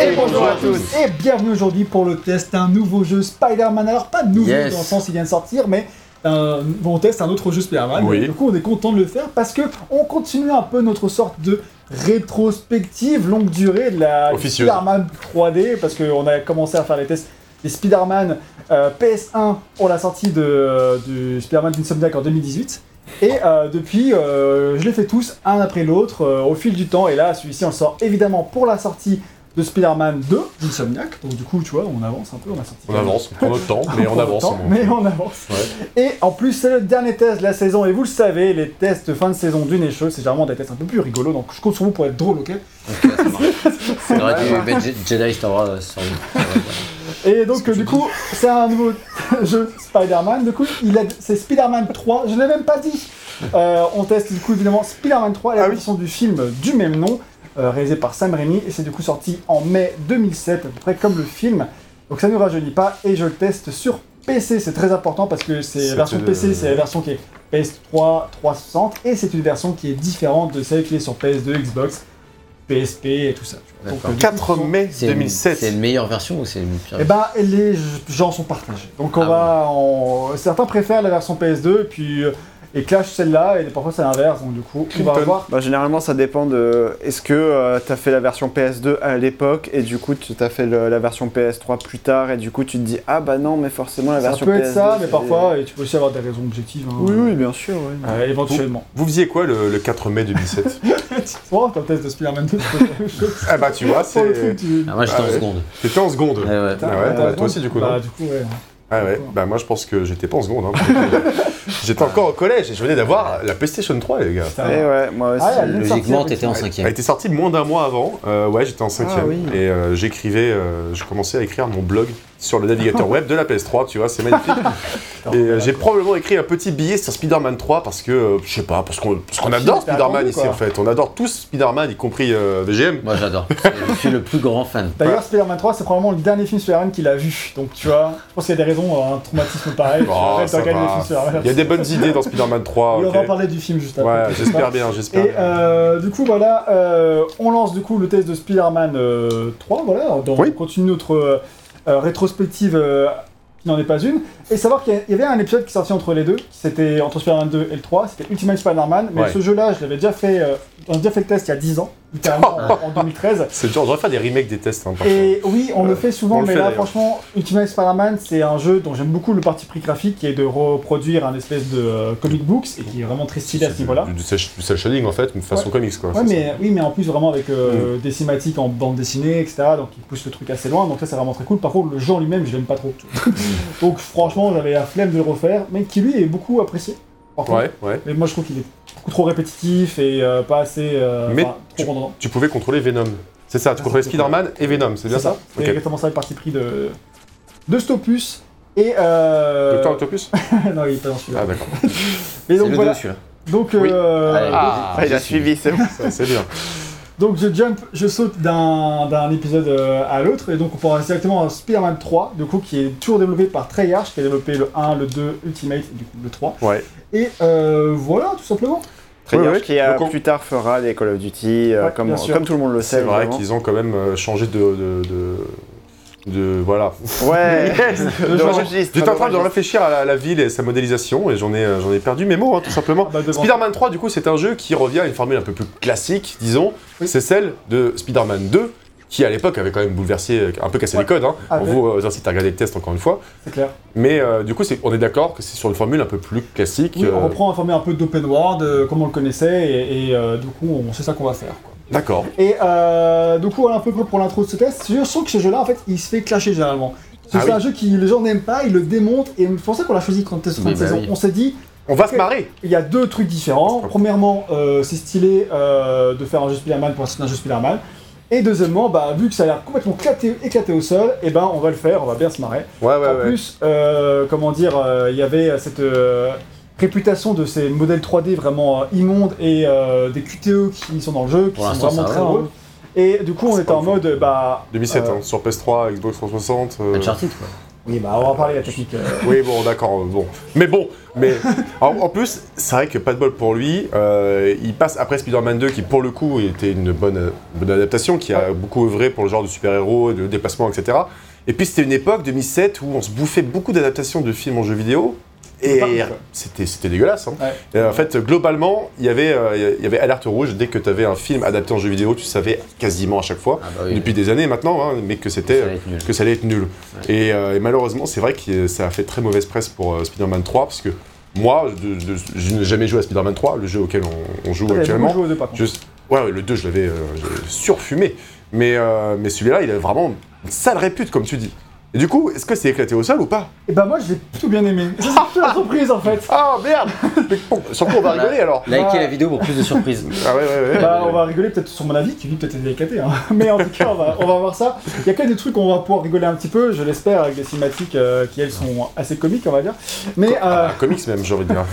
Et bonjour à tous Et bienvenue aujourd'hui pour le test d'un nouveau jeu Spider-Man. Alors pas de nouveau Yes. dans le sens il vient de sortir, mais euh, on teste un autre jeu Spider-Man. Oui. Du coup on est content de le faire parce que on continue un peu notre sorte de rétrospective longue durée de la Officieuse. Spider-Man 3D parce qu'on a commencé à faire les tests des Spider-Man euh, PS1 pour la sortie de, euh, du Spider-Man Insomniac en 2018. Et euh, depuis, euh, je les fais tous un après l'autre euh, au fil du temps. Et là, celui-ci, on le sort évidemment pour la sortie de Spider-Man 2 d'Insomniac. Donc du coup, tu vois, on avance un peu, on a sorti. On avance, on prend notre temps, mais on prend le avance. temps, on- mais on avance. Et en plus, c'est le dernier test de la saison, et vous le savez, les tests fin de saison d'une échelle, c'est généralement des tests un peu plus rigolos, donc je compte sur vous pour être drôle, ok On aurait dû mettre Je- Jedi Star Wars euh, sur lui. Et donc, euh, du coup, c'est un nouveau jeu Spider-Man. Du coup, il a- c'est Spider-Man 3. Je ne l'ai même pas dit. Euh, on teste, du coup, évidemment, Spider-Man 3, la version du film du même nom, euh, réalisé par Sam Raimi. Et c'est du coup sorti en mai 2007, à peu près comme le film. Donc, ça ne rajeunit pas. Et je le teste sur PC. C'est très important parce que c'est la C'était version le- PC, c'est la version qui est PS3, 360. Et c'est une version qui est différente de celle qui est sur PS2, Xbox, PSP et tout ça. tu vois. Donc, D'accord. euh, du coup, 4 mai C'est une- C'est 2007. une meilleure version ou c'est une pire et ben les gens sont partagés. Donc on Ah va, on- certains préfèrent la version PS2 et puis euh, et clash celle-là et parfois c'est l'inverse. Donc du coup on va voir. Bah, généralement, ça dépend de. Est-ce que euh, t'as fait la version PS2 à l'époque et du coup tu t'as fait le- la version PS3 plus tard et du coup tu te dis ah bah non mais forcément la Ça version peut PS2. être ça, mais c'est- parfois euh, et tu peux aussi avoir des raisons objectives. hein. Oui oui bien sûr. oui. Euh, éventuellement. Vous faisiez quoi le, le 4 mai 2007 Oh, ton test de Spider-Man 2, c'est pas quelque chose. Ah bah tu vois, Pour le c'est- truc, tu- Ah, moi j'étais Ah en ouais. seconde. t'étais en seconde. Ouais, ouais. Ah ouais, t'as bah, raison. toi aussi, du coup, Bah, non du coup, ouais. Ah ouais, bah moi je pense que j'étais pas en seconde. hein. j'étais encore au collège et je venais d'avoir la PlayStation 3 les gars. Putain. Eh ouais moi aussi. Ah, elle a le- Logiquement, sortie, t'étais en Elle cinquième. était sortie moins d'un mois avant. Euh, ouais, j'étais en cinquième. Ah oui. Et euh, j'écrivais, euh, je commençais à écrire mon blog sur le navigateur web de la PS3, tu vois, c'est magnifique. et euh, j'ai probablement écrit un petit billet sur Spider-Man 3 parce que, euh, je sais pas, parce qu'on parce qu'on Le film adore était Spider-Man attendu, ici quoi. en fait. On adore tous Spider-Man, y compris euh, VGM. Moi j'adore. Je suis le plus grand fan. Bah. D'ailleurs, Spider-Man 3, c'est probablement le dernier film Spider-Man qu'il a vu. Donc, tu vois, je pense qu'il y a des raisons, un traumatisme pareil. tu Oh, arrêtes de ça regarder va. les films Spider-Man. Il y a des bonnes idées dans Spider-Man 3. Et on ok. va en parler du film juste après. Ouais, j'espère bien, j'espère. Et bien. euh, du coup, voilà, euh, on lance du coup le test de Spider-Man euh, 3, voilà, on- Oui. on continue notre euh, euh, rétrospective euh, qui n'en est pas une. Et savoir qu'il y a- il y avait un épisode qui sortit entre les deux, qui c'était entre Spider-Man 2 et le 3, c'était Ultimate Spider-Man, mais Ouais. ce jeu-là, je l'avais déjà fait, euh, on a déjà fait le test il y a 10 ans, littéralement en, en 2013. C'est le genre, on devrait faire des remakes des tests. hein, parfois. Et oui, on le fait souvent, on le mais fait là, d'ailleurs. franchement, Ultimate Spider-Man, c'est un jeu dont j'aime beaucoup le parti pris graphique, qui est de reproduire un espèce de euh, comic books, et qui est vraiment très stylé à C'est ce niveau-là. Du, du cel- du cel shading en fait, mais façon Ouais. comics quoi. Ouais, c'est mais, oui, mais en plus, vraiment avec euh, des cinématiques en bande dessinée, etc. Donc, il pousse le truc assez loin. Donc, ça, c'est vraiment très cool. Par contre, le jeu en lui-même, je l'aime pas trop. donc, franchement, j'avais la flemme de le refaire, mais qui lui est beaucoup apprécié. Par ça. contre. Ouais, ouais. Mais moi, je trouve qu'il est beaucoup trop répétitif et euh, pas assez. euh, Mais enfin, trop rendant. Tu pouvais contrôler Venom. C'est ça, tu Ah, contrôlais c'est Spider-Man et Venom, c'est bien ça, C'est Ok. exactement ça le parti pris de, de cet opus. Et. Euh... Docteur Octopus non, il est pas dans celui-là. Ah d'accord, Et C'est donc, le voilà. 2 celui-là. Donc, Oui. euh, Allez. Ah, Ah, il a je suis- suivi c'est bon. Ça, c'est bien. Donc je jump, je saute d'un d'un épisode euh, à l'autre, et donc on pourra rester directement à Spider-Man 3, du coup qui est toujours développé par Treyarch, qui a développé le 1, le 2, Ultimate, et du coup le 3. Ouais. Et euh, voilà, tout simplement. Oh, Très bien, ouais. qui euh, Donc, on- plus tard fera les Call of Duty euh, Ouais, comme bien sûr. comme tout le monde le sait. C'est vrai vraiment. qu'ils ont quand même euh, changé de... de, de- de- voilà. Ah, Ouais. Le de genre. registre, J'étais en train de registre. réfléchir à la, la ville et sa modélisation et j'en ai, euh, j'en ai perdu mes mots hein, tout simplement. Ah bah, devant- Spider-Man 3, du coup, c'est un jeu qui revient à une formule un peu plus classique, disons. Oui. C'est celle de Spider-Man 2, qui à l'époque avait quand même bouleversé, euh, un peu cassé Ouais. les codes. hein. Ah On ouais. vous euh, incite à regarder le test encore une fois. C'est clair. Mais euh, du coup, c'est- on est d'accord que c'est sur une formule un peu plus classique. Oui, on euh, reprend un format un peu d'open world, euh, comme on le connaissait, et, et, euh, du coup on sait ça qu'on va faire. quoi. D'accord. Et euh, du coup, voilà un peu pour l'intro de ce test. Je sens que ce jeu-là, en fait, il se fait clasher généralement. C'est Ah un jeu que les gens n'aiment pas, ils le démontent, et c'est pour ça qu'on l'a choisi quand test de fin Mais de bah saison. oui. On s'est dit, On va se marrer. Il y a deux trucs différents. Premièrement, euh, c'est stylé euh, de faire un jeu Spider-Man pour un jeu Spider-Man. Et deuxièmement, bah, vu que ça a l'air complètement éclaté, éclaté au sol, et ben on va le faire, on va bien se marrer. Ouais, ouais, en ouais. plus, euh, comment dire, euh, il y avait cette euh, réputation de ces modèles 3D vraiment euh, immondes et euh, des QTE qui sont dans le jeu, qui Pour sont l'instant, vraiment ça très va, drôles. Et du coup, on hein. C'est était pas en fou. mode, bah, 2007, euh, hein, sur PS3, Xbox 360. euh, Uncharted quoi. Oui, bah on va parler de la technique. euh, Oui, bon, d'accord, euh, bon. Mais bon, mais en, en plus, c'est vrai que pas de bol pour lui. euh, il passe après Spider-Man 2, qui pour le coup était une bonne, euh, bonne adaptation, qui a beaucoup œuvré pour le genre de super-héros, de déplacement, etc. Et puis c'était une époque, 2007, où on se bouffait beaucoup d'adaptations de films en jeux vidéo. Et Pardon, quoi. c'était c'était dégueulasse. hein. ouais. Et en fait, globalement, il y avait, euh, il y avait alerte rouge. Dès que tu avais un film adapté en jeu vidéo, tu savais quasiment à chaque fois, Ah bah oui, depuis des années maintenant, hein, mais que c'était Ça allait être nul. que ça allait être nul. Et, euh, et malheureusement, c'est vrai que euh, ça a fait très mauvaise presse pour euh, Spider-Man 3, parce que moi, de- de- je n'ai jamais joué à Spider-Man 3, le jeu auquel Ah bah, on, on joue T'avais actuellement. beaucoup joué aux deux, par contre. Je- Ouais, ouais, le 2, je l'avais euh, je l'avais surfumé. Mais, euh, mais celui-là, il a vraiment une sale répute, comme tu dis. Et du coup, est-ce que c'est éclaté au sol ou pas Et bah moi je l'ai plutôt bien aimé. Ça, C'est plutôt la surprise en fait. Ah merde Mais bon, Sur quoi on va rigoler alors Likez la vidéo pour plus de surprises. Ah ouais, ouais, ouais. Bah, on va rigoler peut-être sur mon avis, qui lui peut-être est décaté, hein. mais en tout cas on va, on va voir ça. Il y a quand même des trucs qu'on va pouvoir rigoler un petit peu, je l'espère, avec des cinématiques euh, qui elles sont assez comiques on va dire. Mais euh, Ah, comics même, j'ai envie de dire.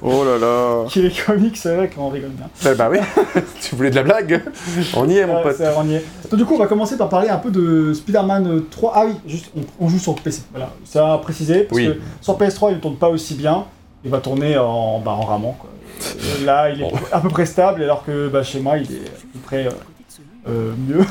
Oh là là. qui est comique c'est vrai qu'on rigole bien. bah, bah oui, tu voulais de la blague On y est, mon Ouais, pote. c'est erroné. Donc, du coup, on va commencer par parler un peu de Spider-Man 3. Ah oui, juste, on, on joue sur PC. Voilà, ça à préciser. Parce Oui. que sur PS3, il ne tourne pas aussi bien. Il va tourner en, bah, en ramant. Quoi. Euh, Là, il est à peu près stable, alors que bah, chez moi, il est à peu près euh, euh, mieux.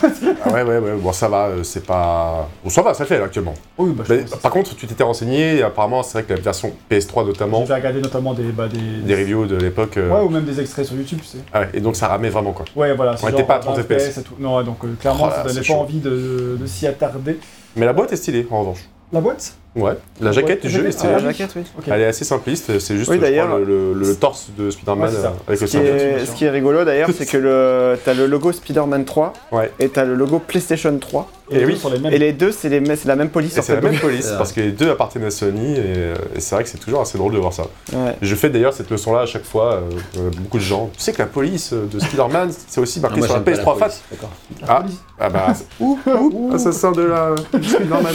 Ah ouais, ouais, ouais, bon, ça va, euh, c'est pas. Bon, ça va, ça le fait là, actuellement. oui, bah, je Mais, pense que par contre, tu t'étais renseigné, et apparemment, c'est vrai que la version PS3 notamment, j'ai regardé notamment des, bah, des, des reviews de l'époque. euh, Ouais, ou même des extraits sur YouTube, tu sais. ah ouais, et donc ça ramait vraiment quoi. Ouais, voilà. c'est On genre était pas à 30 20 FPS. et tout. Non, donc euh, clairement, Oh là ça là, donnait pas c'est chaud. envie de, de s'y attarder. Mais la boîte est stylée en revanche. La boîte Ouais, la jaquette du la jeu est jaquette, stylée. ah, la jaquette, oui. Ok. Elle est assez simpliste, c'est juste Oui, je crois, d'ailleurs. le, le- le torse de Spider-Man Ouais, c'est ça. euh, avec Ce le qui, symbiote. est, ce qui est rigolo d'ailleurs, c'est que le, t'as le logo Spider-Man 3 Ouais. et t'as le logo PlayStation 3. Et, Et oui. Eh oui. sur les mêmes. Et les deux, c'est les me- c'est la même police Et en c'est fait. la même police, C'est vrai. parce que les deux appartiennent à Sony, et, euh, et c'est vrai que c'est toujours assez drôle de voir ça. Ouais. Je fais d'ailleurs cette leçon-là à chaque fois, euh, euh, beaucoup de gens. Tu sais que la police euh, de Spider-Man, c'est aussi Ah, marqué moi, sur la j'aime pas PS3 Fat. police, d'accord. Ah, ah bah, ouh, ouh, ah, ça sort de la Spider-Man.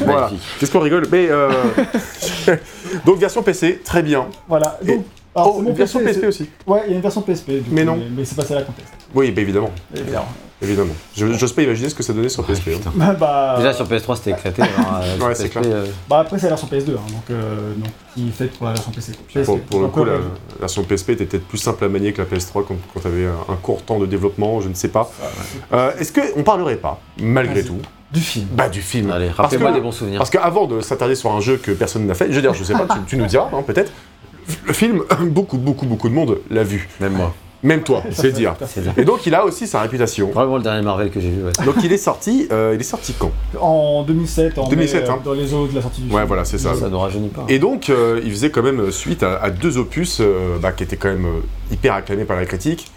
Bon, voilà, Magnifique. qu'est-ce qu'on rigole Mais euh, Donc version PC, très bien. Voilà. Et- Donc, alors, oh, Ah, c'est mon version PC, PSP aussi. Ouais, il y a une version PSP. du coup, Mais non. Mais, mais c'est passé à la contexte. Oui, bah, évidemment, évidemment. Je- J'ose pas imaginer ce que ça donnait sur PSP. hein. Bah, bah, Déjà sur PS3 c'était éclaté. hein, euh, sur Ouais, c'est PSP, clair. euh, bah, après, c'est la version PS2, hein, donc euh, non, qui fait pour la version PC. PSP. Pour, pour le Donc, coup, la euh, version PSP était peut-être plus simple à manier que la PS3 quand, tu avais un court temps de développement, je ne sais pas. Euh, Est-ce qu'on parlerait pas, malgré Ah, Vas-y. tout, Du film. bah, du film Allez, Parce que- rappelez-moi des bons souvenirs. Parce qu'avant de s'attarder sur un jeu que personne n'a fait, je veux dire, je sais pas, tu, tu nous diras, hein, peut-être, le film, beaucoup, beaucoup, beaucoup de monde l'a vu. Même moi. Même toi, c'est dire. C'est ça. Et donc, il a aussi sa réputation. Vraiment le dernier Marvel que j'ai vu. ouais. Donc, il est sorti, euh, il est sorti quand En 2007, en 2007, mai, euh, hein. dans les eaux de la sortie du film. Ouais, voilà, c'est ça. Ça ne rajeunit pas. Et donc, euh, il faisait quand même suite à, à deux opus euh, bah, qui étaient quand même euh, hyper acclamés par la critique.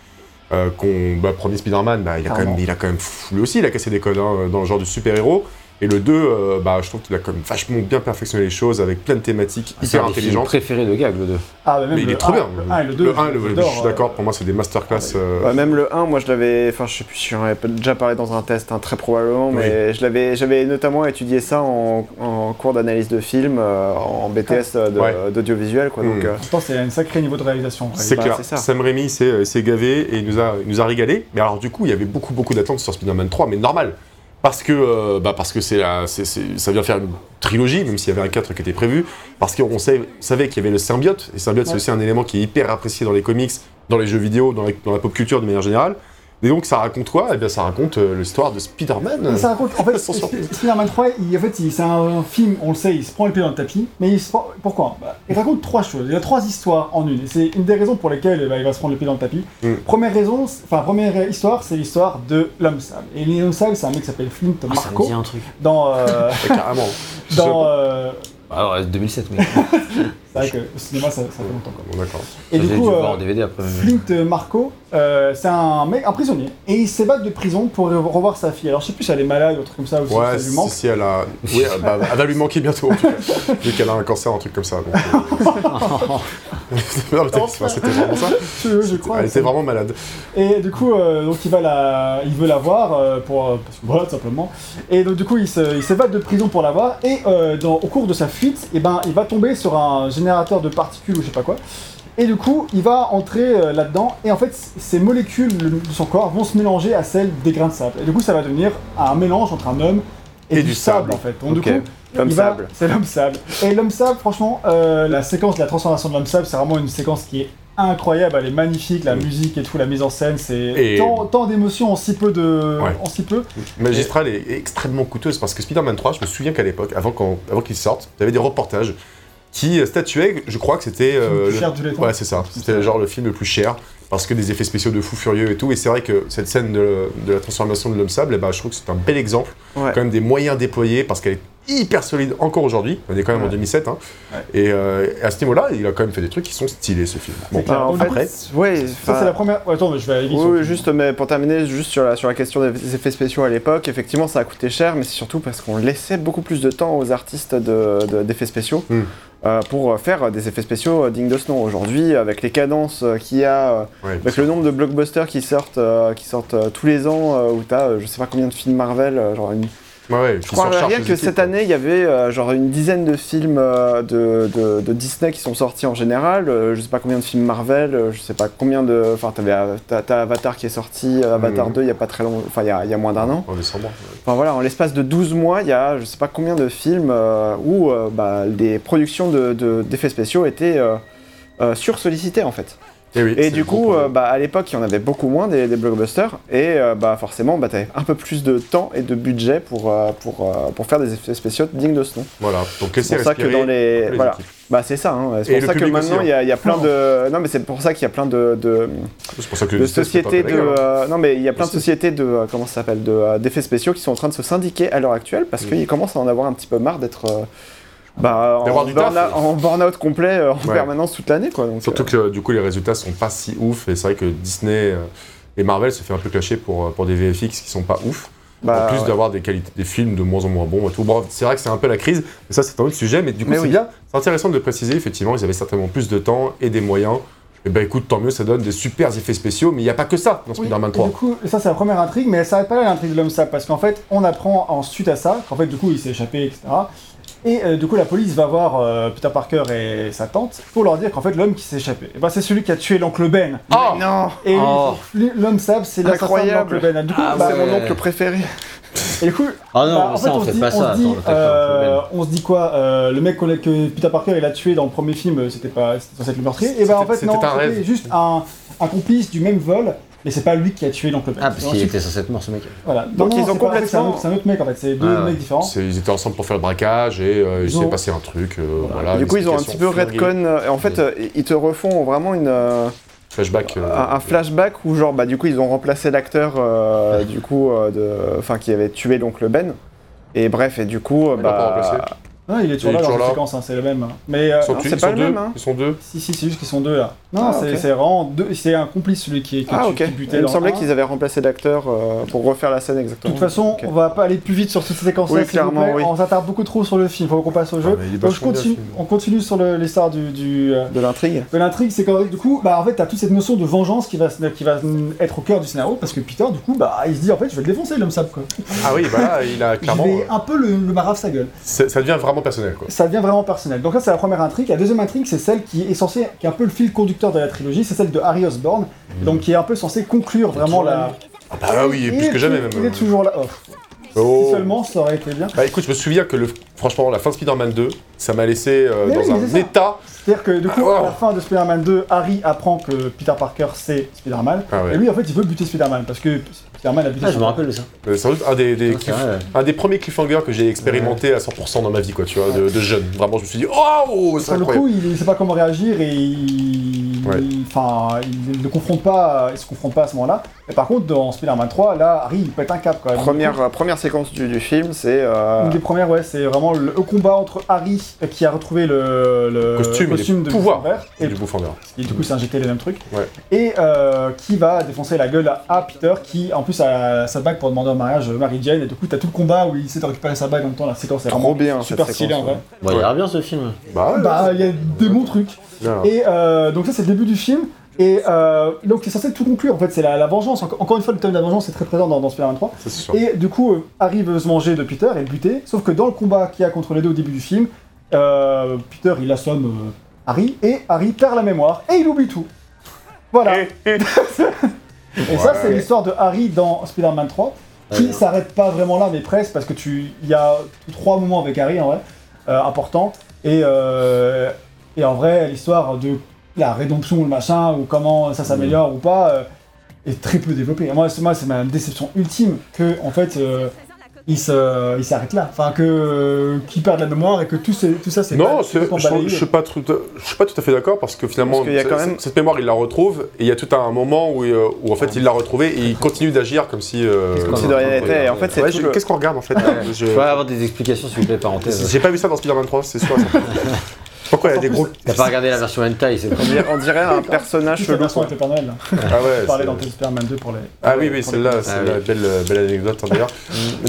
Euh, qu'on- bah, premier Spider-Man, bah, il, a quand même, Clairement. il a quand même fou- lui aussi, il a cassé des codes hein, dans le genre du super-héros. Et le 2, euh, bah, je trouve qu'il a quand même vachement bien perfectionné les choses avec plein de thématiques Ah, C'est hyper un intelligentes. préféré de Gag, le 2. Ah, bah, même Mais il le est trop un, bien. Le 1 et le 2. Le 1, le- je suis d'accord, pour moi, c'est des masterclass. euh, Ouais, même le 1, moi je l'avais, enfin je sais plus si j'en avais déjà parlé dans un test, hein, très probablement, mais je l'avais, j'avais notamment étudié ça en, en cours d'analyse de film, euh, en BTS euh, de- Ah. Ouais. d'audiovisuel, quoi. Donc, Hmm. euh, Pourtant, c'est un sacré niveau de réalisation. en vrai. C'est bah, clair, c'est ça. Sam Raimi s'est euh, s'est gavé et il nous a, il nous a régalé. Mais alors du coup, il y avait beaucoup beaucoup d'attentes sur Spider-Man 3, mais normal. Parce que, euh, bah parce que c'est la- c'est- c'est- ça vient faire une trilogie, même s'il y avait un 4 qui était prévu. Parce qu'on sait- savait qu'il y avait le symbiote. Et symbiote, c'est Ouais. aussi un élément qui est hyper apprécié dans les comics, dans les jeux vidéo, dans la, dans la pop culture de manière générale. Et donc, ça raconte quoi Eh bien, ça raconte euh, l'histoire de Spider-Man. Mais ça raconte, en fait, Sans surprise. Sp- Spider-Man 3, il- en fait, il- c'est un film, on le sait, il se prend le pied dans le tapis, mais il se prend- pourquoi Bah, Il raconte trois choses, il a trois histoires en une, et c'est une des raisons pour lesquelles eh ben, il va se prendre le pied dans le tapis. Mm. Première raison, c'est- enfin, première histoire, c'est l'histoire de l'homme sable. Et l'homme sable, c'est un mec qui s'appelle Flint ça me Marco, dit un truc. dans... euh, Ouais, carrément. dans euh, Alors, euh, 2007, mais. c'est vrai que le cinéma, ça, ça fait longtemps, quoi. Bon, d'accord. Et du J'ai coup, dû le euh, voir en DVD après. Flint euh, Marco, euh, c'est un mec, un prisonnier, et il s'évade de prison pour revoir sa fille. Alors, je sais plus si elle est malade ou un truc comme ça, ou si ça Ouais, lui si, manque. si elle a. Oui, euh, bah, elle va lui manquer bientôt, en tout cas. Vu qu'elle a un cancer, un truc comme ça. donc, euh, non, mais t'es- Enfin. c'était vraiment ça. Tu veux, je crois. elle était vraiment malade. Et du coup, euh, donc il va la, il veut la voir euh, pour euh, parce que voilà tout simplement. Et donc du coup, il se- il s'évade de prison pour la voir. Et euh, dans- au cours de sa fuite, et ben, il va tomber sur un générateur de particules ou je sais pas quoi. Et du coup, il va entrer euh, là-dedans. Et en fait, c- ces molécules de son corps vont se mélanger à celles des grains de sable. Et du coup, ça va devenir un mélange entre un homme et, du, sable, en fait. Donc, du Ok. coup, L'homme il va- sable. C'est l'homme sable. Et l'homme sable, franchement, euh, la séquence de la transformation de l'homme sable, c'est vraiment une séquence qui est incroyable. Elle est magnifique, la musique et tout, la mise en scène, c'est Mm. Et- tant, tant d'émotions en si peu de, Ouais. en si peu. Magistral est extrêmement coûteuse parce que Spider-Man 3, je me souviens qu'à l'époque, avant, qu'on- avant qu'il sorte, il y avait des reportages qui euh, statuaient, je crois que c'était. Le euh, plus le- cher de tous les temps. Ouais, c'est ça. C'était genre le film le plus cher parce que des effets spéciaux de fou furieux et tout. Et c'est vrai que cette scène de, de la transformation de l'homme sable, eh ben, je trouve que c'est un bel exemple Ouais. quand même des moyens déployés parce qu'elle est hyper solide encore aujourd'hui. On est quand même en Ouais. 2007. hein. Ouais. Et euh, à ce niveau-là, il a quand même fait des trucs qui sont stylés ce film. Bon, clair. Bah, en fait, après. ouais, Ça, c'est enfin, la première. ouais, attends, mais je vais aller vite. Oui, sur- oui, juste mais pour terminer, juste sur la, sur la question des effets spéciaux à l'époque, effectivement ça a coûté cher, mais c'est surtout parce qu'on laissait beaucoup plus de temps aux artistes de- de- d'effets spéciaux Mm. euh, pour faire des effets spéciaux euh, dignes de ce nom. Aujourd'hui, avec les cadences euh, qu'il y a, euh, ouais. avec le nombre de blockbusters qui sortent, euh, qui sortent euh, tous les ans, euh, où t'as euh, je sais pas combien de films Marvel, euh, genre une Ouais, ouais, qui je crois surcharge rien les que équipes, cette quoi. année, il y avait euh, genre une dizaine de films euh, de, de- de Disney qui sont sortis en général. Euh, je sais pas combien de films Marvel, euh, je sais pas combien de. Enfin, t'avais, euh, t'as, t'as Avatar qui est sorti, euh, Avatar Mhm. 2 il y a pas très long, enfin il y a, il y a moins d'un an. En décembre. ouais. Enfin voilà, en l'espace de 12 mois, il y a je sais pas combien de films euh, où euh, bah, les productions de, de- d'effets spéciaux étaient euh, euh, sursollicitées en fait. Et, Eh oui, Et c'est du le gros coup, problème. euh, bah, à l'époque, il y en avait beaucoup moins des, des blockbusters, et euh, bah, forcément, bah, t'avais un peu plus de temps et de budget pour, euh, pour, euh, pour faire des effets spéciaux dignes de ce nom. Voilà, donc C'est laissez pour ça que respirer dans les. un peu les voilà. équipes. Bah, c'est ça, hein. Et c'est le pour ça que public aussi, hein. maintenant, il y, a- il y a plein de. Non, mais c'est pour ça qu'il y a plein de, de, C'est pour ça que de le business n'est pas sociétés de. pareil, hein. euh, non, mais il y a plein de Aussi. sociétés de. euh, Comment ça s'appelle de, euh, D'effets spéciaux qui sont en train de se syndiquer à l'heure actuelle parce Mm. qu'ils commencent à en avoir un petit peu marre d'être. euh, bah, D'avoir en, du taf, burn-out- ouais. en burn-out complet euh, en Ouais. permanence toute l'année, quoi. Donc, euh, Surtout que du coup, les résultats sont pas si ouf, et c'est vrai que Disney euh, et Marvel se fait un peu clasher pour, euh, pour des VFX qui sont pas ouf. Bah, en plus d'avoir des qualités des films de moins en moins bons et tout. Bref, c'est vrai que c'est un peu la crise, mais ça c'est un autre sujet, mais du coup Mais c'est oui. bien. C'est intéressant de le préciser, effectivement, ils avaient certainement plus de temps et des moyens. Et ben écoute, tant mieux, ça donne des super effets spéciaux, mais il n'y a pas que ça dans Oui, Spider-Man et 3. Du coup, ça c'est la première intrigue, mais elle s'arrête pas là l'intrigue de l'homme sable, parce qu'en fait, on apprend ensuite à ça, qu'en fait, du coup, il s'est échappé, etc. Et euh, du coup, la police va voir euh, Peter Parker et sa tante pour leur dire qu'en fait, l'homme qui s'est échappé, eh ben, c'est celui qui a tué l'oncle Ben. Ah Non Et lui, Oh. lui- l'homme sable, c'est l'assassin de Incroyable. l'oncle Ben. Du coup, Ah, bah, ouais. C'est mon oncle préféré. et du coup, Ah non, bah, en ça on se fait dit- pas ça. se dit, attends, le euh, fait pas, le fait on se dit quoi euh, Le mec qu'on a- que Peter Parker il a tué dans le premier film, euh, c'était pas c'était censé être le meurtrier. Et ben en C'était- fait non, c'était un c'était rêve. juste un, un complice du même vol, mais c'est pas lui qui a tué l'oncle Ben. pas. Ah, parce C'est un qu'il type était censé être mort ce mec. Voilà. Donc Non, ils non, ont c'est pas- en fait, C'est un, complètement- autre- c'est un autre mec en fait, c'est deux Ah ouais. mecs différents. C'est- Ils étaient ensemble pour faire le braquage et euh, Ils il s'est ont- passé un truc. euh, voilà, du une coup, ils ont un petit peu explication redcon. euh, et en fait, Oui. euh, ils te refont vraiment une, euh, Flashback. euh, un, un flashback où, genre, bah, du coup, ils ont remplacé l'acteur euh, du coup, euh, de, enfin, qui avait tué l'oncle Ben. Et bref, et du coup, euh, Il l'a pas remplacé. bah, Non, il est toujours Il est là dans toujours la là. séquence, hein, c'est le même. Mais euh, Ils sont, Ah, tu- c'est ils pas sont le deux, même, hein. Ils sont deux. si, si, c'est juste qu'ils sont deux là. Non, Ah, c'est ok. c'est vraiment deux. C'est un complice celui qui, qui, ah qui- ok. qui butait Il me dans semblait un. qu'ils avaient remplacé l'acteur euh, pour refaire la scène De exactement. toute façon, Ok. on va pas aller plus vite sur cette séquence là. Oui, clairement, oui. On s'attarde beaucoup trop sur le film, faut qu'on passe au jeu. Ah, mais il est Donc je vachement bien, continue, ce film. on continue sur le- l'histoire du, du, euh, de l'intrigue. de l'intrigue, c'est quand du coup, bah en fait, t'as toute cette notion de vengeance qui va, se- qui va être au cœur du scénario parce que Peter, du coup, bah il se dit en fait, je vais le défoncer l'homme sable quoi. Ah oui, voilà, il a Je clairement. euh, vais un peu le, le marave sa gueule. c'est- Ça devient vraiment personnel quoi. ça devient vraiment personnel. Donc là, c'est la première intrigue. La deuxième intrigue, c'est celle qui est censée, qui est un peu le fil conducteur de la trilogie, c'est celle de Harry Osborn, Mm. donc qui est un peu censée conclure vraiment la. Ah bah oui, plus que est jamais tou- Il même. est toujours là. Oh. Oh. Si seulement, ça aurait été bien. Bah écoute, je me souviens que le, franchement, la fin de Spider-Man 2, ça m'a laissé euh, Mais dans oui, mais un c'est ça. état. C'est-à-dire que du coup, Ah, à wow. la fin de Spider-Man 2, Harry apprend que Peter Parker c'est Spider-Man, Ah ouais. et lui, en fait, il veut buter Spider-man parce que Spider-Man a buté. Ah, je son- me rappelle de ça. Euh, sans doute un des, des Ah, c'est cliff- vrai, ouais. un des premiers cliffhangers que j'ai expérimenté à 100% dans ma vie, quoi, tu vois, de, de jeune. Vraiment, je me suis dit, oh, c'est Sur le incroyable. coup, il ne sait pas comment réagir et il... Ouais. il- Enfin, il ne confronte pas, il se confronte pas à ce moment-là. Et par contre, dans Spider-Man 3, là, Harry, il pète un cap quand même. Première euh, première séquence du, du film, c'est euh, Une des premières, ouais, c'est vraiment le le combat entre Harry euh, qui a retrouvé le, le Costume, il est hein. de pouvoir. Bouffon Vert, Et et, du bouffaneur. et du coup s'est injecté les mêmes trucs, Ouais. et euh, qui va défoncer la gueule à, à Peter qui en plus a sa bague pour demander en mariage euh, Mary Jane, et du coup t'as tout le combat où il essaie de récupérer sa bague en même temps, la séquence est trop vraiment bien. super cette stylée en séquence, vrai. ouais. Bon, il ira bien ce film. Bah, ouais, Ah. Bah, il y a des bons trucs. non, non. Et euh, donc ça c'est le début du film. Et euh, donc c'est censé tout conclure en fait, c'est la, la vengeance. Enco- Encore une fois, le thème de la vengeance est très présent dans, dans Spider-Man 3. Ça, c'est sûr. Et du coup, euh, Harry veut se manger de Peter et le buter. Sauf que dans le combat qu'il y a contre les deux au début du film, euh, Peter il assomme euh, Harry et Harry perd la mémoire et il oublie tout. Voilà. et ça, c'est l'histoire de Harry dans Spider-Man 3. qui s'arrête pas vraiment là, mais presque, parce que tu, il y a trois moments avec Harry en vrai, euh, importants, et, euh, et en vrai, l'histoire de la rédemption ou le machin, ou comment ça s'améliore ou pas, euh, est très peu développée. Et Moi, c'est- moi, c'est ma déception ultime que, en fait, euh, il se- il s'arrête là, enfin que euh, qu'il perd la mémoire et que tout, c'est- tout ça, c'est Non, pas- c'est- complètement je ne balayé. suis pas tout à- je suis pas tout à fait d'accord parce que finalement, Parce qu'il y a c'est- quand c'est- même- cette mémoire, il la retrouve et il y a tout un moment où, euh, où en fait, il l'a retrouvée et il continue d'agir comme si. euh, Qu'est-ce qu'on Comme si de rien Ouais, n'était. Et en fait, c'est Ouais, tout je- le- Qu'est-ce qu'on regarde en fait là Je- Tu vas avoir des explications, s'il vous plaît, parenthèse. J'ai pas vu ça dans Spider-Man 3, c'est sûr. ça. Pourquoi il y a des gros. T'as pas regardé la version hentai, c'est on dirait- on dirait un personnage Toute la chelou. version quoi. avec le Père Noël, là. Ah ouais. Je parlais c'est- dans Superman 2 pour les. Ah oui, oui, pour celle-là, les- c'est Ah la oui. belle, euh, belle anecdote hein, d'ailleurs.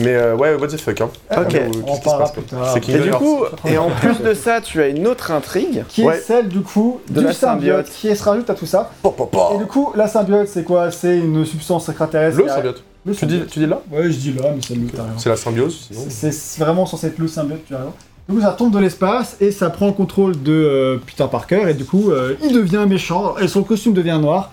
Mais euh, ouais, what the fuck, hein. Ok. Euh, On Qu'est-ce en qui se parlera passe plus quoi tard. C'est King Et du Leonard. coup, et en plus de ça, tu as une autre intrigue. Qui Ouais. est celle du coup De du la symbiote. symbiote qui se rajoute à tout ça. Pa, pa, pa. Et du coup, la symbiote, c'est quoi C'est une substance extraterrestre. Le qui a- symbiote. Le Tu dis, symbiote. tu dis là Ouais, je dis là, mais c'est le. t'as raison. C'est la symbiose sinon. C'est c'est vraiment censé être le symbiote, tu as raison. Du coup, ça tombe de l'espace et ça prend le contrôle de euh, Peter Parker et du coup, euh, il devient méchant et son costume devient noir.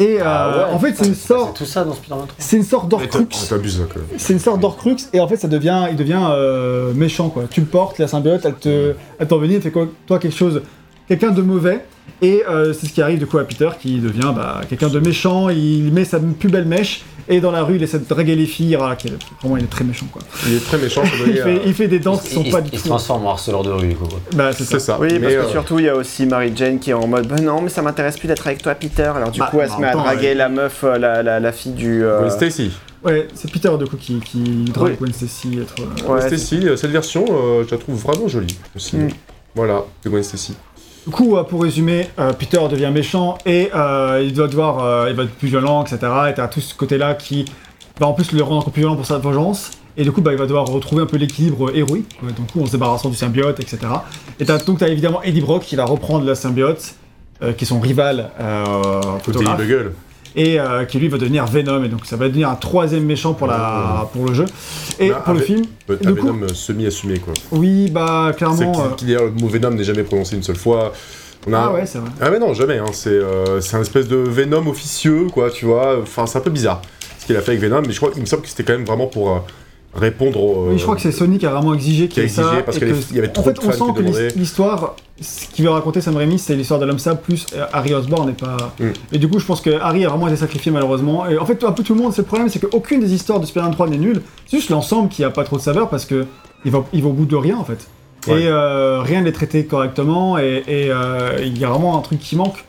Et euh, Ah ouais. en fait, c'est une C'est sorte, tout ça dans Spider-Man 3. c'est une sorte d'Orcrux. t'abuses quand même. C'est une sorte d'Orcrux et en fait ça devient, il devient euh, méchant quoi. Tu le portes, la symbiote, elle te, elle t'envenime, elle fait quoi, toi quelque chose, quelqu'un de mauvais. Et euh, c'est ce qui arrive du coup à Peter qui devient bah, quelqu'un de méchant. Il met sa plus belle mèche et dans la rue il essaie de draguer les filles. Ah, quel- vraiment il est très méchant quoi. Il est très méchant, euh, Il fait, il fait des danses qui euh, Il sont pas du il- il se tout. euh, transforme en harceleur de rue, quoi. Bah c'est ça. C'est ça. Oui, parce Mais, que euh, surtout, il y a aussi Mary Jane qui est en mode Bah non, mais ça m'intéresse plus d'être avec toi, Peter. Alors, du Bah, coup, elle se en met à même temps, draguer ouais. la meuf, euh, la, la, la fille du. euh, Gwen Stacy. Ouais, c'est Peter du coup qui, qui drague Oui. Gwen Stacy. être, euh, ouais, Gwen Stacy, euh, cette version, euh, je la trouve vraiment jolie aussi. Mm. Voilà, de Gwen Stacy. Du coup, euh, pour résumer, euh, Peter devient méchant et euh, il doit devoir, euh, il va être plus violent, etc. Et t'as tout ce côté-là qui va en plus le rendre encore plus violent pour sa vengeance. Et du coup, bah, il va devoir retrouver un peu l'équilibre euh, héroïque, quoi. Donc, en se débarrassant du symbiote, etc. Et t'as donc t'as évidemment Eddie Brock qui va reprendre la symbiote, euh, qui est son rival euh, Côté photographe, Bugle. et euh, qui lui va devenir Venom. Et donc, ça va devenir un troisième méchant pour la pour le jeu et Bah, pour le avec- film. Un Du coup- Venom euh, semi-assumé quoi. Oui, bah C'est clairement. qui, euh, qui, d'ailleurs, le mot Venom n'est jamais prononcé une seule fois. On a Ah ouais, c'est vrai. Ah mais non, jamais. Hein. C'est euh, c'est un espèce de Venom officieux, quoi, tu vois. Enfin, c'est un peu bizarre ce qu'il a fait avec Venom, mais je crois qu'il me semble que c'était quand même vraiment pour euh, répondre au... Oui, je crois que c'est Sony qui a vraiment exigé Qui qu'il y a ait exigé, ça. parce et que les- il y avait en trop fait, de on fans sent qui que l'his- demandaient. l'histoire, ce qu'il veut raconter Sam Raimi, c'est l'histoire de l'homme sable plus euh, Harry Osborn n'est pas. Mm. Et du coup, je pense que Harry a vraiment été sacrifié malheureusement. Et en fait, un peu tout le monde, c'est le problème, c'est qu'aucune des histoires de Spider-Man 3 n'est nulle. C'est juste l'ensemble qui a pas trop de saveur parce que il va, il va au bout de rien en fait. Ouais. Et euh, rien n'est traité correctement et, et, euh, il y a vraiment un truc qui manque.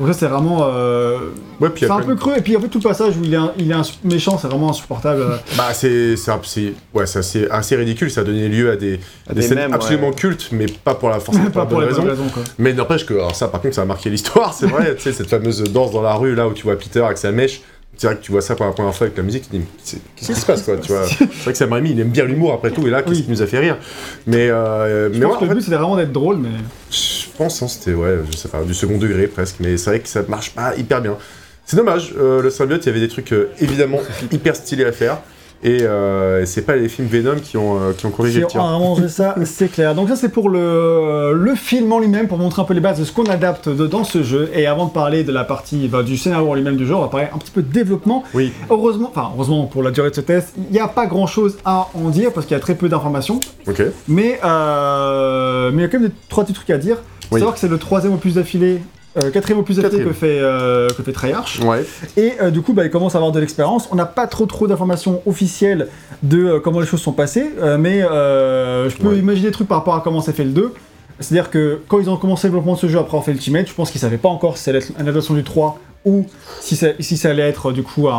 Donc ça c'est vraiment, euh, Ouais, puis il y c'est a un plein peu de- creux. Et puis en fait tout le passage où il est, un- il est un méchant, c'est vraiment insupportable. euh, Bah, c'est c'est un- c'est- ouais, c'est assez, assez ridicule, ça a donné lieu à des, À des des scènes mèmes, absolument ouais. cultes, mais pas pour la force, pas pour la les raison. bonnes raisons quoi. Mais n'empêche que, alors ça par contre, ça a marqué l'histoire, c'est vrai, tu sais, cette fameuse danse dans la rue, là, où tu vois Peter avec sa mèche, c'est vrai que tu vois ça pour la première fois avec la musique, tu te dis, mais c'est- qu'est-ce qui se passe, quoi, tu vois C'est vrai que Sam Raimi, il aime bien l'humour, après tout, et là, qu'est-ce Oui. qui nous a fait rire Mais, euh, Je mais pense ouais, que en le fait, but c'était vraiment d'être drôle, mais je pense, hein, c'était, ouais, je sais pas, du second degré, presque, mais c'est vrai que ça marche pas hyper bien. C'est dommage, euh, le symbiote, il y avait des trucs, euh, évidemment, hyper stylés à faire, et euh, c'est pas les films Venom qui ont, euh, qui ont corrigé si le on tir. arrange ça, c'est clair. Donc ça c'est pour le, le film en lui-même, pour montrer un peu les bases de ce qu'on adapte de- dans ce jeu. Et avant de parler de la partie bah, du scénario en lui-même du jeu, on va parler un petit peu de développement. Oui, Heureusement, enfin heureusement pour la durée de ce test, il n'y a pas grand-chose à en dire parce qu'il y a très peu d'informations. ok. Mais, euh, mais il y a quand même des, trois petits trucs à dire. Oui. Savoir que c'est le troisième opus d'affilée, euh, quatrième opus d'affilée Quatrième. que fait, euh, que fait Treyarch. Ouais. Et euh, du coup, bah, il commence à avoir de l'expérience. On n'a pas trop trop d'informations officielles de euh, comment les choses sont passées, euh, mais euh, je peux Ouais. imaginer des trucs par rapport à comment s'est fait le 2. C'est-à-dire que quand ils ont commencé le développement de ce jeu après avoir fait Ultimate, je pense qu'ils savaient pas encore si ça allait être une adaptation du 3 ou si ça, si ça allait être euh, du coup un,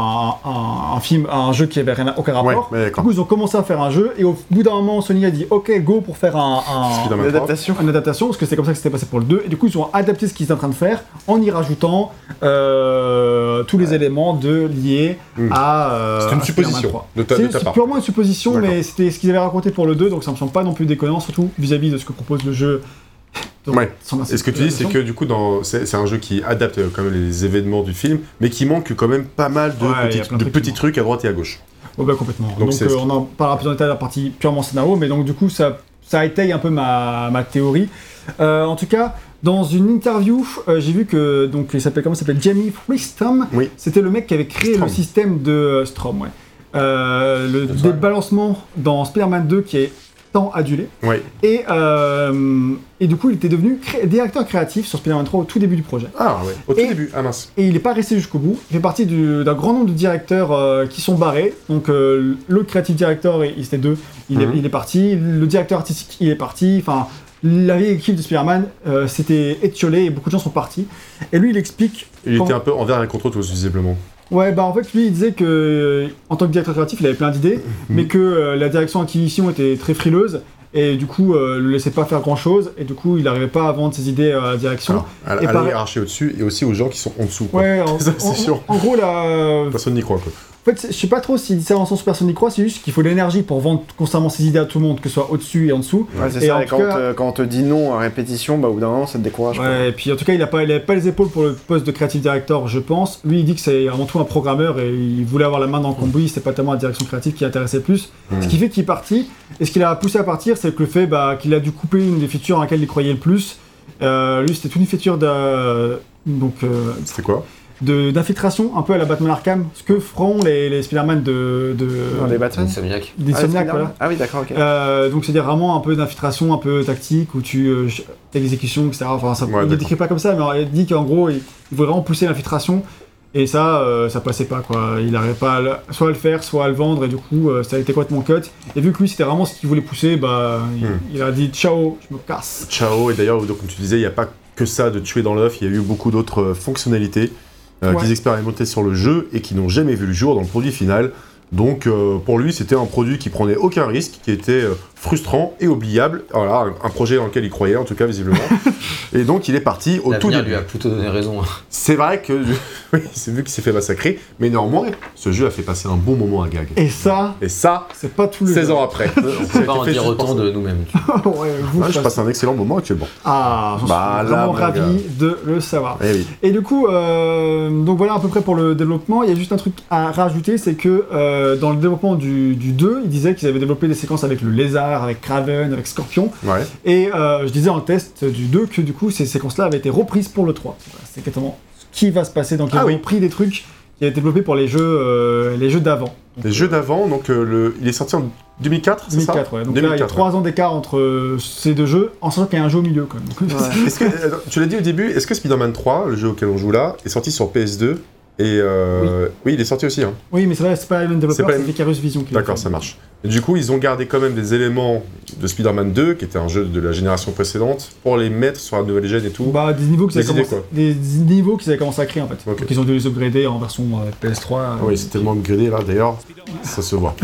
un- un film, un jeu qui avait rien, à- aucun Ouais, rapport. ouais, du d'accord. coup, ils ont commencé à faire un jeu et au bout d'un moment, Sony a dit OK, go pour faire un- un, Spider-Man 3. L'adaptation. une adaptation, parce que c'est comme ça que c'était passé pour le 2, et du coup ils ont adapté ce qu'ils étaient en train de faire en y rajoutant euh, tous les éléments de liés Mm. à. euh, C'est une à supposition Spider-Man 3. de ta- de C'est ta c'est part. purement une supposition, D'accord. mais c'était ce qu'ils avaient raconté pour le 2, donc ça me semble pas non plus déconnant, surtout vis-à-vis de ce que propose le jeu. Donc, Ouais. sans Et ce que tu dis, c'est que du coup, dans... c'est c'est un jeu qui adapte euh, quand même les événements du film, mais qui manque quand même pas mal de, Ouais, il y a petites- plein de de trucs qui petits manquent. trucs à droite et à gauche. Oh bah complètement. Donc Donc, c'est- euh, on en parlera plus en détail dans la partie purement scénario, mais donc du coup ça, ça étaye un peu ma, ma théorie. Euh, en tout cas, dans une interview, euh, j'ai vu que donc il s'appelle comment il s'appelle Jamie Freestom. Oui. C'était le mec qui avait créé Strom. le système de euh, Strom, ouais. euh, le Bonsoir. débalancement dans Spider-Man 2 qui est tant adulé. Oui. Et, euh, et du coup, il était devenu cré- directeur créatif sur Spider-Man 3 au tout début du projet. Ah ouais. Au tout Et- début. Ah mince. Et il n'est pas resté jusqu'au bout. Il fait partie du- d'un grand nombre de directeurs euh, qui sont barrés. Donc euh, le creative director, il était deux, il, est, Mhm. il est parti. Le directeur artistique, il est parti. Enfin, la vieille équipe de Spider-Man euh, s'était étiolée et beaucoup de gens sont partis. Et lui, il explique. Il quand- était un peu envers et contre tous visiblement. Ouais, bah en fait, lui, il disait que euh, en tant que directeur créatif, il avait plein Mhm. d'idées, mais que euh, la direction acquisition était très frileuse. Et du coup, euh, le laissait pas faire grand chose, et du coup, il n'arrivait pas à vendre ses idées à la direction. Alors, à, la- Et à la par- hiérarchie au-dessus et aussi aux gens qui sont en dessous. quoi. ouais, en, Ça, c'est en- sûr. en gros, la, Personne n'y croit quoi. En fait, c'est- je sais pas trop si c'est en sens où personne n'y croit, c'est juste qu'il faut de l'énergie pour vendre constamment ses idées à tout le monde, que ce soit au-dessus et en dessous. Ouais, c'est Et ça, en et tout quand, cas- euh, quand on te dit non à répétition, bah, au bout d'un moment, ça te décourage. quoi. Ouais, et puis en tout cas, il a pas, il avait pas les épaules pour le poste de creative director, je pense. Lui, il dit que c'est avant tout un programmeur et il voulait avoir la main dans le cambouis, c'est pas tellement la direction créative qui l'intéressait plus. Ce qui fait qu'il est parti. Et ce qui l'a poussé à partir, c'est que le fait bah, qu'il a dû couper une des features à laquelle il croyait le plus. Euh, lui, c'était toute une feature de, donc, euh, C'était quoi de- d'infiltration, un peu à la Batman Arkham, ce que feront les, les Spider-Man de, de- Dans Ah, les Batman. Insomniac. des Ah, Insomniac, Spider-Man. voilà. Ah oui, d'accord, ok. Euh, donc c'est-à-dire vraiment un peu d'infiltration, un peu tactique, où tu euh, ch- t'as l'exécution, etc. Enfin, ça, Ouais, il ne d'accord. décrit pas comme ça, mais il dit qu'en gros, il, il voulait vraiment pousser l'infiltration, et ça, euh, ça passait pas, quoi. Il n'arrivait pas à le- soit à le faire, soit à le vendre, et du coup, euh, ça a été complètement cut. Et vu que lui, c'était vraiment ce qu'il voulait pousser, bah, il, Hmm. il a dit « Ciao, je me casse Ciao. Et d'ailleurs, donc, comme tu disais, il n'y a pas que ça de tuer dans l'œuf. Il y a eu beaucoup d'autres euh, fonctionnalités euh, Ouais. qu'ils expérimentaient sur le jeu et qui n'ont jamais vu le jour dans le produit final. Donc euh, pour lui, c'était un produit qui prenait aucun risque, qui était euh, frustrant et oubliable. Voilà, un, un projet dans lequel il croyait en tout cas visiblement. et donc il est parti au tout L'avenir début. lui a plutôt donné raison. C'est vrai que oui, c'est vu qu'il s'est fait massacrer, mais néanmoins, ce jeu a fait passer un bon moment à Gag. ». Et ça, Et ça, c'est pas tout le 16 ans après. On peut pas en dire autant de nous-mêmes. Ouais, vous, Ouais, je passe un excellent moment actuellement. Ah, j'en Bah, suis là, vraiment mon ravi de le savoir. Eh oui. Et du coup, euh, donc voilà à peu près pour le développement. Il y a juste un truc à rajouter, c'est que euh, dans le développement du, du 2, ils disaient qu'ils avaient développé des séquences avec le lézard, avec Craven, avec Scorpion. Ouais. Et euh, je disais en test du 2 que du coup, ces séquences-là avaient été reprises pour le 3. Voilà, c'est exactement ce qui va se passer. Donc ils Ah ont oui. repris des trucs qui avaient été développés pour les jeux, euh, les jeux d'avant. Donc, Les euh, jeux d'avant, donc euh, le... il est sorti en 2004, c'est ça 2004, ouais. Donc là, il y a 3 ans d'écart entre euh, ces deux jeux, en sachant qu'il y a un jeu au milieu quand même. Donc, Ouais. Est-ce que, euh, tu l'as dit au début, est-ce que Spider-Man 3, le jeu auquel on joue là, est sorti sur PS2 et euh, oui. il est sorti aussi. hein. oui, mais c'est vrai, c'est pas le même développeur, pas c'est les- Vicarious Vision qui l'a D'accord, fait. ça marche. Et du coup, ils ont gardé quand même des éléments de Spider-Man 2, qui était un jeu de la génération précédente, pour les mettre sur la nouvelle gen et tout. Bah, des niveaux qu'ils Des avaient, idées, commencé- des niveaux qu'ils avaient commencé à créer en fait. Ok. Donc ils ont dû les upgrader en version euh, PS3. Ah oui, c'est tellement upgradé là d'ailleurs, ça se voit.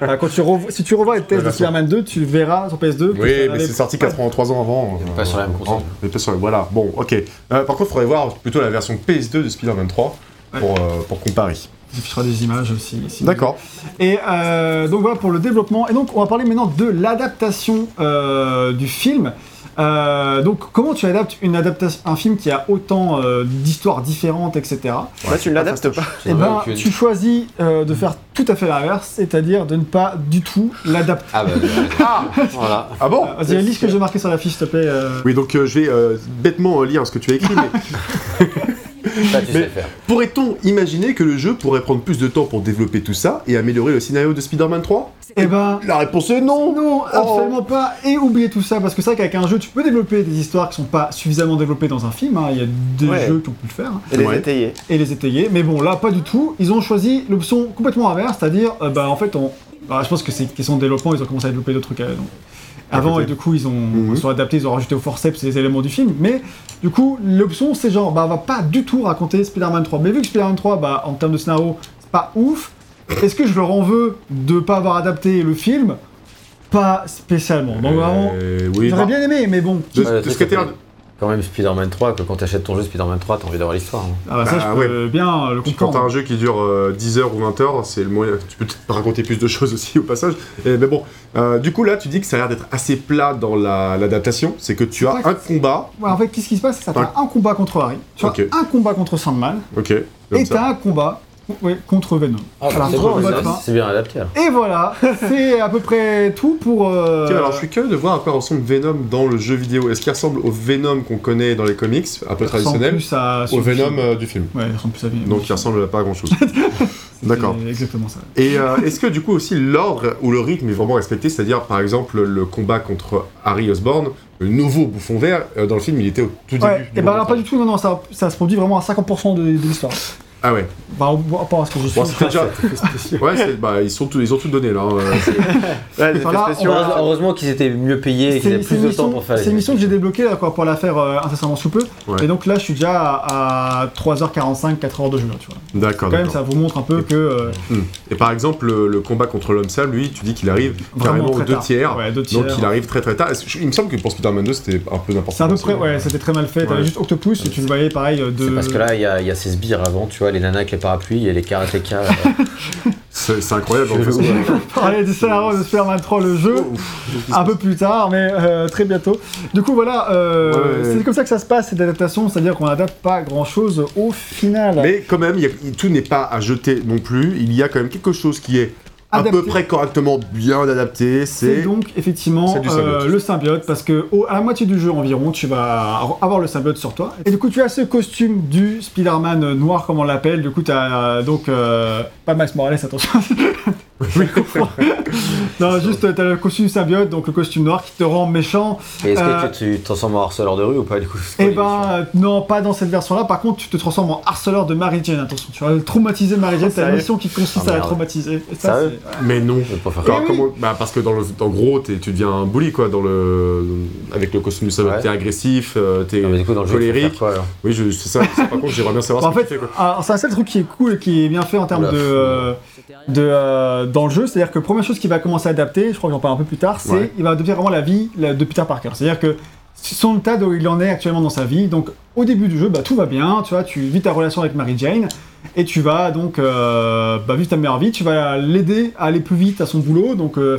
Bah, quand tu revo- si tu revois les tests de version. Spider-Man 2, tu verras sur PS2. que Oui, ça mais avait- c'est sorti 83 ans avant. Il est euh, pas sur la même euh, console. Mais pas sur la- Voilà, bon, ok. Euh, par contre, il faudrait voir plutôt la version PS2 de Spider-Man 3 pour, euh, pour comparer. On affichera des images aussi. si- D'accord. Et euh, donc voilà pour le développement. Et donc on va parler maintenant de l'adaptation euh, du film. Euh, donc comment tu adaptes une adaptation, un film qui a autant euh, d'histoires différentes, etc. Là, tu l'adaptes pas. Et ben tu choisis euh, de faire tout à fait l'inverse, c'est-à-dire de ne pas du tout l'adapter. Ah bah, ah voilà. Ah bon Vas-y, la liste que j'ai marquée sur la fiche, s'il te plaît. euh, Oui, donc euh, je vais euh, bêtement euh, lire ce que tu as écrit, mais Ça, tu Mais- sais faire. pourrait-on imaginer que le jeu pourrait prendre plus de temps pour développer tout ça et améliorer le scénario de Spider-Man 3 Eh ben, La réponse est non non, absolument pas. Et oubliez tout ça, parce que c'est vrai qu'avec un jeu, tu peux développer des histoires qui sont pas suffisamment développées dans un film. hein. Il y a des Ouais. jeux qui ont pu le faire hein, Et les Ouais. étayer. et les étayer. Mais bon, là, pas du tout. Ils ont choisi l'option complètement inverse, c'est-à-dire, euh, bah, en fait, on. bah, je pense que c'est une question de développement. Ils ont commencé à développer d'autres trucs euh, donc, avant, et peut-être. du coup, ils ont Mhm. ils sont adaptés. Ils ont rajouté au forceps les éléments du film. Mais du coup, l'option, c'est genre, bah, on va pas du tout raconter Spider-Man 3. Mais vu que Spider-Man 3, bah, en termes de scénario, c'est pas ouf. Est-ce que je leur en veux de pas avoir adapté le film Pas spécialement. Donc vraiment, Euh, oui, j'aurais bah, bien aimé, mais bon. de, Ouais, de c'est ce que ça, t'es- ça Quand même Spider-Man 3, que quand t'achètes ton jeu Spider-Man 3, t'as envie d'avoir l'histoire. hein. Ah bah, ça, Bah, je peux bien euh, le Quand comprendre. t'as un jeu qui dure euh, 10 heures ou 20 heures, c'est le moyen. Tu peux peut-être raconter plus de choses aussi au passage. Et, mais bon, euh, du coup là, tu dis que ça a l'air d'être assez plat dans la- l'adaptation. c'est que tu as vrai un que combat. Ouais, en fait, qu'est-ce qui se passe C'est que t'as un combat contre Harry, tu as Ok. un combat contre Sandman, Ok. comme et ça. t'as un combat ouais, contre Venom. Alors, Ah, bah, c'est contre bon, Venom. c'est- c'est bien adapté. alors. Et voilà, c'est à peu près tout pour. euh, Tiens, alors je suis curieux de voir à quoi ressemble Venom dans le jeu vidéo. Est-ce qu'il ressemble au Venom qu'on connaît dans les comics, un peu il ressemble traditionnel, plus à- au sur- Venom euh, du film Ouais, il ressemble plus à Venom. Donc il ressemble pas à grand chose. D'accord. C'est exactement ça. Et euh, est-ce que du coup aussi l'ordre ou le rythme est vraiment respecté C'est-à-dire par exemple le combat contre Harry Osborn, le nouveau bouffon vert, euh, dans le film il était au tout début. Ouais, du et bah long alors, pas du tout, non, non, ça, ça se produit vraiment à 50% de, de l'histoire. Ah ouais. Bah, par rapport à ce que je suis. Bon, c'était déjà. ouais, c'est- bah, ils, sont tout, ils ont tout donné là. hein. Ouais, les Enfin, effets là, spéciaux. on va- Heureusement heureusement qu'ils étaient mieux payés et qu'ils C'est avaient c'est plus une de temps mission, pour faire les c'est une mission que j'ai débloquée là, quoi, pour la faire euh, incessamment sous peu. Ouais. Et donc là, je suis déjà à, à 3h45, 4h de jeu. Là, tu vois. D'accord. Quand même, Ah, d'accord. ça vous montre un peu que. euh, Et par exemple le, le combat contre l'homme sable, lui, tu dis qu'il arrive Vraiment carrément aux très deux tard. tiers. Ouais, deux Donc tiers. il arrive très très tard. Est-ce que- Il me semble que pour Spider-Man 2 c'était un peu n'importe C'est à quoi. peu près, ouais, c'était très mal fait. T'avais Ouais. juste Octopus et tu le voyais pareil euh, de. C'est parce que là, il y, a- il y a ces sbires avant, tu vois, les nanas avec les parapluies et les karatékas. euh, C'est c'est incroyable. en chelous, fait. ouais. parler du scénario de Spider-Man 3, le jeu, Oh, un peu plus tard, mais euh, très bientôt. Du coup, voilà, euh, Ouais. c'est comme ça que ça se passe, cette adaptation, c'est-à-dire qu'on n'adapte pas grand-chose au final. Mais quand même, il y a- il- tout n'est pas à jeter non plus. Il y a quand même quelque chose qui est à peu Adapté. près correctement bien adapté. C'est C'est donc effectivement c'est du symbiote. euh, le symbiote parce que au- à la moitié du jeu environ, tu vas avoir le symbiote sur toi. Et du coup, tu as ce costume du Spider-Man euh, noir, comme on l'appelle. Du coup, tu as donc euh, pas Max Morales, attention. Je comprends. non, juste tu as le costume symbiote, donc le costume noir qui te rend méchant. Et est-ce Euh, que tu te transformes en harceleur de rue ou pas du coup parce qu'on Eh est ben, sur- euh, non, pas dans cette version-là. Par contre, tu te transformes en harceleur de Mary Jane. Attention, tu vas traumatiser Mary Jane. Ça T'as y une est. mission qui consiste Ah, à la merde. traumatiser. Et ça, Sérieux c'est- Mais non. Je vais pas faire Enfin, eh oui. comment- bah, parce que dans le, en gros, t'es- tu deviens un bully quoi, dans le, avec le costume du symbiote. Ouais. T'es agressif, euh, t'es Non, mais du coup, dans le jeu, il faut colérique. faire quoi, alors Oui, je- c'est ça. c'est- Par contre, j'aimerais bien savoir Bah, en ce que fait, tu fais, quoi. alors, c'est un seul truc qui est cool et qui est bien fait en termes Oula. de, euh, de euh, dans le jeu. C'est-à-dire que première chose qu'il va commencer à adapter, je crois que j'en parle un peu plus tard, c'est Ouais. il va adopter vraiment la vie la- de Peter Parker. C'est-à-dire que son état où il en est actuellement dans sa vie. Donc au début du jeu, bah, tout va bien. Tu vois, tu vis ta relation avec Mary Jane et tu vas donc euh, bah, vivre ta meilleure vie. Tu vas l'aider à aller plus vite à son boulot. Donc euh,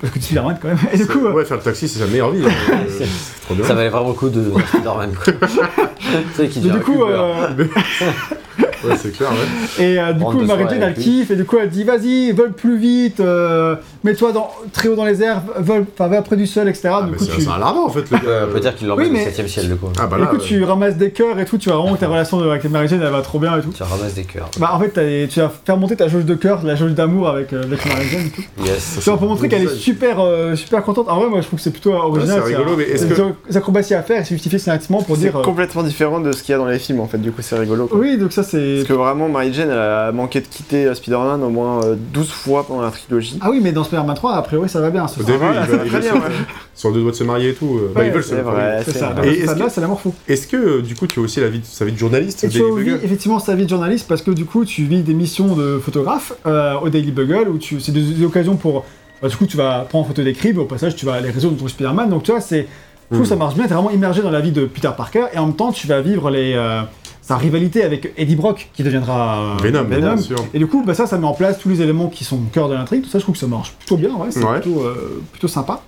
parce que tu la quand même. Et du coup, euh, ouais, faire le taxi, c'est sa meilleure vie. hein. Euh, c'est trop bien. Ça valait vraiment le coup de Spider-Man quoi. C'est qui mais du coup, euh, Ouais, c'est clair. Ouais. Et euh, du Prendre coup, deux Mary soirées Jane, elle avec lui. kiffe, et du coup, elle dit vas-y, vole plus vite, euh, mets-toi dans, très haut dans les airs, vole, enfin, va près du sol, etc. Ah, du mais coup, c'est tu, c'est alarmant en fait. Le gars. euh, on peut dire qu'il l'emmène oui, mais- au 7 e ciel du coup. Ah bah du là. coup, tu ramasses des cœurs et tout, tu vas vraiment que ta relation avec Mary Jane, elle va trop bien et tout. Tu ramasses des cœurs. Bah, en fait, t'as des- tu vas faire monter ta jauge de cœur, la jauge d'amour avec, euh, avec Mary Jane et tout. Yes. Tu vois, pour montrer qu'elle est design. super, euh, super contente. En vrai, moi, je trouve que c'est plutôt euh, ouais, original. c'est rigolo, mais est-ce c'est que des acrobaties à faire et c'est justifié scénaristiquement pour C'est dire. euh, complètement différent de ce qu'il y a dans les films en fait, du coup c'est rigolo. quoi. Oui, donc ça, c'est. Parce que vraiment, Mary Jane elle a manqué de quitter euh, Spider-Man au moins euh, 12 fois pendant la trilogie. Ah oui, mais dans Spider-Man 3, a priori, ça va bien. ce Au sera- début, ils veulent- ils Très veulent bien, se- ouais. sur deux doigts de se marier et tout. euh, bah, Ouais, ils veulent se C'est vrai, C'est ça, vrai. Et et est-ce là, que- c'est la morpho. Est-ce que euh, du coup, tu as aussi la vie, de- sa vie de journaliste Et au tu Daily vis Bugle effectivement sa vie de journaliste parce que du coup tu vis des missions de photographe euh, au Daily Bugle où tu c'est des, des occasions pour bah, du coup tu vas prendre en photo des crimes au passage tu vas les réseaux de ton Spider-Man donc tu vois c'est je trouve Mm. que ça marche bien t'es vraiment immergé dans la vie de Peter Parker et en même temps tu vas vivre les euh, sa rivalité avec Eddie Brock qui deviendra euh, Ah, Venom, bien sûr. et du coup bah, ça ça met en place tous les éléments qui sont au cœur de l'intrigue tout ça je trouve que ça marche plutôt bien ouais, c'est Ouais. plutôt euh, plutôt sympa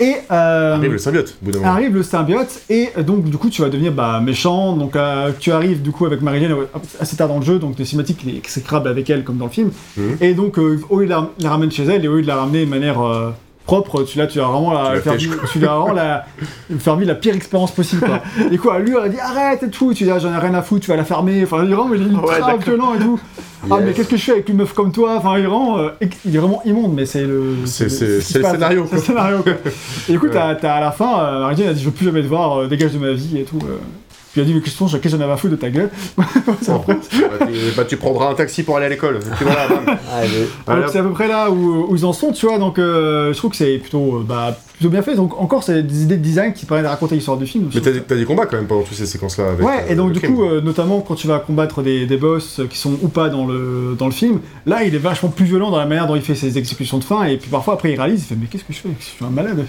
et euh, Arrive Ah, le symbiote, au bout d'un moment. Arrive le symbiote et euh, donc du coup tu vas devenir bah, méchant. Donc euh, tu arrives du coup avec Mary Jane euh, assez tard dans le jeu, donc les cinématiques les exécrables avec elle comme dans le film. Mhm. Et donc euh, au lieu de la, la ramène chez elle et au lieu de la ramener de manière euh, propre, tu là tu vas vraiment Tu la la faire pêches, vivre- tu lui as vraiment la lui faire vivre la pire expérience possible. Quoi. et quoi lui elle a dit arrête et tout, tu dis Ah, j'en ai rien à foutre, tu vas la fermer. Enfin il est vraiment il est ultra d'accord. violent et tout. Ah Yes. mais qu'est-ce que je fais avec une meuf comme toi Enfin il est vraiment, euh, ex- il est vraiment immonde, mais c'est le C'est- ce c'est- qui se c'est le passe. scénario, C'est le scénario. quoi. Et du coup, t'as t'as- à la fin, euh, Mary Jane a dit Je veux plus jamais te voir, euh, dégage de ma vie et tout. euh. Puis elle a dit Mais qu'est-ce que je- qu'est-ce que j'en avais à foutre de ta gueule Bah, tu- bah, tu prendras un taxi pour aller à l'école. Et puis voilà, bam. Allez. Voilà. Donc c'est à peu près là où, où ils en sont, tu vois. Donc euh, je trouve que c'est plutôt, euh, bah, plutôt bien fait. Donc encore, c'est des idées de design qui permettent de raconter l'histoire du film. Mais t'as des, t'as des combats quand même pendant toutes ces séquences-là. avec, Ouais, euh, et donc le du crime. coup, euh, notamment quand tu vas combattre des, des boss euh, qui sont ou pas dans le, dans le film, là il est vachement plus violent dans la manière dont il fait ses exécutions de fin, et puis parfois après il réalise, il fait mais qu'est-ce que je fais Je suis un malade.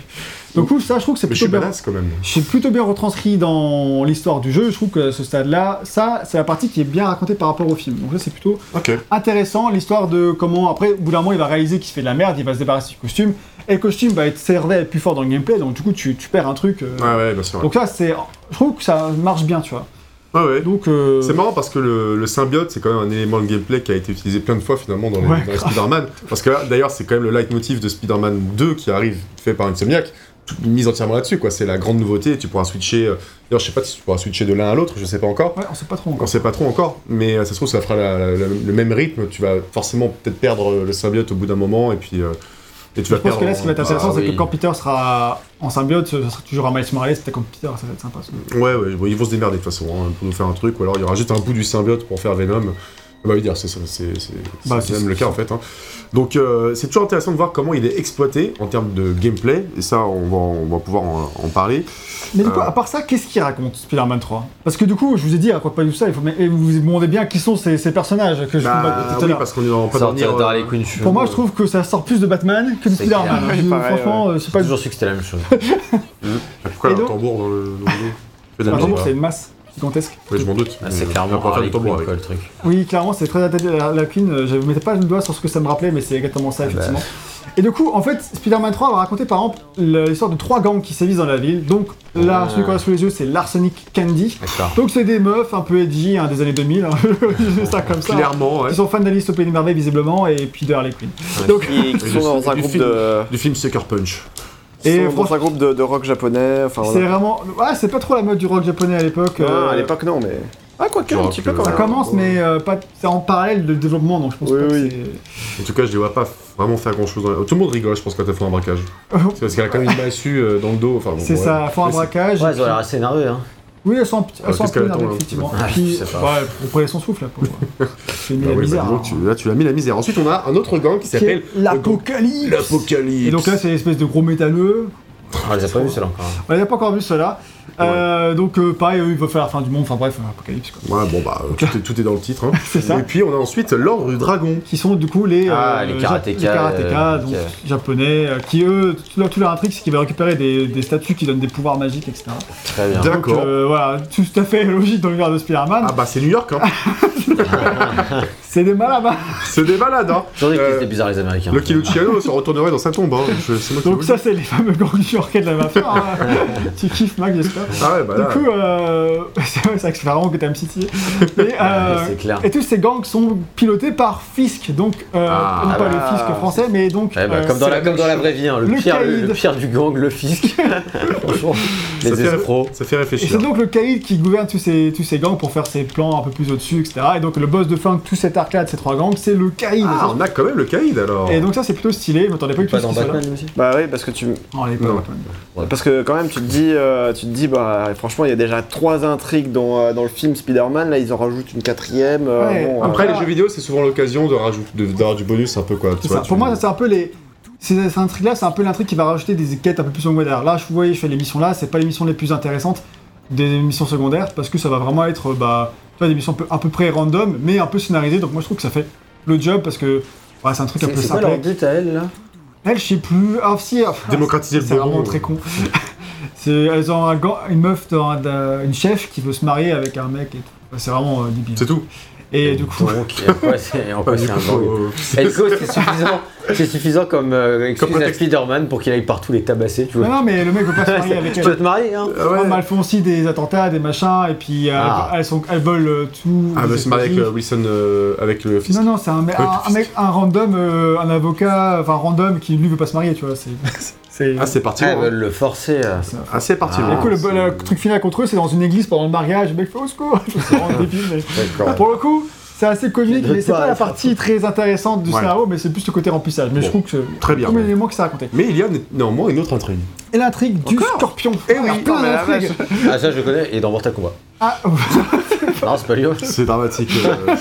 Donc coup, ça je trouve que c'est Mais je suis plutôt bien. badass quand même. C'est plutôt bien retranscrit dans l'histoire du jeu, je trouve que ce stade-là, ça c'est la partie qui est bien racontée par rapport au film. Donc là c'est plutôt Ok. intéressant, l'histoire de comment après, au bout d'un moment il va réaliser qu'il fait de la merde, il va se débarrasser du costume, et le costume va être servi à être plus fort dans le gameplay, donc du coup tu, tu perds un truc. euh, Ouais, ouais, bien sûr. Donc ça c'est... Je trouve que ça marche bien, tu vois. Ouais, ouais. Donc, euh, C'est marrant parce que le, le symbiote, c'est quand même un élément de gameplay qui a été utilisé plein de fois finalement dans les, Ouais, dans les Spider-Man. Parce que là, d'ailleurs, c'est quand même le leitmotiv de Spider-Man 2 qui arrive, fait par Insomniac. mise entièrement là-dessus, quoi. C'est la grande nouveauté. Tu pourras switcher. euh, D'ailleurs, je sais pas si tu pourras switcher de l'un à l'autre, je sais pas encore. Ouais, on sait pas trop On encore. sait pas trop encore, mais euh, ça se trouve, ça fera la- la- la- le même rythme. Tu vas forcément peut-être perdre euh, le symbiote au bout d'un moment, et puis. euh, et tu Je vas pense perdre. que là, ce qui va être en- intéressant, Ah, c'est oui. que quand Peter sera en symbiote, ce sera toujours un Miles Morales, c'était comme Peter, ça va être sympa. ça. Ouais, ouais, bon, ils vont se démerder de toute façon hein, pour nous faire un truc, ou alors il y aura juste un bout du symbiote pour faire Venom. Bah oui, dire, c'est c'est- c'est- c'est- Bah, c'est c'est- même le cas en fait. hein. Donc euh, c'est toujours intéressant de voir comment il est exploité en termes de gameplay, et ça on va, on va pouvoir en, en parler. Mais du coup, Euh. à part ça, qu'est-ce qu'il raconte, Spider-Man 3 Parce que du coup, je vous ai dit, il raconte pas du tout ça, il faut... mais- et vous vous demandez bien qui sont ces, ces personnages que je vous Bah, combatte tout à oui, l'heure. parce qu'on est en pas dans Sortir d'Harley Quinn, je euh, Pour moi, je trouve que ça sort plus de Batman que de C'est Spider-Man. clair. Je- Ouais, pareil, franchement, euh, c'est J'ai pas du toujours su que c'était la même chose. Ah, Pourquoi Et il y a un donc- tambour dans le. Dans le... Je fais de la Par musique, contre, c'est là. une masse gigantesque. Ouais, je m'en doute. Ah, c'est mais euh, clairement on va pas faire Harley de tambour Quinn, avec. quoi, le truc. Oui, clairement, c'est très attaché à la Queen. euh, Je ne mettais pas le doigt sur ce que ça me rappelait, mais c'est exactement ça, effectivement. Et du coup, en fait, Spider-Man 3 va raconter par exemple le- l'histoire de trois gangs qui sévissent dans la ville. Donc là, Ah. celui qu'on a sous les yeux, c'est l'Arsenic Candy. D'accord. Donc c'est des meufs un peu edgy hein, des années 2000, hein, je dis ça comme ça. Clairement, ouais. Ils sont fans d'Alice au Pays des Merveilles, visiblement, et puis de Harley Quinn. Donc, Qui, qui sont dans un Du groupe film. de. Du film Sucker Punch. Et Et dans franchement- un groupe de, de rock japonais. Enfin, c'est voilà. vraiment. Ah, c'est pas trop la mode du rock japonais à l'époque. Non, euh, à l'époque, non, mais. Ah, quoique, Genre un petit peu que- quand Ça même. commence, mais euh, pas... c'est en parallèle de développement, donc je pense Oui, pas oui. que c'est. En tout cas, je les vois pas vraiment faire grand chose. Tout le monde rigole, je pense, quand elle fait un braquage. C'est parce qu'elle a quand même une massue euh, dans le dos. Enfin, bon, C'est ouais. ça, font un Mais c'est- braquage. Ouais, et ils ont l'air assez nerveux, hein. Oui, elles sont un petit- Ah, elles sont un qu'est-ce peu qu'elle attend, énervées, là effectivement. Ah, Puis, je sais ouais, pas. vous prenez son souffle, là, pour C'est mis Ah la oui, bah, misère. dis donc, hein. tu- là, tu as mis la misère. Ensuite, on a un autre gang qui Qui est s'appelle L'Apocalypse l'Apocalypse. Et donc là, c'est l'espèce de gros métalleux. On Ah, les a pas vus, ceux-là encore. On n'a pas encore vu cela. Euh, donc, euh, pareil, eux, ils veulent faire la fin du monde. Enfin, bref, un apocalypse, quoi. Ouais, bon, bah, tout est, tout est dans le titre. hein. C'est ça. Et puis, on a ensuite l'Ordre du Dragon. Qui sont du coup les, Ah, les ja- karatékas, les karatékas, euh, donc, ok. japonais, euh, qui eux, tout leur, tout leur intrigue, c'est qu'ils veulent récupérer des, des statues qui donnent des pouvoirs magiques, etc. Très bien. D'accord. Donc, euh, voilà, tout à fait logique dans l'univers de Spider-Man. Ah, bah, c'est New York, hein. C'est des malades, hein. c'est des balades, hein. Toujours des Euh, qu'ils étaient bizarres, les Américains. Lucky Luciano se retournerait dans sa tombe, hein. Je- c'est moi qui Donc vous ça, c'est les fameux gangs new-yorkais de la mafia. hein. tu kiffes, Mac, j'espère. le dis. Ah, ouais, bah Du là. coup, euh... c'est vrai c'est vraiment que t'aimes City. Et, Ouais, euh, C'est clair. et tous ces gangs sont pilotés par Fisk, donc euh, Ah, non pas bah. le Fisk français, mais donc Ouais, bah, euh, comme, dans c'est la, comme dans la vraie vie, hein, le, Le pire, le, le caïd. pire du gang, le fisc. Franchement, ça, les fait, escrocs. ça fait euh, Et réfléchir. c'est donc le caïd qui gouverne tous ces, tous ces gangs pour faire ses plans un peu plus au-dessus, etc. Et donc le boss de fin de tout cet arcade, ces trois gangs, c'est le caïd. Ah, on a quand même le Kaïd alors. Et donc ça, c'est plutôt stylé. Je m'attendais pas que Pas tu dans fasses ça. Batman, lui aussi Bah oui, parce que tu, Non, elle est pas Non. Batman. Parce que quand même, tu te dis, euh, tu te dis, bah franchement, il y a déjà trois intrigues dans, euh, dans le film Spider-Man. Là, ils en rajoutent une quatrième. euh, Ouais. bon, euh, Après, Ah. les jeux vidéo, c'est souvent l'occasion de rajouter- de- d'avoir du bonus un peu, quoi. Tu C'est vois, ça. tu- Pour moi, c'est un peu les. Ces ces intrigues-là, c'est un peu l'intrigue qui va rajouter des quêtes un peu plus secondaires. Là, je, vous voyez, je fais les missions là, c'est pas les missions les plus intéressantes des missions secondaires parce que ça va vraiment être bah, tu vois, des missions un peu, à peu près random mais un peu scénarisées. Donc, moi, je trouve que ça fait le job parce que ouais, c'est un truc un peu simple. but à elle, là Elles, je sais plus. Ah, si, ah, Démocratiser le c'est bonbon. vraiment très con. C'est- elles ont un gant- une meuf, dans un- euh, une chef qui veut se marier avec un mec et tout. Bah, C'est vraiment euh, débile. C'est tout. Et du coup, Donc, euh, ouais, c'est en quoi Du c'est un coup, gang. euh, Et du coup, c'est suffisant, c'est suffisant comme euh, excuse à prétexte. Spider-Man pour qu'il aille partout les tabasser, tu non, vois. non, mais le mec veut pas se marier avec tu elle. peux te marier, hein Ah Comme ouais. elles font aussi des attentats, des machins, et puis euh, Ah. elles, sont, elles veulent euh, tout. des Ah, bah, c'est marié avec explosifs. euh, Wilson, euh, avec le fils. Non, non, c'est un, me- le un, un mec, un random, euh, un avocat, enfin random qui lui veut pas se marier, tu vois. C'est. c'est- Ah, c'est parti. Ah, Ils hein. veulent le forcer. euh, Ah, c'est parti. Ah, Et hein. du coup, le, C'est- le truc final contre eux, c'est dans une église pendant le mariage, le mec fait au secours C'est vraiment débile, mais- D'accord. Pour le coup, c'est assez comique, Je mais c'est pas, pas la ça. partie très intéressante du Ouais. scénario, mais c'est plus le côté remplissage. Mais je Bon. trouve que c'est Très bien. comme l'élément que ça racontait. Mais il y a néanmoins une autre intrigue. Et l'intrigue du scorpion. Et Eh oui, putain, plein mais la d'intrigues. Ah, ça, je connais, et dans Mortal Kombat. Ah, Non, c'est pas lui. hein. C'est dramatique. euh,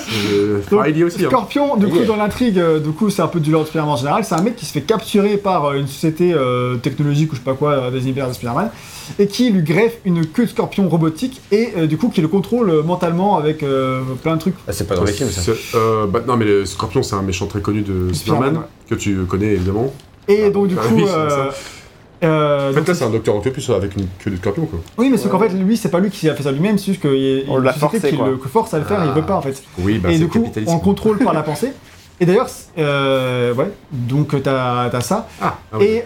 c'est- Donc, Ah, il y a aussi. hein. Scorpion, du coup, Yeah. dans l'intrigue, euh, du coup, c'est un peu du Lord Spider-Man en général. C'est un mec qui se fait capturer par euh, une société euh, technologique ou je sais pas quoi euh, des univers de Spider-Man et qui lui greffe une queue de scorpion robotique et euh, du coup qui le contrôle euh, mentalement avec euh, plein de trucs. Ah, c'est pas dans les films, ça. C'est- euh, bah, non, mais le Scorpion, c'est un méchant très connu de Spider-Man, Spider-Man, que tu connais évidemment. Et Ah, donc, du bah coup. oui, c'est euh, ça. euh, En donc- fait, là, c'est un docteur Octopus avec une queue de Scorpion, quoi. oui, mais c'est qu'en fait, lui, c'est pas lui qui a fait ça lui-même, c'est juste qu'il y a On une l'a société forcé, qui quoi. le force à le faire, et il veut pas en fait. Oui, bah, et c'est du le coup, capitalisme. on le contrôle par la pensée. Et d'ailleurs, c'est- euh, ouais, donc euh, t'as as ça. Ah, ah oui. Et,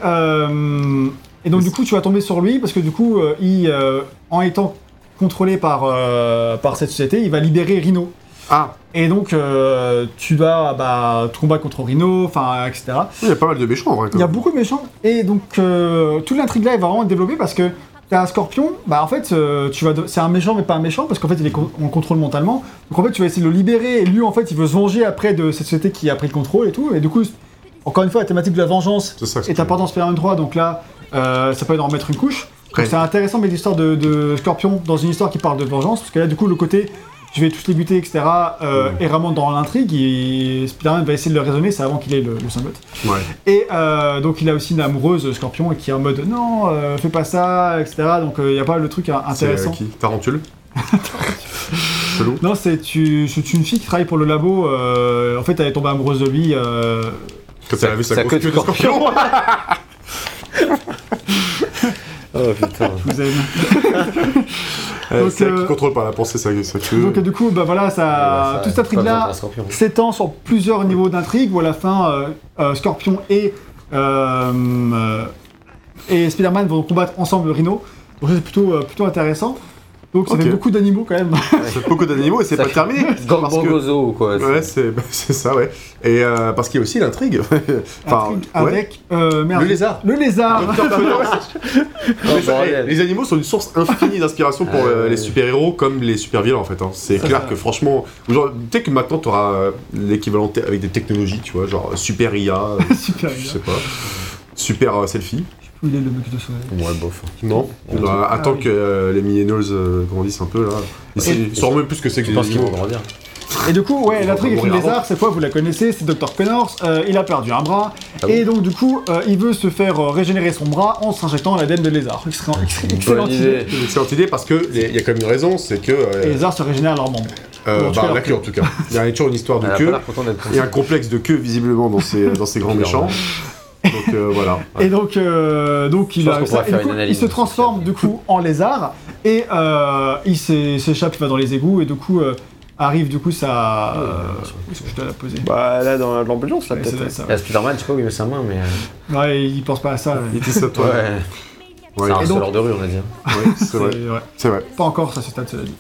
euh, et donc, du coup, tu vas tomber sur lui parce que, du coup, euh, il, euh, en étant contrôlé par, euh, par cette société, il va libérer Rhino. Ah, Et donc, euh, tu dois bah, te combattre contre Rhino, enfin, etc. il y a pas mal de méchants en vrai. quand Il y a même. beaucoup de méchants. Et donc, euh, toute l'intrigue là est vraiment développée parce que t'as un scorpion. Bah, en fait, euh, tu vas de- c'est un méchant, mais pas un méchant parce qu'en fait, il est con- en contrôle mentalement. Donc, en fait, tu vas essayer de le libérer. Et lui, en fait, il veut se venger après de cette société qui a pris le contrôle et tout. Et du coup, encore une fois, la thématique de la vengeance C'est ça que est importante dans Spider-Man 3. Donc là, euh, ça peut en remettre une couche. Donc, Ouais. C'est intéressant, mais l'histoire de, de scorpion dans une histoire qui parle de vengeance. Parce que là, du coup, le côté. Je vais tous les buter, etc. euh, est vraiment dans l'intrigue et Spider-Man va essayer de le raisonner, c'est avant qu'il ait le, le symbiote. Ouais. Et euh, donc il a aussi une amoureuse euh, Scorpion et qui est en mode non, euh, fais pas ça, etc. Donc euh, il y a pas le truc euh, C'est euh, intéressant. qui Tarentule Chelou. non, c'est tu- c'est une fille qui travaille pour le labo. euh, en fait, elle est tombée amoureuse de lui. euh, Quand elle a vu sa sa grosse queue de queue de scorpion. Oh putain. je vous aime. Euh, Donc, C'est elle euh, qui contrôle par la pensée sa sa queue. Donc euh, du coup, bah voilà, ça, toute cette intrigue là s'étend sur plusieurs niveaux d'intrigue où à la fin, euh, euh, Scorpion et euh, euh, et Spider-Man vont combattre ensemble le Rhino. Donc ça, c'est plutôt euh, plutôt intéressant. Donc ça Ok. fait beaucoup d'animaux quand même. C'est beaucoup d'animaux et c'est Ça pas fait- terminé. parce que- Gangbangozo ou quoi Ouais, c'est bah, c'est ça, ouais. Et euh, parce qu'il y a aussi l'intrigue. enfin, Intrigue ouais. avec Ah. euh, merde. Le lézard. Le lézard. Docteur Thanos. Oh, Mais ça, bordel. eh, les animaux sont une source infinie d'inspiration pour Ah, euh, ouais. les super-héros comme les super-vilains en fait. hein. C'est Ça, clair ça. que franchement, genre, peut-être que maintenant tu auras l'équivalent te- avec des technologies, tu vois, genre euh, super IA, euh, Super. je sais pas, super euh, selfie. Où il est le mec de soleil Ouais, bof. Non, on va Ah, attendre oui. que euh, les millennials euh, grandissent un peu là. Ils Et- ils sauront même plus ce que c'est que Je des pense qu'ils animaux. vont grandir. Et du coup, ouais, Ils la vont truc avec le mourir avant. lézard, cette fois vous la connaissez, c'est Dr. Penors, euh, il a perdu un bras, Ah et donc du coup, euh, il veut se faire euh, régénérer son bras en s'injectant l'ADN de lézard. Excellent, excellent Bonne idée. C'est une excellente idée parce que les- il y a quand même une raison, c'est que Et les euh, lézards se régénèrent leurs membres. euh, en tout bah, cas, la queue en tout cas. Il y a toujours une histoire de Elle a pas queue. l'air contente d'être euh, Il y a un complexe de queue visiblement dans ces, dans ces grands méchants. Donc euh, voilà. Et donc, euh, donc il, pense a qu'on ça. pourra Et du faire une coup, il analyse se transforme sociale. du coup en lézard et euh, il s'é- s'échappe, il va dans les égouts et du coup euh, arrive du coup ça. Est-ce que je dois la poser Bah là, dans l'ambulance, là, Ouais, ça doit peut-être. être ça. Il y a Spider-Man, je sais pas où il met sa main, mais. euh, Ouais, il pense pas à ça. Il était ça toi. Ouais. Ouais, C'est un Et donc- harceleur de rue, on va dire. ouais, c'est vrai. C'est vrai. C'est vrai. Pas encore, ça se stade, cela dit.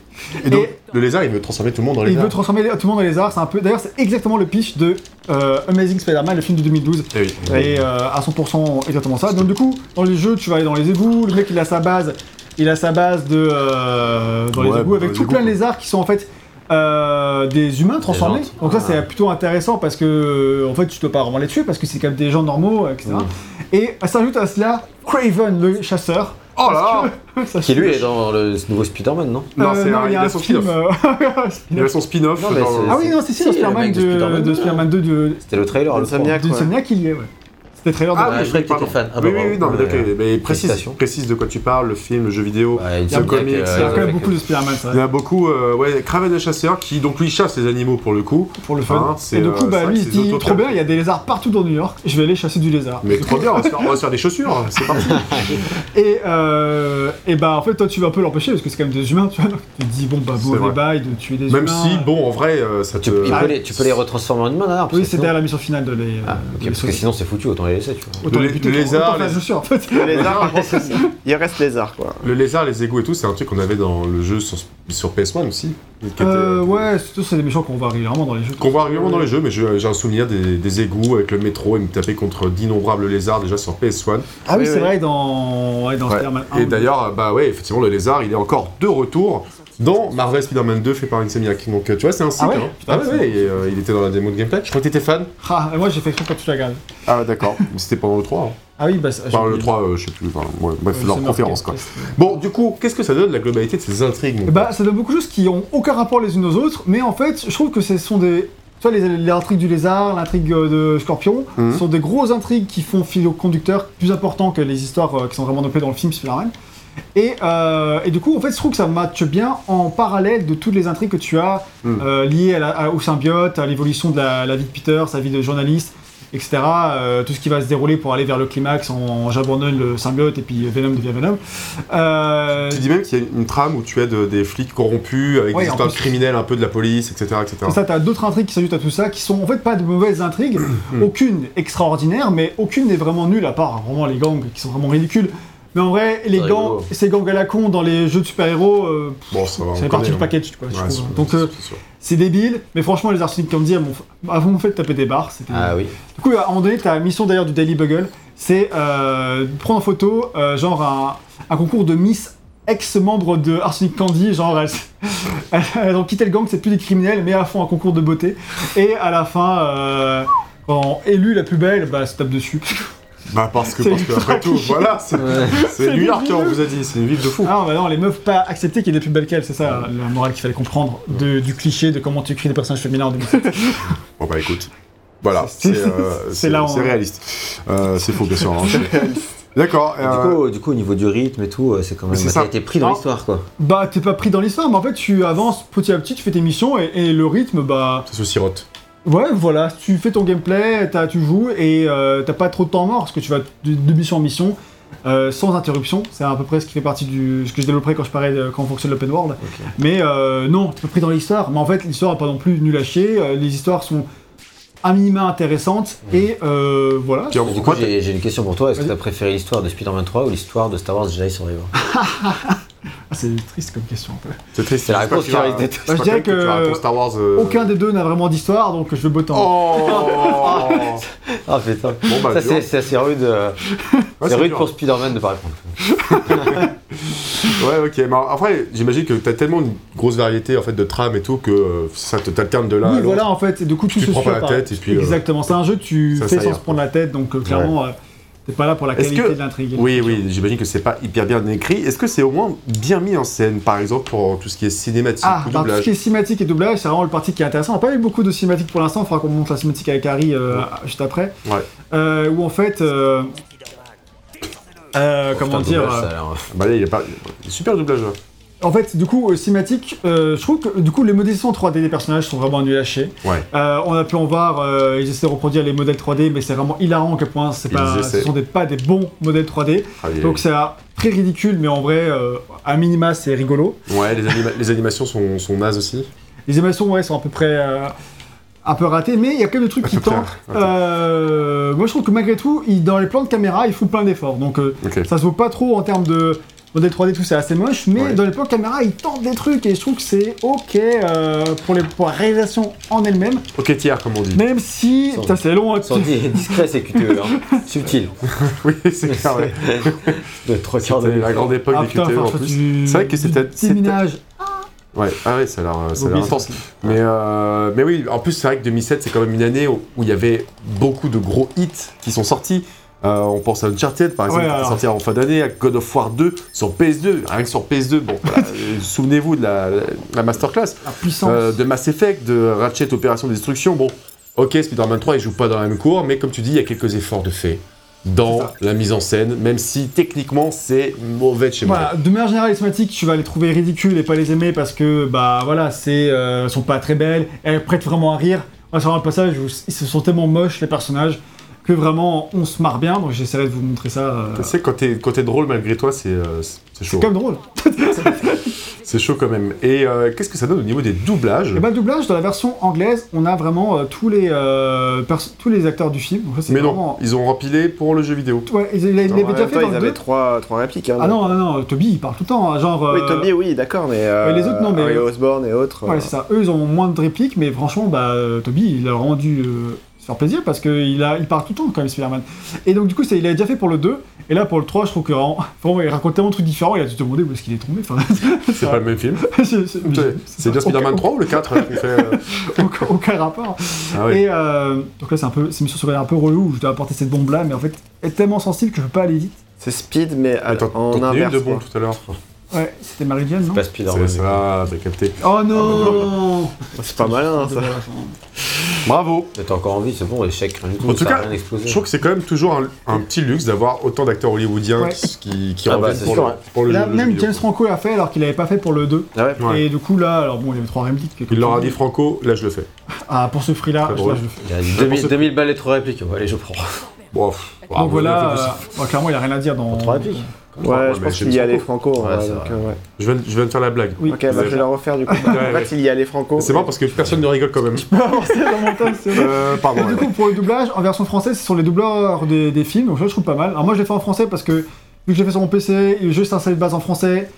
Et donc, Et- le lézard, il veut transformer tout le monde en Il lézard. veut transformer tout le monde en lézard, c'est un peu. D'ailleurs, c'est exactement le pitch de euh, Amazing Spider-Man, le film de 2012. Eh oui. Et euh, à 100% exactement ça. Donc, du coup, dans les jeux, tu vas aller dans les égouts, le mec il a sa base, il a sa base de. euh, dans les Ouais, égouts, dans avec les tout égouts, plein de quoi. lézards qui sont en fait. euh, des humains transformés. gens. Donc ça Ah. c'est plutôt intéressant parce que en fait tu peux pas vraiment les tuer parce que c'est quand même des gens normaux etc. Et s'ajoute à cela Craven le chasseur. Oh là là Ça, Qui lui est dans le nouveau Spider-Man, non Non, euh, c'est non, un- il y a un son film. spin-off. euh, Il a son spin-off. Non, mais dans- c'est- Ah oui, non, c'est si, Si, le le Spider-Man mec de de, Spider-Man. de Spider-Man 2 de C'était le trailer, le 3. Insomniac. Ouais. Insomniac, il y est, ouais. C'était très l'heure de Ah Ouais, oui, je croyais que pardon. t'étais fan. Ah, oui, bah, oui, oui, bon, non, mais mais, ok. euh, mais précise, félicitations. précise de quoi tu parles, le film, le jeu vidéo. Bah, Il y a Insomniac, comics, Il euh, y a quand même avec- beaucoup de Spider-Man, c'est Il y vrai, en a beaucoup, euh, ouais, Craven le chasseur qui donc lui chasse les animaux pour le coup. pour le fun. Ah, c'est, Et du coup, euh, bah, c'est lui, il vrai se que c'est dit trop bien, il y a des lézards partout dans New York, je vais aller chasser du lézard. Mais trop bien, on va se faire, on va se faire des chaussures, hein, c'est parti. Et, euh, et bah, en fait, toi, tu vas un peu l'empêcher parce que c'est quand même des humains, tu vois. donc Tu te dis, bon, bah, C'est mauvais vrai. bail de tuer des Même humains. si, bon, en vrai, euh, ça te. Tu, il Ah, peut les, tu peux les retransformer en humains d'ailleurs parce Oui, que c'était sinon- à la mission finale de les. Ah, euh, ok, de les parce que sauver. sinon c'est foutu, autant les laisser, tu vois. Autant Le les lé- buter, le autant lézard, faire la les- chaussure, en fait. Le lézard, il reste lézard, quoi. Le lézard, les égouts et tout, c'est un truc qu'on avait dans le jeu sur, sur PS1 aussi. qui était- Euh, ouais, surtout, c'est des méchants qu'on voit régulièrement dans les jeux. Qu'on voit régulièrement dans les jeux, mais je- j'ai un souvenir des, des égouts avec le métro et me taper contre d'innombrables lézards déjà sur PS1. Ah oui, Oui, c'est oui. vrai, dans, ouais, dans Ouais. Spider-Man 1. Et d'ailleurs, euh, bah ouais, effectivement, le lézard, il est encore de retour dans Marvel Spider-Man 2 fait par Insomniac. Donc euh, tu vois, c'est un cycle. ouais hein. Putain, ah c'est ouais, ouais, et, euh, il était dans la démo de gameplay. Je crois que t'étais fan. Ah, et moi, j'ai fait exprès quand tu la regardes. Ah ouais, d'accord. C'était pendant le 3. Hein. Ah oui, bah, ça- j'ai Enfin, le oublié. 3, euh, je sais plus. Enfin, ouais, bref, Euh, leur c'est marqué, conférence quoi. c'est- Bon, du coup, qu'est-ce que ça donne la globalité de ces intrigues mon Eh ben, ça donne beaucoup de choses qui ont aucun rapport les unes aux autres, mais en fait, je trouve que ce sont des. Tu vois, les, les intrigues du lézard, l'intrigue euh, de Scorpion, Mhm. ce sont des grosses intrigues qui font fil au conducteur, plus important que les histoires euh, qui sont vraiment développées dans le film Spider-Man. Et, euh, et du coup, en fait, je trouve que ça matche bien en parallèle de toutes les intrigues que tu as Mhm. euh, liées à la- à- au symbiote, à l'évolution de la, la vie de Peter, sa vie de journaliste, etc. euh, tout ce qui va se dérouler pour aller vers le climax en j'abandonne le symbiote et puis Venom devient Venom. Euh, Tu dis même qu'il y a une trame où tu aides euh, des flics corrompus avec Ouais, des en histoires plus. criminelles un peu de la police, etc. etc. Et ça, t'as d'autres intrigues qui s'ajoutent à tout ça, qui sont en fait pas de mauvaises intrigues, aucune extraordinaire, mais aucune n'est vraiment nulle, à part vraiment les gangs qui sont vraiment ridicules. Mais en vrai, les C'est gangs, rigolo. ces gangs à la con dans les jeux de super-héros, euh, Bon, ça va. on c'est partie connaît, du hein. package, quoi, je Ouais, trouve. c'est- Donc, euh, c'est sûr. C'est débile, mais franchement, les Archinic Candy elles m'ont f- elles m'ont fait taper des barres. C'était... Ah oui. Du coup, à un moment donné, ta mission d'ailleurs du Daily Bugle, c'est euh, prendre en photo euh, genre un, un concours de Miss ex-membre de Arsenic Candy, genre elles, elles- elles ont quitté le gang, c'est plus des criminels, mais à fond un concours de beauté. Et à la fin, euh, quand élue la plus belle, bah elle se tape dessus. Bah parce que, C'est parce que après tout, voilà, c'est c'est C'est New York, hein, débile. on vous a dit, c'est une ville de fou. Ah bah non, les meufs pas accepter qu'il y ait des plus belles qu'elles, c'est ça Euh, la morale qu'il fallait comprendre de- du cliché de comment tu crées des personnages féminins en 2007. Bon bah écoute, voilà, C'est- c'est euh, c'est c'est- là, on- c'est réaliste. Euh, c'est faux, bien sûr. hein. D'accord. Du euh, coup, du coup, au niveau du rythme et tout, euh, c'est quand même. c'est T'as ça. été pris dans Ah. l'histoire, quoi. bah t'es pas pris dans l'histoire, mais en fait tu avances petit à petit, tu fais tes missions et- et le rythme, bah... Ça se sirote. Ouais, voilà, tu fais ton gameplay, t'as- tu joues et euh, t'as pas trop de temps mort parce que tu vas de, de mission en mission euh, sans interruption. C'est à peu près ce qui fait partie du. ce que je développerai quand je parlais de quand fonctionne l'open world. Ok. Mais euh, non, t'es pas pris dans l'histoire. Mais en fait, l'histoire n'est pas non plus nulle à chier. euh, les histoires sont à minima intéressantes et euh, voilà. Puis, en- Du coup, moi, j'ai j'ai une question pour toi. Est-ce que Vas-y. t'as préféré l'histoire de Spider-Man 3 ou l'histoire de Star Wars Jedi Survivor Ah, c'est triste comme question un peu. c'est triste. C'est la j'espère réponse que qui tu arrive vas- des- Moi, j'espère je dirais tu vas que- répondre Star Wars. euh, Aucun des deux n'a vraiment d'histoire donc je veux beau temps. Oh Ah putain. Bon, bah, ça, dur. c'est c'est assez rude. euh, Ouais, c'est c'est rude dur. pour Spider-Man de pas répondre. Ouais, ok. Mais après, j'imagine que t'as tellement une grosse variété en fait de trames et tout que euh, ça te t'alterne de là. à Oui, l'autre. voilà, en fait, et du coup, tout Tu se prends suit pas la par- tête et puis, euh, Exactement, c'est un jeu, tu ça, fais ça sans ira. se prendre la tête, donc euh, clairement, euh, t'es pas là pour la Est-ce qualité que- de l'intrigue. Oui, oui, j'imagine que c'est pas hyper bien écrit. Est-ce que c'est au moins bien mis en scène, par exemple, pour tout ce qui est cinématique Ah, bah, tout ou ce doublage qui est cinématique et doublage, c'est vraiment le parti qui est intéressant. On n'a pas eu beaucoup de cinématiques pour l'instant, il faudra qu'on monte la cinématique avec Harry euh, juste après. Ouais. Euh, où en fait. euh, euh, comment Putain, dire dommage, euh, ça, hein. alors. Bah là, il y a pas... Super doublage. là. En fait, du coup, euh, cinématique, euh, je trouve que du coup, les modélisations 3D des personnages sont vraiment nuls à chier. Ouais. Euh, on a pu en voir, euh, ils essaient de reproduire les modèles 3D, mais c'est vraiment hilarant à quel point c'est Ils pas, essaient. ce sont des, pas des bons modèles 3D. Ah, il y a- Donc c'est un- très ridicule, mais en vrai, euh, à minima, c'est rigolo. Ouais, les, anima- les animations sont, sont nazes aussi. Les animations, ouais, sont à peu près euh, un peu ratées, mais il y a quand même des trucs qui peu près tentent. Euh, moi, je trouve que malgré tout, ils- dans les plans de caméra, ils font plein d'efforts. Donc euh, Ok. ça se vaut pas trop en termes de modèle 3D, tout c'est assez moche, mais Ouais. dans les plans de caméra, ils tentent des trucs et je trouve que c'est ok euh, pour, les, pour la réalisation en elle-même, Ok, tiers, comme on dit. même si. Sans- Putain, c'est long, hein, Sans dire discret, c'est QTE. Hein. Subtil. Oui, c'est clair, ouais. De trois quarts de C'était la grande époque Ah des putain, QTE en faut plus. du- C'est vrai que c'était- du c'était- déminage. Ouais, ah ouais, ça a l'air euh, ça a l'air Oublie ça. intense. Mais, euh, mais oui, en plus, c'est vrai que 2007, c'est quand même une année où où il y avait beaucoup de gros hits qui sont sortis. Euh, on pense à Uncharted, par exemple, Ouais, qui est alors. sorti en fin d'année, à God of War 2 sur PS2, rien que sur PS2. Bon, voilà, euh, souvenez-vous de la, la- la masterclass, La puissance. euh, de Mass Effect, de Ratchet Opération Destruction. Bon, ok, Spider-Man 3, il joue pas dans la même cour, mais comme tu dis, il y a quelques efforts de fait dans C'est ça. la mise en scène, même si techniquement, c'est mauvais de chez Bah, moi. Voilà, Bah, de manière générale, les cinématiques, tu vas les trouver ridicules et pas les aimer parce que, bah voilà, c'est, euh, elles sont pas très belles, elles prêtent vraiment à rire. On va se voir le passage où ils se sont tellement moches, les personnages, que vraiment on se marre bien. Donc j'essaierai de vous montrer ça. euh, Tu sais, quand t'es quand t'es drôle malgré toi, c'est euh, c'est- c'est chaud. C'est quand même drôle. C'est chaud quand même. Et euh, qu'est-ce que ça donne au niveau des doublages Et bah, le doublage, dans la version anglaise, on a vraiment euh, tous, les, euh, perso- tous les acteurs du film. Donc ça, c'est Mais non, vraiment- ils ont rempilé pour le jeu vidéo. Ouais, ils, ils- ils Non, l'avaient en même déjà temps, fait dans ils le avaient deux. trois, trois répliques. hein, Ah donc. non, non, non, Toby, il parle tout le temps. hein, Genre, Oui, euh, Toby, oui, d'accord, mais. euh, mais les autres, non, mais- Harry Osborn et autres. Ouais, euh, c'est ça. Eux, ils ont moins de répliques, mais franchement, bah, euh, Toby, il a rendu euh, se faire plaisir parce qu'il il parle tout le temps quand même, Spider-Man. Et donc, du coup, c'est- il l'avait déjà fait pour le 2. Et là, pour le 3, je trouve que vraiment, vraiment, il raconte tellement de trucs différents, il a dû se demander où est-ce qu'il est tombé. Enfin, C'est pas le même film. c'est- c'est- C'est bien Spider-Man aucun- 3 ou le 4 là, qu'on fait, euh, aucun, aucun rapport. Ah oui. Et euh, donc là, c'est un peu, c'est une mission secondaire un peu relou où je dois apporter cette bombe là, mais en fait, elle est tellement sensible que je peux pas aller vite. C'est speed, mais à- Attends, en Ah, t'en as une inverse. de bon quoi. tout à l'heure. Ouais, c'était Meridian, non Pas C'est Ah, Spider-Man. ça, t'as capté. Oh non Bah, C'est pas malin, ça. Bravo Mais T'as encore envie, c'est bon, échec, rien du tout. En tout ça a cas, rien explosé. Je trouve que c'est quand même toujours un, un petit luxe d'avoir autant d'acteurs hollywoodiens Ouais. qui, qui, qui Ah bah, reviennent c'est pour, sûr, le, hein. pour le Là, jeu- le jeu même vidéo. James Franco l'a fait alors qu'il l'avait pas fait pour le 2. Ah ouais. Ouais. Et du coup, là, alors bon, il y avait trois répliques. que- Il leur a dit Franco, là je le fais. Ah, pour ce prix-là, Très je, drôle. là, je le fais. Il y a 2000, pense- balles et 3 répliques. Bon, allez, je prends. Bon, pff, Donc bravo, voilà, c'est euh, possible. bah, clairement, il n'y a rien à dire dans. Trois répliques. Ouais, Ouais, je mais pense James qu'il y allait franco. Ouais, ouais, c'est donc, vrai. euh, ouais. je viens, de- je viens de faire la blague. Oui. Ok, bah, je vais la refaire du coup. en ouais. fait, il y allait franco. C'est marrant parce que personne ne rigole quand même. C'est dans mon thème, c'est vrai. Euh, pardon. Et du ouais. coup, pour le doublage, en version française, ce sont les doubleurs des, des films, donc ça, je trouve pas mal. Alors moi, je l'ai fait en français parce que, vu que j'ai fait sur mon PC, et le jeu s'installe de base en français,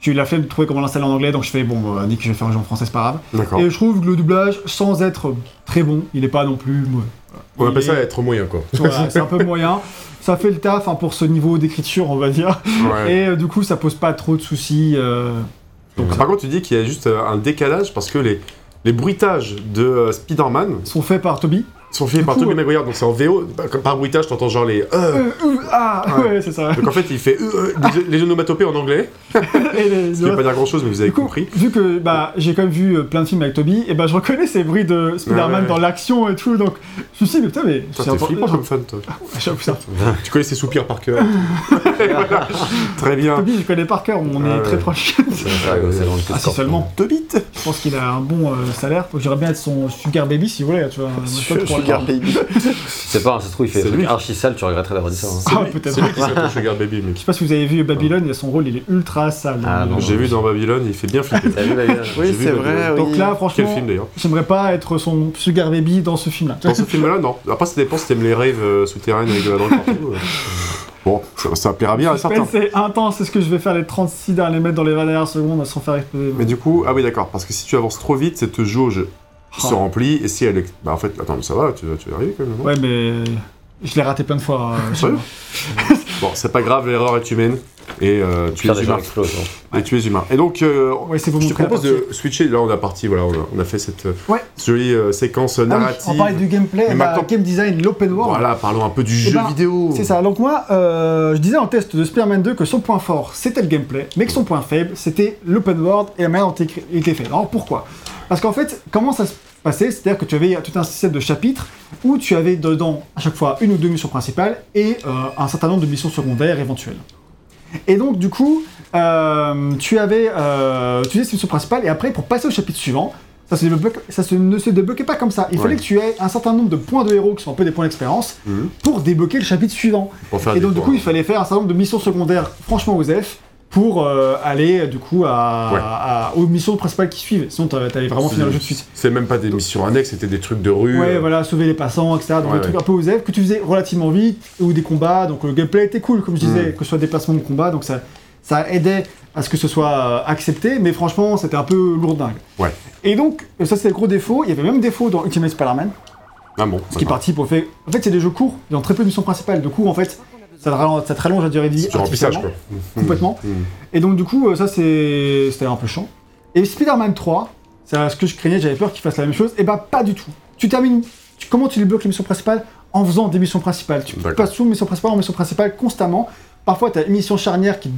J'ai eu la flemme de trouver comment l'installer en anglais, donc je fais bon, bah, Nick, je vais faire un jeu en français, c'est pas grave. D'accord. Et je trouve que le doublage, sans être très bon, il est pas non plus mauvais. On Il appelle ça est- être moyen, quoi. voilà, c'est un peu moyen. Ça fait le taf hein, pour ce niveau d'écriture, on va dire. Ouais. Et euh, du coup, ça pose pas trop de soucis. euh, donc, Par contre, tu dis qu'il y a juste euh, un décalage parce que les, les bruitages de euh, Spider-Man sont faits par Toby. sont faits Du par coup, Tobey euh, Maguire, donc c'est en VO. Par- Comme par bruitage, t'entends genre les. euh. Euh, euh, ah, ouais, c'est ça. Donc en fait, il fait euh, euh, des- les onomatopées en anglais. Et les- Ce qui veut pas dire grand chose, mais vous avez Du coup, compris. Vu que bah, j'ai quand même vu euh, plein de films avec Toby, et bah, je reconnais ces bruits de Spider-Man Ouais, ouais, dans ouais. l'action et tout, donc je me suis dit, mais putain, mais Toi, c'est t'es important- flippant comme fan, toi. J'avoue ça. tu connais ses soupirs par cœur. Voilà. Très bien. Toby, je connais par cœur, on Ouais, est très ouais. proches. ah, si C'est seulement. Deux bites Je pense qu'il a un bon euh, salaire. Faut que J'aurais bien être son Sugar Baby si vous voulez. Tu vois, un top pour Sugar Baby. C'est pas, ça se trouve, il fait C'est un truc lui. archi sale, tu regretterais d'avoir dit ça. hein. Ah, C'est lui- peut-être. c'est lui qui s'appelle Sugar Baby, mec. Je sais pas si vous avez vu Babylone, il a son rôle, il est ultra sale. Ah, Euh, non, J'ai vu dans Babylone, il fait bien flipper. T'as vu la gueule J'ai Oui, vu c'est le- vrai. Donc oui. là, Quel franchement, film d'ailleurs j'aimerais pas être son Sugar Baby dans ce film-là. Dans ce film-là, non. Après, ça dépend si t'aimes les rêves euh, souterraines avec de la drogue partout. euh. Bon, ça, ça plaira bien à Ouais, certains. C'est intense, c'est ce que je vais faire les 36 derniers mètres dans les 20 dernières secondes sans faire exploser. Mais du coup, ah oui, d'accord, parce que si tu avances trop vite, cette jauge se Oh. remplit et si elle. ex- Bah, en fait, attends, mais ça va, tu, vas- tu vas y arriver quand même. non Ouais, mais je l'ai raté plein de fois. euh, Sérieux Bon, c'est pas grave, l'erreur est humaine et euh, tu Putain, es les gens humain. explosent. hein. Et tu es humain. Et donc, euh, Ouais, c'est vous je te montrer la propose partie. de switcher. Là, on a parti, voilà, on a, on a fait cette euh, Ouais. jolie euh, séquence Ah oui, narrative. on parlait du gameplay, Mais bah, maintenant- game design, l'open world. Voilà, parlons un peu du Eh jeu ben, vidéo. C'est ça. Donc moi, euh, je disais en test de Spider-Man 2 que son point fort, c'était le gameplay, mais que son point faible, c'était l'open world et la manière dont il était- il était fait. Alors pourquoi Parce qu'en fait, comment ça se passait C'est-à-dire que tu avais tout un système de chapitres où tu avais dedans à chaque fois une ou deux missions principales et euh, un certain nombre de missions secondaires éventuelles. Et donc du coup, euh, tu avais, euh, tu faisais cette mission principale et après pour passer au chapitre suivant. Ça, se débloque- ça se- ne se débloquait pas comme ça. Il Ouais. fallait que tu aies un certain nombre de points de héros qui sont un peu des points d'expérience Mhm. pour débloquer le chapitre suivant. Pour faire Et des donc du points. coup, il fallait faire un certain nombre de missions secondaires, franchement aux elfes, pour euh, aller du coup à, Ouais. à- aux missions principales qui suivent. Sinon, t'a- t'allais vraiment finir le jeu de suite. hein. C'est même pas des missions annexes, c'était des trucs de rue. Ouais, euh, voilà, sauver les passants, etc. Donc Ouais, des trucs ouais. un peu aux elfes que tu faisais relativement vite, ou des combats. Donc le gameplay était cool, comme je Mm. disais, que ce soit déplacement ou combat. Donc ça, ça aidait à ce que ce soit euh, accepté, mais franchement, c'était un peu lourdingue. Ouais. Et donc, ça c'était le gros défaut. Il y avait même défaut dans Ultimate Spider-Man. Ah bon. Ce qui d'accord. participe au fait. En fait, c'est des jeux courts, ils ont très peu de missions principales. Du coup, en fait, ça te rallonge, ça te rallonge la durée de vie. C'est du remplissage, quoi. artificiellement, Complètement. Mm. Et donc, du coup, euh, ça, c'est- c'était un peu chiant. Et Spider-Man 3, c'est ce que je craignais, j'avais peur qu'il fasse la même chose. Et bah, pas du tout. Tu termines. tu- comment tu débloques les missions principales En faisant des missions principales. Tu D'accord. passes sous mission principale en mission principale constamment. Parfois, tu as une mission charnière qui,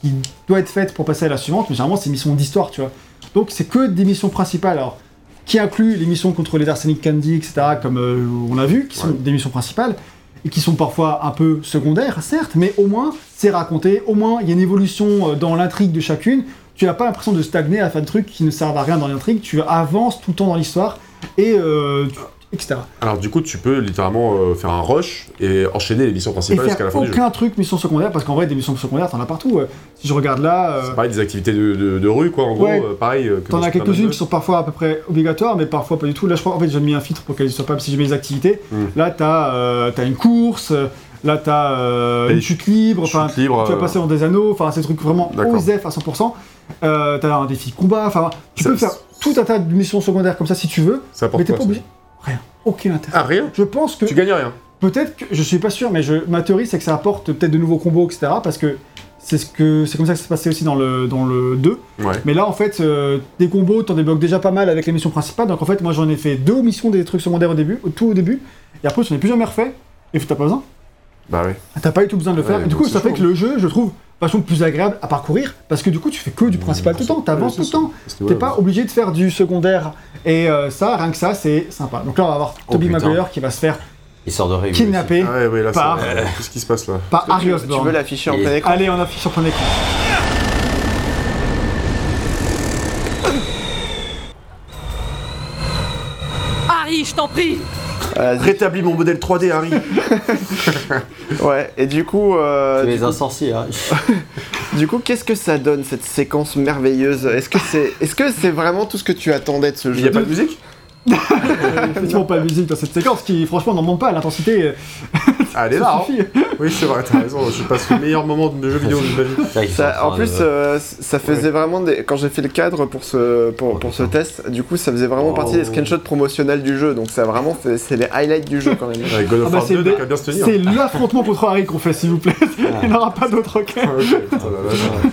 qui doit être faite pour passer à la suivante, mais généralement, c'est une mission d'histoire, tu vois. Donc, c'est que des missions principales. Alors, qui inclut les missions contre les arsenic candy, etc., comme euh, on a vu, qui sont des missions principales, et qui sont parfois un peu secondaires, certes, mais au moins, c'est raconté, au moins, il y a une évolution euh, dans l'intrigue de chacune, tu n'as pas l'impression de stagner à faire des trucs qui ne servent à rien dans l'intrigue, tu avances tout le temps dans l'histoire, et... euh, tu- etc. Alors du coup, tu peux littéralement euh, faire un rush et enchaîner les missions Et principales jusqu'à la faire fin du jeu. aucun truc mission secondaire, parce qu'en vrai, des missions secondaires, t'en as partout. euh. Si je regarde là... euh, C'est pareil, des activités de, de- de rue, quoi, en Ouais. gros, euh, pareil. euh, que T'en dans as Spider-Man quelques-unes 2. qui sont parfois à peu près obligatoires, mais parfois pas du tout. Là, je crois, en fait, j'ai mis un filtre pour qu'elles ne soient pas, si je mets les activités. Mm. Là, t'as euh, t'as une course, euh, là, t'as euh, Et une chute libre, enfin, Chute libre, tu vas euh, passer dans des anneaux, enfin, ces trucs vraiment D'accord. OZEF à 100%. Euh, t'as un défi combat, enfin, tu Ça- peux faire tout un tas de missions secondaires comme ça si tu veux, Ça apporte mais t'es quoi, pas ça obligé. Rien, aucun intérêt. Ah, rien Je pense que Tu gagnes rien. Peut-être que je suis pas sûr, mais je, ma théorie c'est que ça apporte peut-être de nouveaux combos, etc. Parce que c'est ce que c'est comme ça que ça se passait aussi dans le dans le 2. Ouais. Mais là en fait, euh, des combos, t'en débloques déjà pas mal avec les missions principales. Donc en fait, moi j'en ai fait deux missions des trucs secondaires au début, au tout au début, et après j'en ai plus jamais refait. Et t'as pas besoin. Bah ouais. Ah, T'as pas eu tout besoin de le faire. Ouais, et du donc coup, ça c'est fait chaud. que le jeu, je trouve, façon plus agréable à parcourir, parce que du coup, tu fais que du principal Bah, tout le temps, t'avances tout le temps. T'es pas obligé de faire du secondaire. Et euh, ça, rien que ça, c'est sympa. Donc là, on va avoir Oh, Toby putain. Maguire qui va se faire Il sort de règle. kidnapper Ah Ouais, ouais, là, Par- c'est. Qu'est-ce qui se passe là par Tu Harry veux- Tu Osborn. veux l'afficher en Et- plein écran Allez, on affiche sur plein écran. Harry, je t'en prie Vas-y. Rétablis mon modèle 3D, Harry Ouais, et du coup, euh, Tu du es un sorcier, hein. Du coup, qu'est-ce que ça donne cette séquence merveilleuse Est-ce que c'est est-ce que c'est vraiment tout ce que tu attendais de ce Il n'y jeu a pas de musique effectivement pas de musique dans cette séquence qui franchement n'en manque pas l'intensité euh, Ah, elle est là. Ça hein. suffit. Oui, c'est vrai, t'as raison. Je passe le meilleur moment de mes jeux vidéo de Ah, ma vie. Là, ils sont Ça- en train plus, de- euh, ça faisait vraiment des... quand j'ai fait le cadre pour ce pour, pour ce test, du coup, ça faisait vraiment partie des screenshots promotionnels du jeu. Donc, ça vraiment, fait- c'est les highlights du jeu quand même. Avec God Ah of bah, War c'est 2, le- t'as qu'à bien se tenir. C'est l'affrontement contre Harry qu'on fait, s'il vous plaît. Il n'y en aura pas d'autre, ok Ah, ok, putain, la vache.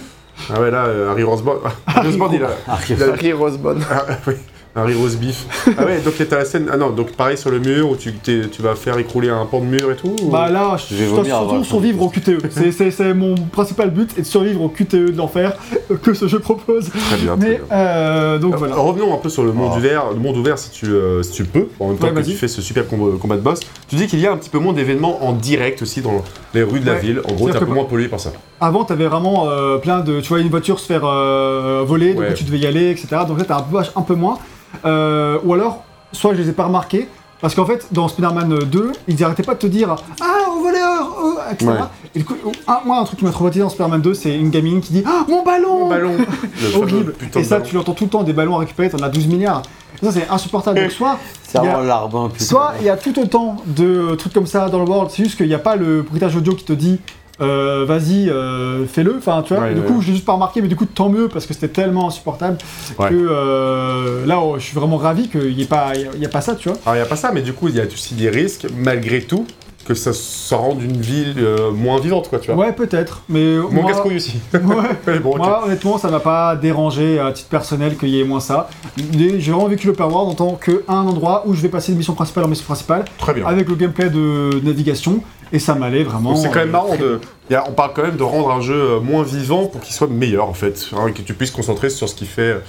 Ah ouais, là, euh, Harry Rosebond. Ah, Rosebond, il a. il a- Harry Rosebon. Ah, oui, Harry Rose Beef. Ah ouais, donc t'as la scène. Ah non, donc pareil sur le mur où tu, t'es- tu vas faire écrouler un pan de mur et tout. ou- Bah là, je Je vais je dois vomir surtout avant. survivre au QTE. C'est- C'est c'est mon principal but, est de survivre au QTE de l'enfer euh, que ce jeu propose. Très bien, Ah, très Mais bien. Ah, euh, donc voilà. Revenons un peu sur le monde Ah. ouvert, le monde ouvert si tu, euh, si tu le peux, en même temps Ouais, que vas-y. tu fais ce super combo- combat de boss. Tu dis qu'il y a un petit peu moins d'événements en direct aussi dans les rues de la Ouais. ville. En gros, t'es C'est-à-dire un que peu moins pollué par ça. Avant, t'avais vraiment euh, plein de. Tu voyais une voiture se faire euh, voler, donc Ouais. tu devais y aller, etc. Donc là, t'as un peu, un peu moins. Euh, ou alors, soit je les ai pas remarqués, parce qu'en fait, dans Spider-Man 2, ils arrêtaient pas de te dire Ah, au voleur oh, etc. Ouais. Et du coup, oh, un- moi, un truc qui m'a traumatisé dans Spider-Man 2, c'est une gamine qui dit Ah, mon ballon, Le fameux Horrible putain Et de ça, ballon. tu l'entends tout le temps, des ballons à récupérer, t'en as 12 milliards. Et Ça, c'est insupportable. Donc, soit C'est il y a- vraiment l'arbin, putain. Soit il y a tout autant de trucs comme ça dans le world, c'est juste qu'il n'y a pas le bruitage audio qui te dit euh, vas-y, euh, fais-le. Enfin, tu vois, Ouais, du ouais, coup, ouais. je l'ai juste pas remarqué, mais du coup, tant mieux parce que c'était tellement insupportable Ouais. que euh, là, oh, je suis vraiment ravi qu'il n'y ait, pas- il y a pas ça, tu vois. Alors, il n'y a pas ça, mais du coup, il Ah, y a aussi des risques, malgré tout, que ça, ça rende une ville euh, moins vivante, quoi, tu vois. Ouais, peut-être, mais euh, Mon moi- casse-couille aussi. Ouais. Ouais, bon, ok. Moi, honnêtement, ça m'a pas dérangé à titre personnel qu'il y ait moins ça. Mais J'ai vraiment vécu le Power World en tant qu'un endroit où je vais passer de mission principale en mission principale Très bien. avec le gameplay de navigation et ça m'allait vraiment. Donc, C'est quand même euh, marrant de. il y a- on parle quand même de rendre un jeu euh, moins vivant pour qu'il soit meilleur en fait, hein, que tu puisses concentrer sur ce qui fait, euh,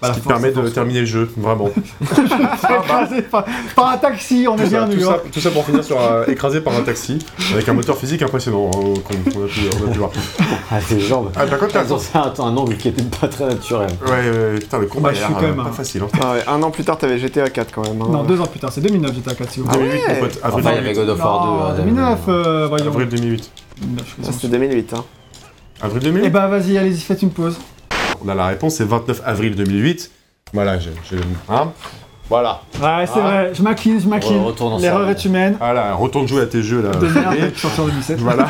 Bah, ce la qui te force, permet la de force, terminer le jeu, vraiment. écrasé par, par un taxi, on est bien à Ah, bah. Tout ça, New tout, ça, York. tout ça pour finir sur euh, écrasé par un taxi avec un moteur physique impressionnant hein, qu'on qu'on a, pu- on a pu voir. Ah, tes jambes. Ah, par contre, t'as- Elles ont fait un, un angle qui était pas très naturel. Ouais, ouais, putain, le combat Bah, est je suis quand même pas un- facile. Hein. Ah ouais, un an plus tard, t'avais GTA 4 quand même. hein. Non, deux ans plus tard, c'est 2009 j'étais à 4 Ah si vous voulez. 2008, mon pote, avril Enfin, bah, il y avait 2008. God of War 2. hein, 2009, euh, voyons. Avril 2008. 2009, je Ça, sais c'était 2008. Hein. Avril pas. 2008. Avril 2008 Eh ben vas-y, allez-y, faites une pause. On a la réponse, c'est 29 avril 2008. Voilà, j'ai. j'ai- Hein voilà. Ouais, c'est Ah. vrai, je maquine, je maquine. Ouais, retourne en L'erreur salle. est humaine. Voilà, retourne jouer à tes jeux là. De merde, sorti en 2007. voilà.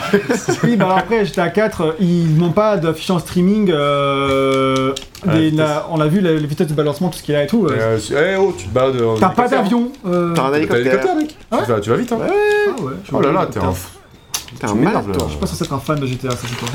Oui, bah alors après, j'étais à 4, ils n'ont pas d'affiché en streaming. euh, Ah, des- la vitesse. la- on a vu la, les vitesses de balancement, tout ce qu'il y a et tout. euh, Et, euh, Eh oh, tu te balades. en T'as pas hélicoptère. d'avion. euh, T'as un T'as un hélicoptère. hélicoptère, mec Ouais. tu, vas, tu vas vite, hein ah ouais, je Oh là là, vois, t'es un. Je suis fou. T'es un Tu m'énerves, malade, toi. là. pas censé être un fan de GTA, ça c'est toi.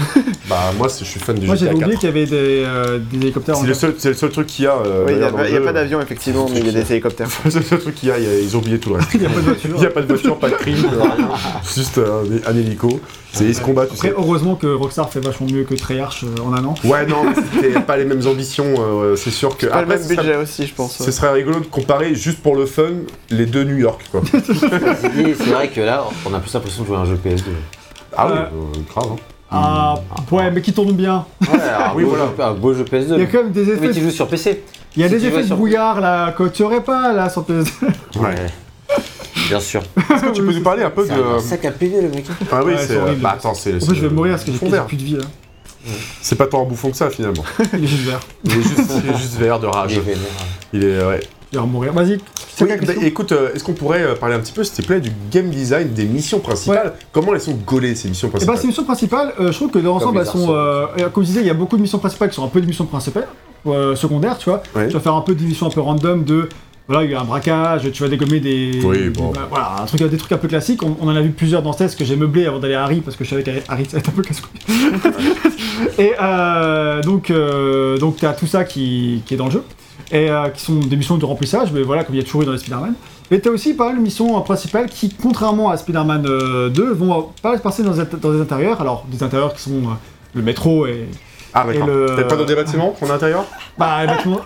Bah, moi, c'est- je suis fan du Moi GTA j'avais 4. oublié qu'il y avait des, euh, des hélicoptères en C'est le, seul, c'est le seul truc qu'il y a. euh, Oui, il n'y d'ailleurs, a, dans pas- le y a jeu. pas d'avion, effectivement, mais il y a des hélicoptères. C'est le seul truc qu'il y a, il y a- ils ont oublié tout le reste. Il n'y a pas de voiture. Il n'y a pas de voiture, pas de crime, euh, rien. juste euh, un, un hélico. C'est ils se combattent, tu Après, sais. heureusement que Rockstar fait vachement mieux que Treyarch euh, en un an. Ouais, non, mais c'était pas les mêmes ambitions, euh, c'est sûr que. Pas le Après, même ce serait- budget aussi, je pense. Ce serait rigolo de comparer juste pour le fun les deux New York quoi. Ceci dit, C'est vrai que là, on a plus l'impression de jouer à un jeu PS2. Ah oui, Ouais. euh, grave. hein. Ah, ouais, mais qui tourne bien. Ouais, un, Oui, beau voilà. jeu, un beau jeu PS2. Il y a quand même des Mais tu effets, joues sur PC. il y a si des tu vas effets de sur- brouillard là que tu aurais pas là sur tes. Ouais. Bien sûr. Euh, Est-ce que tu peux nous parler un peu de. C'est un sac à PV, le mec. Ah oui, Ouais, c'est. c'est horrible. Bah attends, c'est. En c'est fait, je vais le mourir parce que j'ai fond quasi vert. plus de vie hein. là. C'est pas tant un bouffon que ça finalement. Il est juste vert. Il est juste, il est juste vert de Il rage. est vénère. Il est. Ouais. Il va mourir. Vas-y. Oui, Chacun, bah, question. écoute, euh, est-ce qu'on pourrait euh, parler un petit peu, s'il te plaît, du game design des missions principales Comment elles sont gaulées, ces missions Eh ben, principales ces missions principales, euh, je trouve que dans l'ensemble, Comme elles les sont. euh, euh, comme je disais, il y a beaucoup de missions principales qui sont un peu des missions principales, euh, secondaires, tu vois. Ouais. Tu vas faire un peu des missions un peu random de. Voilà, il y a un braquage, tu vas dégommer des. Oui, des- bon. bah, voilà, un truc, des trucs un peu classiques. On, on en a vu plusieurs dans ce test que j'ai meublé avant d'aller à Harry parce que je savais qu'Harry, ça allait être un peu casse-couille. Et euh, donc, euh, donc tu as tout ça qui, qui est dans le jeu. Et euh, qui sont des missions de remplissage, mais voilà, comme il y a toujours eu dans les Spider-Man. Mais t'as aussi pas mal de missions euh, principales qui, contrairement à Spider-Man euh, 2, vont euh, pas mal se passer dans des, int- dans des intérieurs. Alors, des intérieurs qui sont euh, le métro et. Ah, et d'accord. le- Peut-être pas dans des bâtiments qu'on a à l'intérieur Bah, le métro-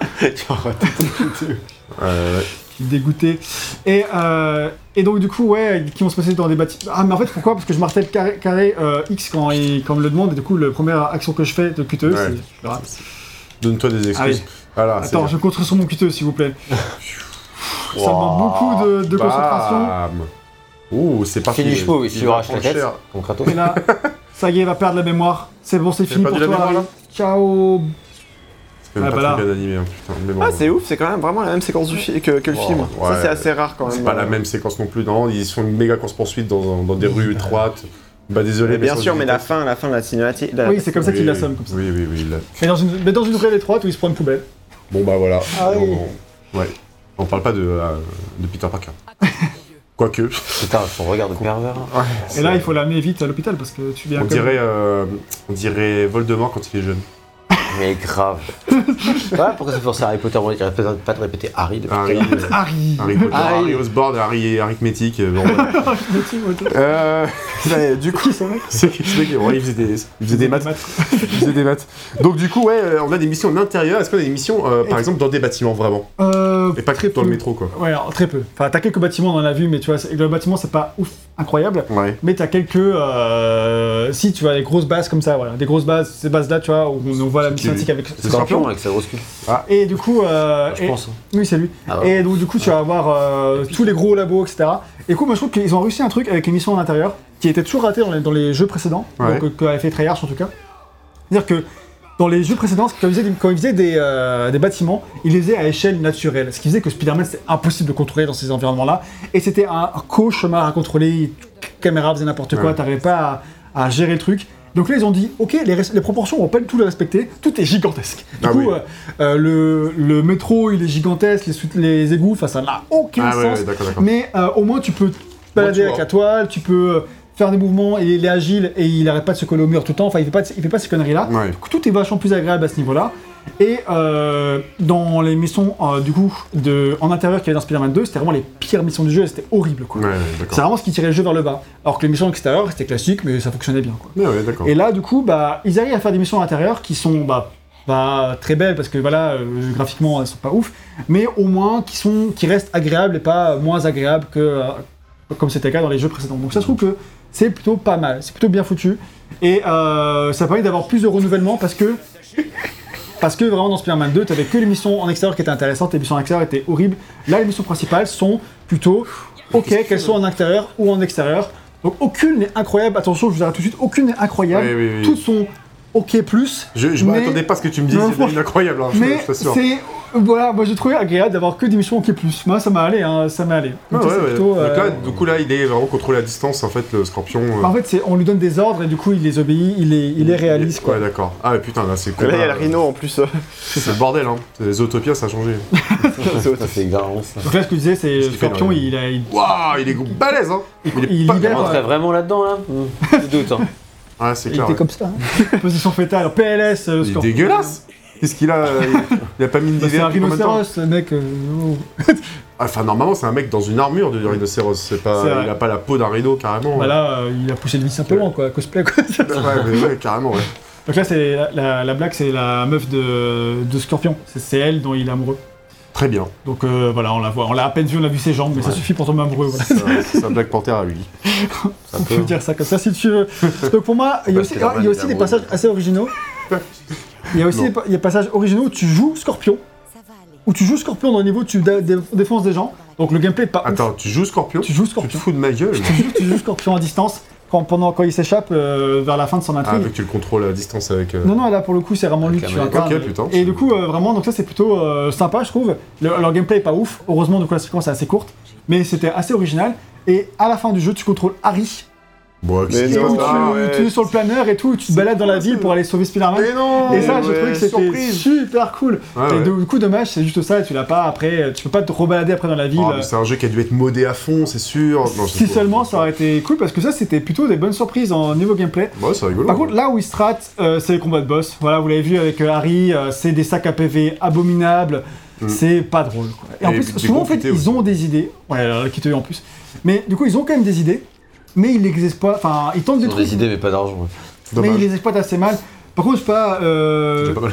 euh, ouais. dégoûté. Et, euh, et donc du coup, ouais, qui vont se passer dans des bâtiments. Ah mais en fait pourquoi Parce que je martèle carré, carré euh, X quand, il, quand on me le demande et du coup le première action que je fais de QTE, Ouais. Ah, c'est... je le rate. Donne-toi des excuses. Allez. Voilà, c'est Attends, bien. je construis sur mon QTE s'il vous plaît. Ça Wow. demande beaucoup de, Bah. de concentration. Bam. Ouh, c'est parti. Finish move, il Il se va arrache la prendre tête. cher. Mon craton. Et là, ça y est, il va perdre la mémoire. C'est bon, c'est Il a fini pour perdu toi. la mémoire, Harry. là Ciao. C'est même Ah, pas bah là. très bien animé. hein, putain, mais bon. Ah, c'est ouf, c'est quand même vraiment la même séquence du fi- que, que le Wow, film. Ça, ouais. c'est assez rare quand même. C'est pas la même séquence non plus, non Ils sont une méga course-poursuite dans, dans des rues étroites. Bah désolé, Mais bien ça, sûr, je- mais la fin, la fin de la cinématique. la- Oui, c'est comme ça Oui, qu'il l'assomme, comme ça. Oui, oui, oui. là. Mais dans une, mais dans une ruelle étroite où il se prend une poubelle. Bon bah voilà. Ah oui. on, ouais. On parle pas de, euh, de Peter Parker. Quoique, Putain, son regard de pervers. hein. Et là, il faut l'amener vite à l'hôpital parce que tu viens on comme- dirait, euh, on dirait Voldemort quand il est jeune. Mais grave. ouais, pourquoi c'est pour ça Harry Potter On dirait peut-être pas de répéter Harry de Harry, euh, Harry. Harry Potter, Harry. Harry Osborn, Harry arithmétique. euh, Bon, voilà. Le team auto. euh, Mais du coup, Qui sont mecs c'est c'est vrai qu'il- ouais, il faisait des, il faisait des maths. il faisait des maths. Donc du coup, ouais, euh, on a des missions en intérieur. Est-ce qu'on a des missions, euh, par exemple, dans des bâtiments vraiment Euh, Et pas que dans le métro, quoi. Ouais, alors, très peu. Enfin, t'as quelques bâtiments dans la vue, mais tu vois, c'est- le bâtiment, c'est pas ouf, incroyable. Ouais. Mais t'as quelques. euh, Si, tu vois, des grosses bases comme ça, voilà. Des grosses bases, ces bases-là, tu vois, où on, on voit la mission qui- antique avec. C'est Scorpion avec sa grosse queue. Et du coup. euh, Je et- pense. hein. Oui, c'est lui. Ah ouais. Et donc, du coup, tu vas avoir euh, tous les gros labos, etc. Et du coup, moi, je trouve qu'ils ont réussi un truc avec les missions à l'intérieur qui était toujours raté dans les, dans les jeux précédents, Ouais. donc, euh, que avait fait Treyarch en tout cas. C'est-à-dire que dans les jeux précédents, quand ils faisaient, des- quand ils faisaient des, euh, des bâtiments, ils les faisaient à échelle naturelle. Ce qui faisait que Spider-Man, c'était impossible de contrôler dans ces environnements-là. Et c'était un court chemin à contrôler. Caméra faisait n'importe quoi, Ouais. t'arrivais pas à, à gérer le truc. Donc là, ils ont dit, ok, les, res- les proportions, on va pas du tout les respecter, tout est gigantesque. Du Ah coup, oui. euh, euh, le, le métro, il est gigantesque, les, suites- les égouts, enfin, ça n'a aucun Ah sens. ouais, ouais, d'accord, d'accord. mais euh, au moins, tu peux te balader tu avec vois. la toile, tu peux euh, faire des mouvements, et il est agile et il arrête pas de se coller au mur tout le temps, enfin, il fait pas, de- il fait pas ces conneries-là. Ouais. Donc, tout est vachement plus agréable à ce niveau-là. Et euh, dans les missions, euh, du coup, de, en intérieur qu'il y avait dans Spider-Man 2, c'était vraiment les pires missions du jeu, et c'était horrible, quoi. Ouais, ouais, d'accord. C'est vraiment ce qui tirait le jeu vers le bas. Alors que les missions extérieures, c'était classique, mais ça fonctionnait bien, quoi. Ouais, ouais, d'accord. Et là, du coup, bah, ils arrivent à faire des missions intérieures qui sont bah, bah, très belles parce que voilà, euh, graphiquement, elles sont pas ouf, mais au moins qui sont, qui restent agréables et pas euh, moins agréables que euh, comme c'était le cas dans les jeux précédents. Donc ça se trouve que c'est plutôt pas mal, c'est plutôt bien foutu et euh, ça permet d'avoir plus de renouvellement parce que parce que vraiment dans Spider-Man 2, t'avais que les missions en extérieur qui étaient intéressantes, les missions en extérieur étaient horribles. Là, les missions principales sont plutôt ok, qu'elles soient en intérieur ou en extérieur. Donc aucune n'est incroyable, attention, je vous arrête tout de suite, aucune n'est incroyable, Oui, oui, oui. toutes sont ok plus. Je, je mais- m'attendais pas à ce que tu me dises, Non, c'est franchement- incroyable, hein, je- Mais je t'assure. c'est voilà, moi j'ai trouvé agréable d'avoir que des missions ok plus. Moi ça m'a allé, hein, ça m'a allé. Ouais, Donc, ça, Ah ouais, c'est ouais. plutôt, euh, bah, Donc là, du coup, là, il est vraiment contrôlé à distance, en fait, le scorpion. euh, En fait, c'est- on lui donne des ordres et du coup il les obéit, il les, il les réalise quoi. Ouais, d'accord. Ah, mais putain, là, c'est cool. là, il y a le rhino en plus. Euh, C'est le bordel, hein. Les Autopias, ça a changé. C'est autre- Ça fait garant ça. Donc là, ce que je disais, c'est Qu'est-ce qu'il fait, Scorpion, là il, a- il- Waouh, il est balèze, hein. il Il libère, rentrait vraiment là-dedans là Hum, Je doute. hein. Ah, c'est il clair. était ouais. comme ça. hein. Position fétale, PLS, euh, Il est Scorpion. dégueulasse. Qu'est-ce qu'il a euh, Il a pas mis une Bah, C'est dizaine un depuis combien de temps rhinocéros, le mec. euh, oh. Ah, Enfin, normalement, c'est un mec dans une armure de rhinocéros. C'est C'est pas, vrai. il a pas la peau d'un rhino carrément. Bah là, euh, il a poussé le vice un peu loin, quoi, cosplay, quoi. Ouais, mais ouais, carrément, ouais. Donc là, c'est la, la- la blague, c'est la meuf de, de Scorpion. C'est- C'est elle dont il est amoureux. Très bien. Donc euh, voilà, on la voit. On l'a à peine vue, on a vu ses jambes, mais ça suffit pour tomber amoureux. voilà. Ça- Euh, C'est un Black Panther à lui. Ça On peut peut. dire ça comme ça si tu veux. Donc pour moi, il y a aussi, Spider-Man, il y a aussi il est des amoureux. passages assez originaux. Il y a aussi Non. des, pa- il y a des passages originaux où tu joues Scorpion, Ça va aller. où tu joues Scorpion dans le niveau, où tu dé- dé- défonces des gens. Donc le gameplay est pas ouf. Attends, tu joues scorpion Tu joues Tu te Scorpion. fous de ma gueule moi. tu, joues, tu joues Scorpion à distance quand, pendant, quand il s'échappe euh, vers la fin de son Ah, intrigue. vu que tu le contrôles à distance avec. euh, Non, non, là pour le coup, c'est vraiment lui Avec que la tu manette. incarnes. Ok, putain. Et du coup, euh, vraiment, donc ça c'est plutôt euh, sympa, je trouve. Le- leur gameplay est pas ouf. Heureusement, donc la séquence est assez courte, mais c'était assez original. Et à la fin du jeu, tu contrôles Harry. Bon, qu'est-ce Mais qui Et se où passe tu, Ah, ouais. tu es sur le planeur et tout, tu te balades dans la ville pour aller sauver Spider-Man. Mais non Et ça, ouais, j'ai trouvé que c'était surprise. super cool. Ah et ouais. du coup, dommage, c'est juste ça, tu l'as pas après, tu peux pas te rebalader après dans la ville. euh, Oh, mais c'est un jeu qui a dû être modé à fond, c'est sûr. Non, c'est si faux. seulement ça aurait été cool, parce que ça, c'était plutôt des bonnes surprises en niveau gameplay. Ouais, c'est rigolo. Par contre, là où il se rate, euh, c'est les combats de boss. Voilà, vous l'avez vu avec euh, Harry, euh, c'est des sacs à PV abominables. C'est pas drôle. quoi. Et en Mm. Et plus, des souvent, en fait, compliqués aussi. ils ont des idées. Ouais, alors, qui te eu en plus. Mais du coup, ils ont quand même des idées, mais ils les exercent pas. Enfin, ils tentent des Ils ont trucs, des idées mais pas d'argent. mais Dommage. ils les exploitent assez mal. Par contre, je sais pas. euh, J'ai pas mal.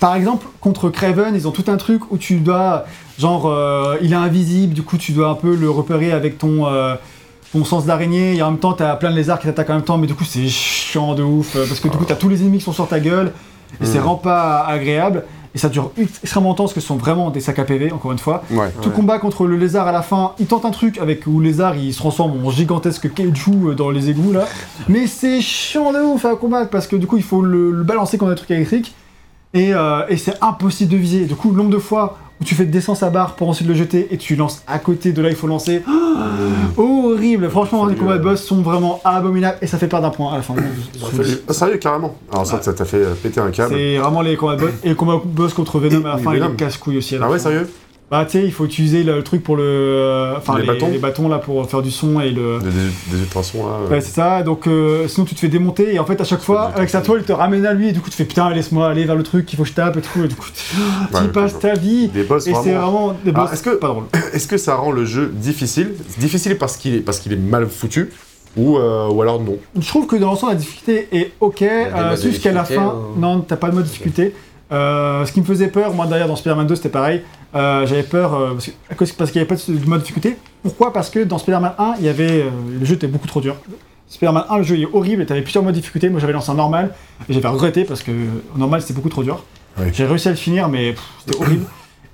Par exemple, contre Craven, ils ont tout un truc où tu dois, genre, euh, il est invisible, du coup, tu dois un peu le repérer avec ton, euh, ton sens d'araignée, et en même temps, t'as plein de lézards qui t'attaquent en même temps, mais du coup, c'est chiant de ouf, euh, parce que du coup, t'as tous les ennemis qui sont sur ta gueule, et c'est vraiment pas agréable, et ça dure extrêmement longtemps, parce que ce sont vraiment des sacs à PV, encore une fois. Ouais. Tout combat contre le lézard à la fin, il tente un truc avec où le lézard il se transforme en gigantesque kaiju euh, dans les égouts là. Mais c'est chiant de ouf à combattre parce que du coup il faut le, le balancer contre un truc électrique. et, euh, et c'est impossible de viser. Du coup, le nombre de fois où tu fais descendre sa barre pour ensuite le jeter et tu lances à côté de là, il faut lancer. Ah. horrible. Franchement, les combats de euh, boss sont vraiment abominables et ça fait perdre un point à la fin. Ah, sérieux, carrément. Alors ça, ça t'a fait euh, péter un câble. Ah. C'est vraiment les combats de boss. Et le combat boss contre Venom à la Et fin, il Venom. est casse-couille aussi. à la Ah ouais, fin. sérieux Bah, tu sais, il faut utiliser le, le truc pour le. Enfin, Les les, bâtons les bâtons là pour faire du son et le. Des, des, des ultrasons, là. euh. Ouais, c'est ça, donc euh, sinon tu te fais démonter et en fait à chaque fois du avec sa toile il te ramène à lui et du coup tu fais putain laisse-moi aller vers le truc il faut que je tape et tout et du coup tu tu Ouais, passes ta vie Des boss, et c'est vraiment. vraiment des Ah, boss est-ce que- pas drôle. Est-ce que ça rend le jeu difficile Difficile parce qu'il est, parce qu'il est mal foutu ou, euh, ou alors non Je trouve que dans l'ensemble la difficulté est ok, des euh, modes de jusqu'à la difficulté, hein. fin, ou- non t'as pas de mode difficulté. Euh, ce qui me faisait peur, moi d'ailleurs dans Spider-Man 2 c'était pareil, euh, j'avais peur euh, parce que- à cause- parce qu'il n'y avait pas de de mode difficulté. Pourquoi Parce que dans Spider-Man 1, il y avait, euh, le jeu était beaucoup trop dur. Spider-Man 1, le jeu il est horrible et t'avais plusieurs modes de difficulté. Moi j'avais lancé en normal et j'avais regretté parce que en normal c'était beaucoup trop dur. Ouais. J'ai réussi à le finir mais pff, c'était horrible.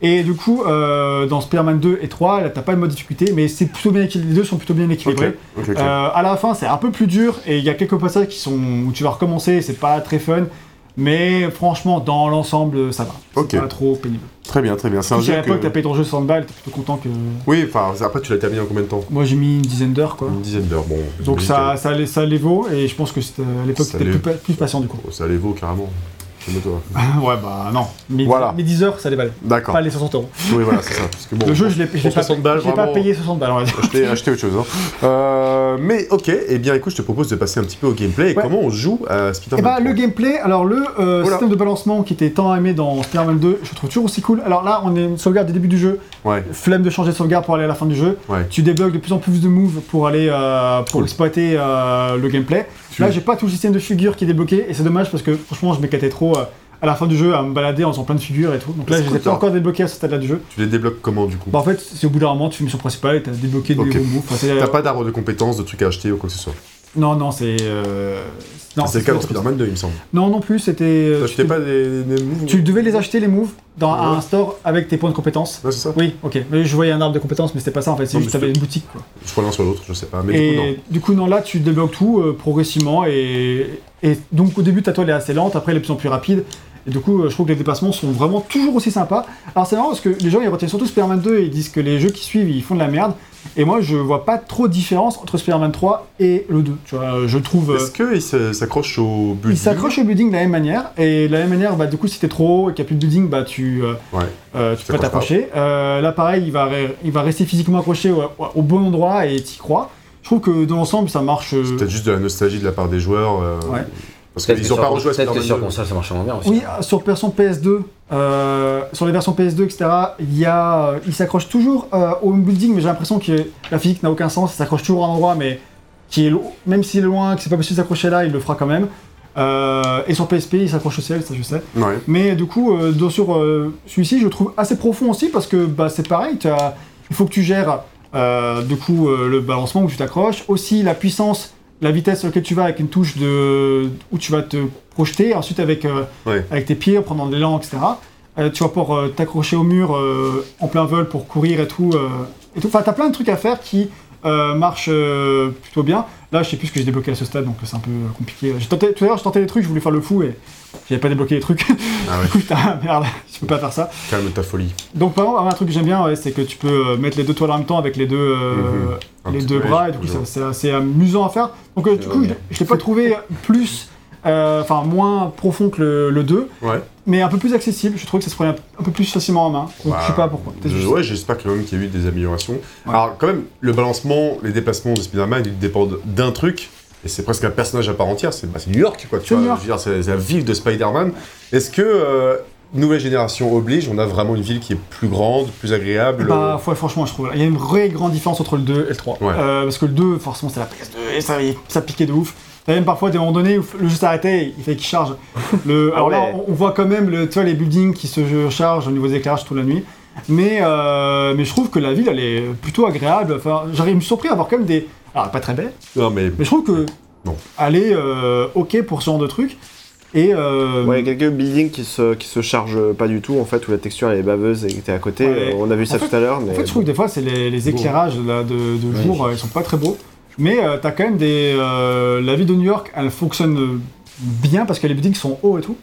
Et du coup, euh, dans Spider-Man 2 et 3, là t'as pas de mode difficulté mais c'est plutôt bien équilibré, les deux sont plutôt bien équilibrés. ok, ok. Euh, à la fin, c'est un peu plus dur et il y a quelques passages qui sont où tu vas recommencer, c'est pas très fun. Mais franchement, dans l'ensemble, ça va. C'est Ok. pas trop pénible. Très bien, très bien. C'est un Si à jeu l'époque, que... t'as payé ton jeu 100 balles, t'es plutôt content que. Oui, enfin, après, tu l'as terminé en combien de temps Moi, j'ai mis une dizaine d'heures, quoi. Une dizaine d'heures, bon. Donc limite, ça, ça, les- ça les vaut et je pense que c'était- à l'époque, Ça t'étais les- plus, pa- plus patient du coup. euh, Ça les vaut carrément. Calme-toi. ouais, bah non. Mais, Voilà. mais 10 heures, ça les valait. D'accord. Pas les 60 euros. Oui, voilà, c'est ça. Parce que bon, Le jeu, je l'ai je l'ai pour pas, 60 balles, je l'ai pas vraiment, payé 60 balles, on va dire. Acheter, acheter autre chose. hein. Euh, mais ok, et eh bien écoute, je te propose de passer un petit peu au gameplay. Et Ouais. Comment on joue à Et Spider-Man bah 3? le gameplay, alors le euh, Voilà. système de balancement qui était tant aimé dans Spider-Man 2, je le trouve toujours aussi cool. Alors là, on est une sauvegarde du début du jeu, Ouais, flemme de changer de sauvegarde pour aller à la fin du jeu. ouais. Tu débloques de plus en plus de moves pour aller euh, pour Cool. exploiter euh, le gameplay. Tu- Là, j'ai pas tout le système de figures qui est débloqué et c'est dommage parce que franchement, je m'éclatais trop euh, à la fin du jeu à me balader en faisant plein de figures et tout. Donc là, C'est je les cool, ai pas ça. encore débloqués à ce stade-là du jeu. Tu les débloques comment du coup Bah en fait, c'est au bout d'un moment, tu fais une mission principale et t'as débloqué des Ok. nouveaux moves. Enfin, c'est- T'as pas d'arbre de compétences, de trucs à acheter ou quoi que ce soit. Non, non, c'est euh, non, c'est le c'est- cas dans Spider-Man 2, il me semble. Non, non plus, c'était. euh, T'as tu t'es- acheté pas des, des moves Tu devais les acheter les moves dans à Ouais. un store avec tes points de compétence. Ouais, c'est ça. Oui, ok. Mais je voyais un arbre de compétences, mais c'était pas ça en fait. C'est Non, juste mais t'avais c'est- une boutique. Quoi. Je crois l'un sur l'autre, je sais pas. Mais du coup, non. et du coup, non, là, tu débloques tout euh, progressivement et, et donc au début, ta toile est assez lente. Après, elle est de plus en plus rapide. Et du coup, euh, je trouve que les dépassements sont vraiment toujours aussi sympas. Alors c'est marrant parce que les gens ils retiennent surtout Spider-Man 2 et ils disent que les jeux qui suivent ils font de la merde. Et moi, je vois pas trop de différence entre Spider-Man 3 et le 2. Tu vois, je trouve. euh, Est-ce qu'il se- s'accroche au but il s'accroche au building de la même manière, et de la même manière, bah, du coup, si t'es trop haut et qu'il n'y a plus de building, bah, tu, euh, Ouais. euh, tu peux pas t'accroches pas. t'accrocher. Euh, là, pareil, il va, re- il va rester physiquement accroché au, au bon endroit et t'y crois. Je trouve que dans l'ensemble, ça marche. euh, Peut-être juste de la nostalgie de la part des joueurs. euh, Ouais. Parce Peut-être que qu'ils ont sur- pas rejoué à Peut-être que sur Spider-Man 2. console, ça marche moins bien aussi. Oui, sur version PS2, euh, sur les versions PS2, etc., il, y a, euh, il s'accroche toujours euh, au building, mais j'ai l'impression que la physique n'a aucun sens, il s'accroche toujours à un endroit, mais qui est lo- même s'il est loin, que c'est pas possible de s'accrocher là, il le fera quand même. Euh, et sur PSP, il s'accroche au ciel, ça je sais. Ouais. Mais du coup, euh, dans- sur euh, celui-ci, je le trouve assez profond aussi parce que bah, c'est pareil, t'as- il faut que tu gères euh, du coup euh, le balancement où tu t'accroches, aussi la puissance, la vitesse à laquelle tu vas avec une touche de où tu vas te projeter, ensuite avec, euh, Ouais. avec tes pieds en prenant de l'élan, etc. Euh, tu vas pouvoir euh, t'accrocher au mur euh, en plein vol pour courir et tout. euh, et tout. Enfin, t'as plein de trucs à faire qui euh, marchent euh, plutôt bien. Là, je sais plus ce que j'ai débloqué à ce stade, donc c'est un peu euh, compliqué. J'ai tenté- tout à l'heure, je tentais des trucs, je voulais faire le fou et j'avais pas débloqué les trucs. Ah ouais. Putain, merde, je peux pas faire ça. Calme ta folie. Donc, par exemple, un truc que j'aime bien, ouais, c'est que tu peux euh, mettre les deux toiles en même temps avec les deux, euh, Mhm. Un les petit deux peu, bras, ouais, et du coup, toujours. ça- c'est assez amusant à faire. Donc, euh, du C'est coup, vrai. je, je l'ai pas trouvé plus, euh, enfin, moins profond que le, le 2, Ouais. mais un peu plus accessible. Je trouvais que ça se prenait un, un peu plus facilement en main. Donc, Bah, je sais pas pourquoi. je- Peut-être juste- ouais, j'espère quand même qu'il y a eu des améliorations. Alors, quand même, le balancement, les déplacements de Spider-Man, ils dépendent d'un truc. Et c'est presque un personnage à part entière. C'est bah, c'est New York, quoi. Tu C'est vois, New York. Je veux dire, c'est c'est la ville de Spider-Man. Est-ce que euh, nouvelle génération oblige, on a vraiment une ville qui est plus grande, plus agréable Bah, ouais, franchement, je trouve. Il y a une vraie grande différence entre le 2 et le 3. Ouais. Euh, parce que le 2, forcément, c'est la PS2 et ça, ça piquait de ouf. T'as même parfois des moments donnés où le jeu s'arrêtait et il fallait qu'il charge. Le, alors là, ouais. on, on voit quand même le, tu vois, les buildings qui se chargent au niveau des éclairages toute la nuit. Mais, euh, mais je trouve que la ville, elle est plutôt agréable. Enfin, j'arrive me surpris à avoir quand même des. Alors, pas très belle, euh, Non, mais mais je trouve que. Non. Elle est euh, ok pour ce genre de truc. Et. euh, Ouais, il y a quelques buildings qui se, qui se chargent pas du tout, en fait, où la texture elle est baveuse et qui était à côté. Ouais. Euh, On a vu ça fait- tout à l'heure, mais. En fait, je trouve que des fois, c'est les, les éclairages là, de, de jour, euh, ils sont pas très beaux. Mais euh, t'as quand même des. euh, la ville de New York, elle fonctionne euh, bien parce que les buildings sont hauts et tout.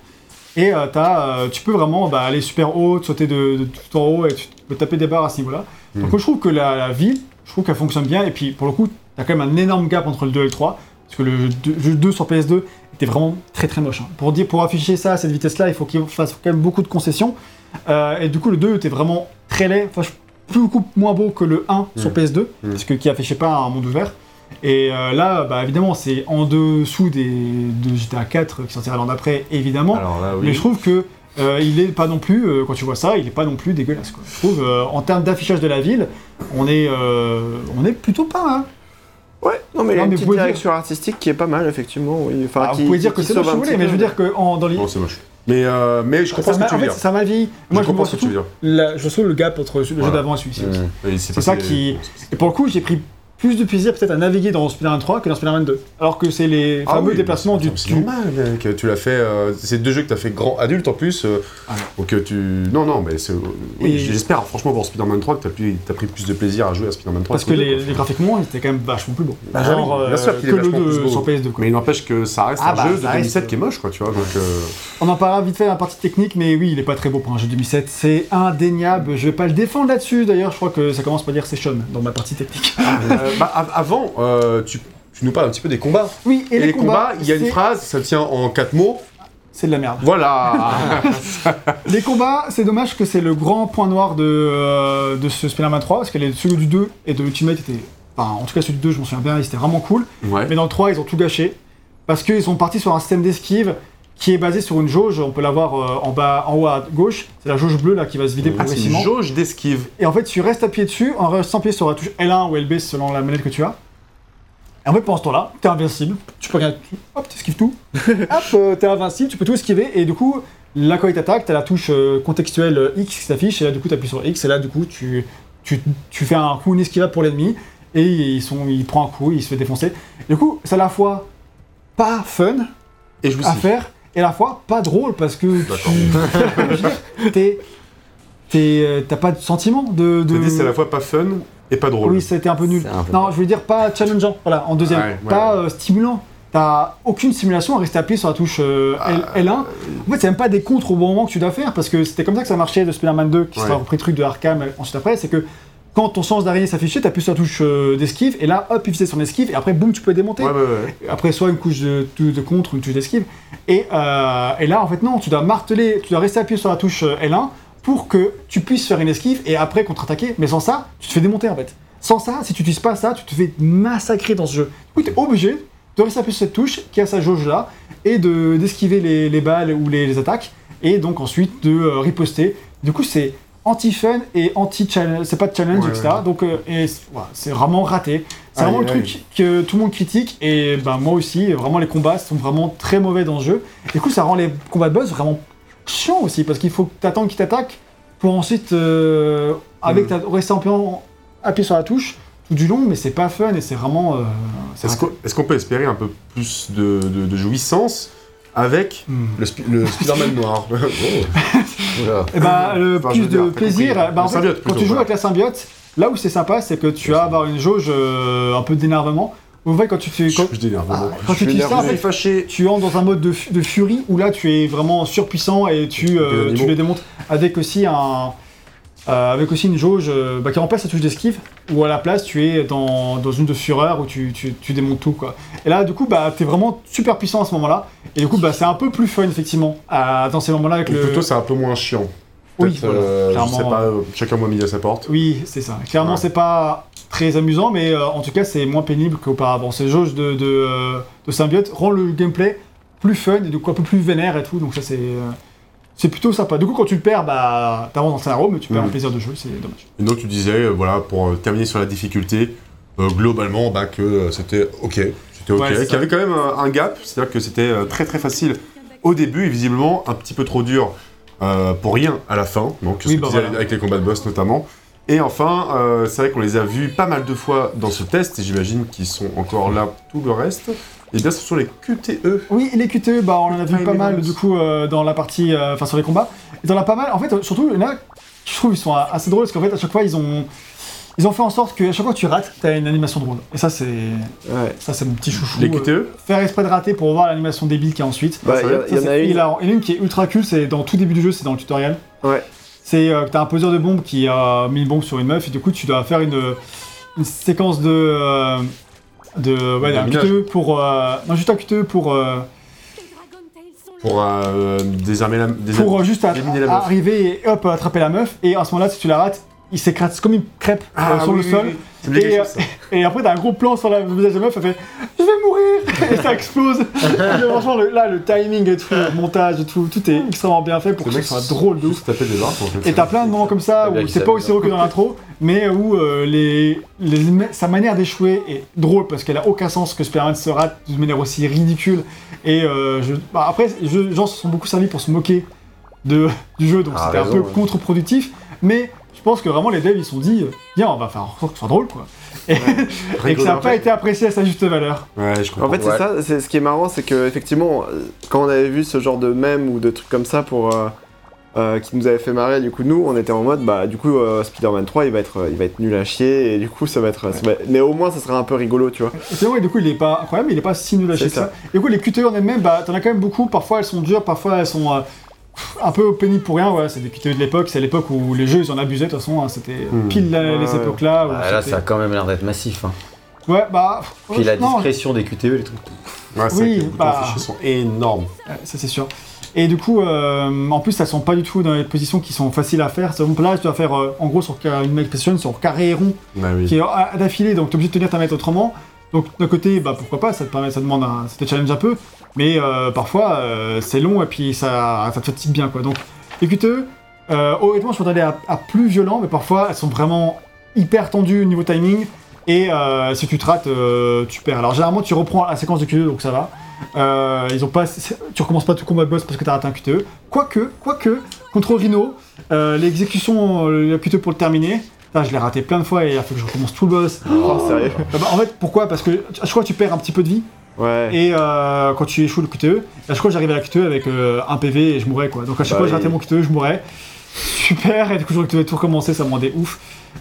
Et euh, t'as, euh, tu peux vraiment bah, aller super haut, te sauter de, de tout en haut et tu peux taper des barres à ce niveau-là. Donc je trouve que la, la ville, je trouve qu'elle fonctionne bien. Et puis pour le coup, t'as quand même un énorme gap entre le 2 et le 3. Parce que le jeu deux- jeu 2 sur PS2 était vraiment très très moche. hein. Pour, dire, pour afficher ça à cette vitesse-là, il faut qu'il fasse quand même beaucoup de concessions. Euh, et du coup, le 2 était vraiment très laid. Enfin, je- beaucoup moins beau que le 1 sur PS2, parce que qui affichait pas un monde ouvert. Et euh, là, bah, évidemment, c'est en dessous des, de GTA 4 qui sortira l'an d'après, évidemment. Alors là, Mais je trouve que euh, il est pas non plus, euh, quand tu vois ça, il est pas non plus dégueulasse. Quoi. Je trouve, euh, en termes d'affichage de la ville, on est, euh, on est plutôt pas mal. Ouais, non, mais il y Non, mais a une vous petite pouvez dire- direction artistique qui est pas mal, effectivement. Oui. Enfin, Alors, qui, Bah, vous pouvez dire qui- que qui c'est moche, sauve si un vous voulez, petit mais peu. je veux dire que en- dans les. Non, c'est moche. Mais, euh, mais je ça comprends ce que m'a- tu en veux fait, dire. ça m'a vieilli. Moi, Je je, me comprends vois ce que tu surtout. veux dire. Mm. la- je trouve le gap entre le jeu Voilà. d'avant et celui-ci. aussi. Et C'est passé- ça qui- Et pour le coup, j'ai pris plus de plaisir peut-être à naviguer dans Spider-Man 3 que dans Spider-Man 2. Alors que c'est les Ah fameux oui, déplacements mais du. attends, C'est du- normal, mec. Tu l'as fait. euh, c'est deux jeux que t'as fait grand adulte en plus. euh, donc euh, tu. Non, non, mais c'est. oui, Ah Et- J'espère franchement pour Spider-Man 3 que t'as plus- t'as pris plus de plaisir à jouer à Spider-Man 3. Parce que deux, les, quoi. les graphiquement, ils étaient quand même vachement plus beaux. Bah, Genre, oui, bien euh, sûr qu'il est que le vachement plus 2 beau. sur PS2. Quoi. Mais il n'empêche que ça reste Ah un bah, jeu de ça 2007 reste- qui est moche, quoi, tu vois. Donc, euh, On en parlera vite fait dans la partie technique, mais oui, il est pas très beau pour un jeu de 2007. C'est indéniable. Je vais pas le défendre là-dessus. D'ailleurs, je crois que ça commence par dire c'est Sean dans ma partie technique. euh, bah, av- avant, euh, tu, tu nous parles un petit peu des combats. Oui, et, Et, les combats, il y a une c'est- phrase, ça tient en quatre mots. C'est de la merde. Voilà Les combats, c'est dommage que c'est le grand point noir de, euh, de ce Spider-Man 3, parce que les- celui du 2 et de Ultimate étaient. Enfin, en tout cas, celui du 2, je m'en souviens bien, c'était vraiment cool. Ouais. Mais dans le 3, ils ont tout gâché. Parce qu'ils sont partis sur un système d'esquive qui est basé sur une jauge. On peut l'avoir euh, en, bas, en haut à gauche. C'est la jauge bleue là qui va se vider Ah, c'est une progressivement. jauge d'esquive. Et en fait, tu restes appuyé dessus en restant appuyé sur la touche L1 ou LB selon la manette que tu as. Et en fait, pendant ce temps-là, t'es invincible. Tu peux regarder, hop, t'esquives tout. hop, euh, t'es invincible, tu peux tout esquiver. Et du coup, là, quand il t'attaque, t'as la touche euh, contextuelle euh, X qui s'affiche. Et là, du coup, t'appuies sur X. Et là, du coup, tu, tu, tu fais un coup inesquivable pour l'ennemi. Et ils sont, il prend un coup, il se fait défoncer. Du coup, c'est à la fois pas fun Et je vous à faire, et à la fois pas drôle parce que tu. t'es- t'es, euh, T'as pas de sentiment de. de... T'as dit c'est à la fois pas fun et pas drôle. Oui, c'était un peu nul. C'est un peu non, pas- je veux dire pas challengeant, voilà, en deuxième. Ouais, ouais, pas euh, stimulant. T'as aucune stimulation à rester appuyé sur la touche euh, Ah. L- L1. En fait, c'est même pas des contres au bon moment que tu dois faire, parce que c'était comme ça que ça marchait de Spider-Man 2, qui sera Ouais. repris le truc de Arkham euh, ensuite après, c'est que quand ton sens d'araignée s'affichait, t'appuies sur la touche euh, d'esquive, et là, hop, il faisait son esquive, et après, boum, tu peux démonter Ouais, ouais, ouais. après soit une couche de, de, de contre, une touche d'esquive. Et, euh, et là, en fait, non, tu dois marteler, tu dois rester appuyé sur la touche euh, L1 pour que tu puisses faire une esquive et après contre-attaquer. Mais sans ça, tu te fais démonter en fait. Sans ça, si tu n'utilises pas ça, tu te fais massacrer dans ce jeu. Du coup, t'es obligé de rester appuyé sur cette touche qui a sa jauge là et de- d'esquiver les, les balles ou les, les attaques et donc ensuite de euh, riposter. Du coup, c'est anti-fun et anti-challenge, c'est pas de challenge, Ouais, etc. Donc, euh, et c'est voilà, c'est vraiment raté. C'est Aïe, vraiment le aïe. truc que tout le monde critique et ben moi aussi vraiment les combats sont vraiment très mauvais dans ce jeu du coup ça rend les combats de boss vraiment chiants aussi parce qu'il faut que t'attendes qu'ils t'attaquent pour ensuite euh, Mm. avec ta, rester en plan- appuyé sur la touche tout du long mais c'est pas fun et c'est vraiment euh, c'est Est-ce qu'on est-ce qu'on peut espérer un peu plus de, de- de jouissance avec le, spi- le Spider-Man noir Oula. Et bah, le Enfin, je plus veux dire, de t'as plaisir, compris. bah, en Le fait, symbiote, quand plutôt, tu joues voilà. avec la symbiote, là où c'est sympa, c'est que tu vas avoir une jauge euh, un peu d'énervement. Vous voyez, quand tu fais. Quand, Je dénerve. ah, vraiment. quand tu utilises ça, en fait, fâché. tu entres dans un mode de, fu- de furie où là tu es vraiment surpuissant et tu, euh, Des animaux. tu les démontes avec aussi un euh, avec aussi une jauge euh, bah, qui remplace la touche d'esquive où à la place tu es dans, dans une de fureur où tu, tu, tu démontes tout quoi et là du coup bah t'es vraiment super puissant à ce moment là et du coup bah c'est un peu plus fun effectivement à- dans ces moments là avec Ou le plutôt, c'est un peu moins chiant. Oui, Peut-être, voilà, euh, je clairement, sais pas, euh, chacun moins mis à sa porte. Oui, c'est ça. Clairement, Ouais. c'est pas très amusant, mais euh, en tout cas, c'est moins pénible qu'auparavant. Ces jauges de, de, euh, de symbiote rendent le gameplay plus fun et du coup un peu plus vénère et tout. Donc ça, c'est euh, c'est plutôt sympa. Du coup, quand tu le perds, bah t'avances dans le scénario, mais tu perds Mhm. le plaisir de jeu. C'est dommage. Et donc, tu disais, euh, voilà, pour euh, terminer sur la difficulté, euh, globalement, bah, que euh, c'était OK. C'était OK. Ouais, c'est Qu'il y ça. avait quand même un, un gap, c'est-à-dire que c'était euh, très très facile au début et visiblement un petit peu trop dur euh, pour rien à la fin. Donc, ce Oui, que bah tu disais voilà. avec les combats de boss notamment. Et enfin, euh, c'est vrai qu'on les a vus pas mal de fois dans ce test, et j'imagine qu'ils sont encore là tout le reste. Et bien, ce sont les E. QTE. Oui, et les QTE, bah on en a vu Ah, pas il est mal dense. du coup euh, dans la partie, euh, enfin sur les combats. Et dans la pas mal, en fait, euh, surtout il y en a, je trouve ils sont euh, assez drôles parce qu'en fait à chaque fois ils ont Ils ont fait en sorte que à chaque fois que tu rates, t'as une animation drôle. Et ça, c'est Ouais. ça, c'est mon petit chouchou. Les E, Euh, QTE Faire exprès de rater pour voir l'animation débile qui est ensuite. Bah, ça il va y, être- a- il y en a c'est une. hilarant. Et l'une qui est ultra cool, c'est dans tout début du jeu, c'est dans le tutoriel. Ouais. C'est euh, que t'as un poseur de bombe qui a mis une bombe sur une meuf et du coup tu dois faire une, une séquence de euh, de ouais De d'un minage. QTE pour euh, non juste un QTE pour euh, pour euh, désarmer la. désarmer- pour euh, juste à- éliminer la meuf. arriver et hop attraper la meuf et à ce moment-là si tu la rates il s'écrase comme une crêpe Ah, euh, sur oui, le oui, sol oui. Ça me dit quelque Et, euh, chose, ça. et après t'as un gros plan sur la le visage de la meuf elle fait je vais mourir et ça explose Et franchement le- là le timing et tout le montage et tout tout est extrêmement bien fait pour Le que ça mec soit drôle de ouf se tapait des arbres. en fait. Et t'as plein de moments comme ça Bien où qu'il c'est pas s'appelle, aussi drôle que dans l'intro, mais où euh, les, les- sa manière d'échouer est drôle parce qu'elle a aucun sens que Spider-Man se rate d'une manière aussi ridicule. Et euh, je, bah, après, je, les gens se sont beaucoup servis pour se moquer de, du jeu, donc Ah, c'était un raison, peu ouais. contre-productif. Mais je pense que vraiment les devs ils se sont dit, euh, viens, on va faire en sorte que ce soit drôle quoi. Et, et que Rigolo, ça n'a en pas fait. été apprécié à sa juste valeur. Ouais, je comprends. En fait, c'est Ouais. ça. C'est ce qui est marrant, c'est que effectivement, euh, quand on avait vu ce genre de mème ou de trucs comme ça pour euh, euh, qui nous avait fait marrer, du coup, nous, on était en mode, bah, du coup, euh, Spider-Man 3, il va être, euh, il va être nul à chier, et du coup, ça va être, ça va- mais au moins, ça sera un peu rigolo, tu vois. Et c'est vrai, du coup, il est pas incroyable, mais il est pas si nul à C'est chier que ça. Du coup, les QTE en elles-mêmes, bah, t'en as quand même beaucoup. Parfois, elles sont dures, parfois, elles sont euh, pff, un peu pénibles pour rien. Voilà, c'est des QTE de l'époque. C'est l'époque où les jeux, ils en abusaient, de toute façon. hein, C'était pile la- Ouais, les ouais. époques-là. où Ah, là, c'était- ça a quand même l'air d'être massif. Hein. Ouais, bah. pff, Puis la non, discrétion des QTE, les trucs. Ouais, c'est oui, vrai que les boutons bah. fléchés sont énormes. Ouais, euh, ça c'est sûr. Et du coup, euh, en plus, elles sont pas du tout dans les positions qui sont faciles à faire. C'est-à-dire, là, tu dois faire, euh, en gros, sur ca- une mec position, sur carré et rond, Bah oui. qui est euh, d'affilée, donc t'es obligé de tenir ta mètre autrement. Donc d'un côté, bah pourquoi pas, ça te permet, ça demande, un, ça te challenge un peu, mais euh, parfois euh, c'est long et puis ça, ça te fatigue bien quoi. Donc les QTE, euh, honnêtement, je m'attendais à, à plus violent, mais parfois elles sont vraiment hyper tendues au niveau timing et euh, si tu te rates, euh, tu perds. Alors généralement, tu reprends la séquence de QTE, donc ça va. Euh, ils ont pas, c'est- tu recommences pas tout combat de boss parce que t'as raté un QTE. Quoique, quoique, contre Rhino, euh, l'exécution, euh, la QTE pour le terminer. Putain, je l'ai raté plein de fois et il a fallu que je recommence tout le boss. Oh, sérieux. Bah, bah, en fait, pourquoi Parce que je crois que tu perds un petit peu de vie Ouais. et euh, quand tu échoues le QTE, là, je crois que j'arrivais à la QTE avec euh, un PV et je mourais quoi. Donc à chaque Bah, fois que je ratais et- mon QTE, je mourais. Super, et du coup, je devais E tout recommencer, ça me rendait ouf.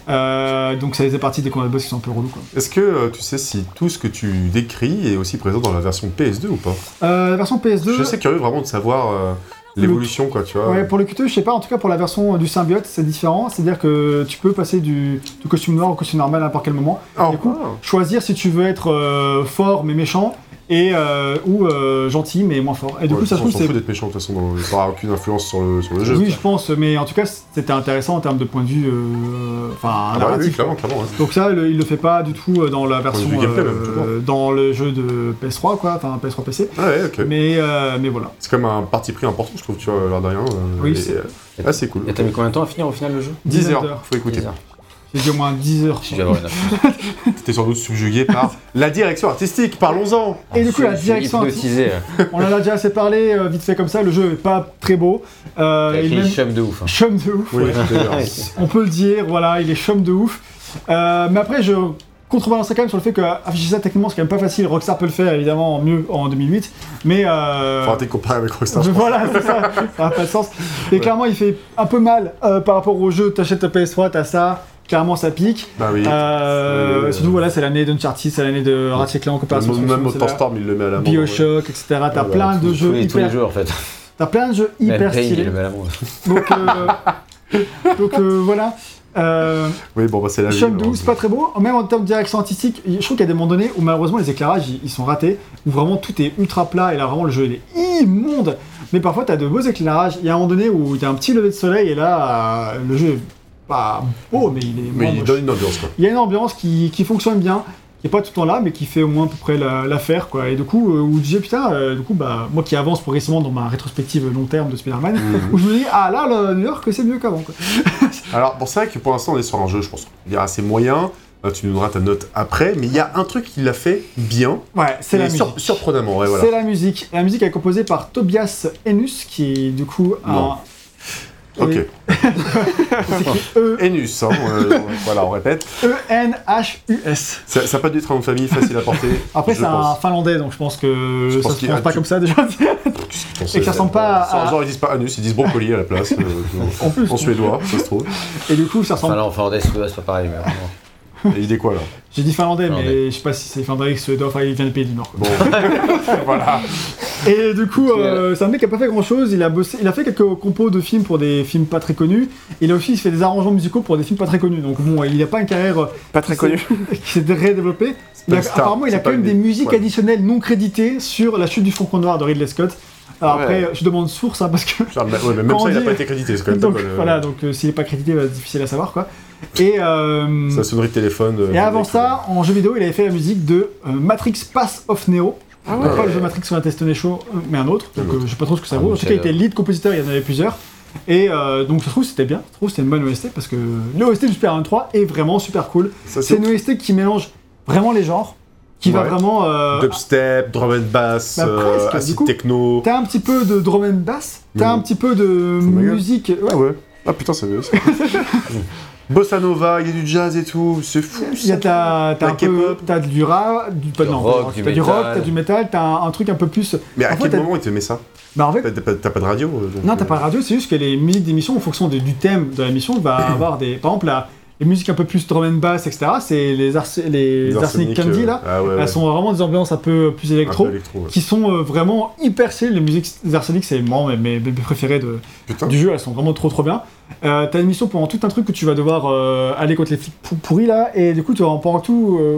Euh, donc ça faisait partie des combats de boss qui sont un peu relous quoi. Est-ce que euh, tu sais si tout ce que tu décris est aussi présent dans la version PS2 ou pas Euh, la version PS2. Je sais curieux vraiment de savoir euh, l'évolution, quoi, tu vois. Ouais, pour le QTE, je sais pas, en tout cas pour la version euh, du symbiote, c'est différent. C'est-à-dire que tu peux passer du, du costume noir au costume normal à n'importe quel moment. Ah, Du coup, Ah. choisir si tu veux être euh, fort mais méchant, et, euh, ou euh, gentil mais moins fort. Et du ouais, coup, ça on se trouve, s'en c'est fout d'être méchant, de toute façon, dans- ça aura aucune influence sur le, sur le jeu. Oui, je pense, mais en tout cas, c'était intéressant en termes de point de vue, euh, enfin, Ah, bah oui, narratif. clairement, clairement. hein. Donc ça, le- il le fait pas du tout euh, dans la de version, vue gameplay, euh, même, tout court. dans le jeu de PS3, quoi, enfin PS3 PC. Ah ouais, ok. Mais, euh, mais voilà. C'est quand même un parti pris important, je trouve, tu vois, l'air de rien. euh, Oui, et, c'est- euh, Ah, c'est cool. Et t'as mis combien de temps à finir au final le jeu 10 dizaines heures, d'heures. faut écouter. 10 heures. J'ai dit au moins 10 heures. Je vais avoir une affiche. T'es sans doute subjugué par la direction artistique, parlons-en Et du coup, la Je suis direction hypnotisé. hein. On en a déjà assez parlé, euh, vite fait comme ça, le jeu est pas très beau. Euh, Avec il est les même- chums de ouf. hein. chum de ouf. Oui, ouais. d'ailleurs. On peut le dire, voilà, il est chum de ouf. Euh, mais après, je contrebalancerai quand même sur le fait que afficher ça techniquement, c'est quand même pas facile. Rockstar peut le faire évidemment mieux en 2008, mais euh, Faut arrêter de comparer avec Rockstar. je Mais pense. voilà, c'est ça, ça n'a pas de sens. Et clairement, il fait un peu mal euh, par rapport au jeu. T'achètes ta PS3, t'as ça, clairement ça pique. Bah oui. Euh, Euh, surtout, voilà, c'est l'année d'Uncharted, c'est l'année de Ratchet Clank en Même- comparaison avec Même Simpsons, c'est la- Motorstorm, il le met à la main. Bioshock, etc. T'as Ouais, plein de Tous- tous jeux les- tous les hyper, jeux en fait. t'as plein de jeux Même hyper Payne, il stylés. le met à la main. Donc, euh, donc euh, voilà. Euh, Oui, bon, bah c'est la vie. Chum de alors. ouf, c'est pas très beau. Même en termes de direction artistique, je trouve qu'il y a des moments donnés où malheureusement les éclairages ils, ils sont ratés, où vraiment tout est ultra plat et là vraiment le jeu il est immonde. Mais parfois t'as de beaux éclairages. Il y a un moment donné où il y a un petit lever de soleil et là euh, le jeu est pas beau mais il est. moins Mais il moche. donne une ambiance, quoi. Il y a une ambiance qui, qui fonctionne bien, qui est pas tout le temps là mais qui fait au moins à peu près la- l'affaire quoi. Et du coup euh, où je disais putain, euh, du coup bah moi qui avance progressivement dans ma rétrospective long terme de Spider-Man, Mhm. où je me dis ah là le New York c'est mieux qu'avant quoi. Alors, bon, c'est vrai que pour l'instant, on est sur un jeu, je pense. Il y a assez moyen. Euh, tu nous donneras ta note après. Mais il y a un truc qui l'a fait bien. Ouais c'est la mais musique. sur- surprenamment, ouais, voilà. C'est la musique. La musique est composée par Tobias Enus, qui est du coup Non. un. Ok. E- Enus, hein, euh, voilà, on répète. E-N-H-U-S. Ça, ça a pas dû être un nom de famille facile à porter. Après, je c'est un pense. finlandais, donc je pense que Je ça pense se qu'il prononce a pas du- comme ça déjà. Pense, et que ça euh, ressemble pas à- sans- Genre, ils disent pas Anus, ils disent brocoli à la place. euh, En plus. en suédois, ça se trouve. Et du coup, ça ressemble. Enfin, là, en finlandais, c'est pas pareil. mais vraiment. Et Il est quoi là J'ai dit finlandais, mais Finlandais. je sais pas si c'est finlandais, suédois, enfin il vient des pays du Nord. quoi. Bon, voilà. Et du coup, Parce que- euh, c'est un mec qui a pas fait grand chose. Il a bossé, il a fait quelques compos de films pour des films pas très connus. Et là aussi, il fait des arrangements musicaux pour des films pas très connus. Donc bon, il a pas une carrière euh, Pas très C'est- connu. qui s'est redéveloppée. Il pas a- une star, apparemment, il a c'est pas quand même une- des musiques ouais. additionnelles non créditées sur La chute du Faucon Noir de Ridley Scott. Alors Ouais. après, je demande source hein, parce que Putain, bah, ouais, mais même Quand on ça, il dit- n'a pas été crédité, c'est quand même donc pas mal, euh, voilà, donc euh, s'il est pas crédité, bah, difficile à savoir quoi. Et euh, Sa sonnerie de téléphone. euh, et avant avec, ça, en jeu vidéo, il avait fait la musique de euh, Matrix Pass of Neo. Pas le jeu Matrix sur la Testone Show, euh, mais un autre. Donc Un autre. euh, je sais pas trop ce que ça Un vaut. En autre tout cas, il était chef-d'œuvre. lead compositeur, il y en avait plusieurs. Et euh, donc, je trouve que c'était bien. Je trouve que c'était une bonne OST parce que l'OST du Super 3 est vraiment super cool. euh, ça, C'est c'est une OST qui mélange vraiment les genres, qui va Ouais. vraiment. euh, Dubstep, drum and bass, Bah, euh, presque, du acid coup. techno. T'as un petit peu de drum and bass, Mais t'as un non. petit peu de ma gueule. musique. ouais, Ah ouais. Ah putain, ça veut. ça- Bossa nova, il y a du jazz et tout, c'est fou. Il y a ta, t'as La un peu, K-pop. t'as du rap, du, pas- Du non, rock, pas du t'as du rock, métal. t'as du métal, t'as un, un truc un peu plus. Mais En à fait, quel t'as- moment il te met ça Bah en fait, T'as t'as pas, t'as pas de radio euh, donc, non, t'as euh, pas de radio, c'est juste que les musiques d'émission, en fonction des- du thème de la mission, va avoir des. Par exemple, la- les musiques un peu plus drum and bass, etc., c'est les, ars- les, les Arsenic Candy euh, là. Ah ouais, ouais. Elles sont vraiment des ambiances un peu plus Un peu électro. électro, ouais. qui sont euh, vraiment hyper chill. Les musiques des Arsenic, c'est vraiment mes, mes bébés préférés de, Putain. du jeu, elles sont vraiment trop trop bien. Euh, t'as une mission pendant tout un truc où tu vas devoir euh, aller contre les flics pou- pourris là, et du coup, tu vas en pendant tout, euh,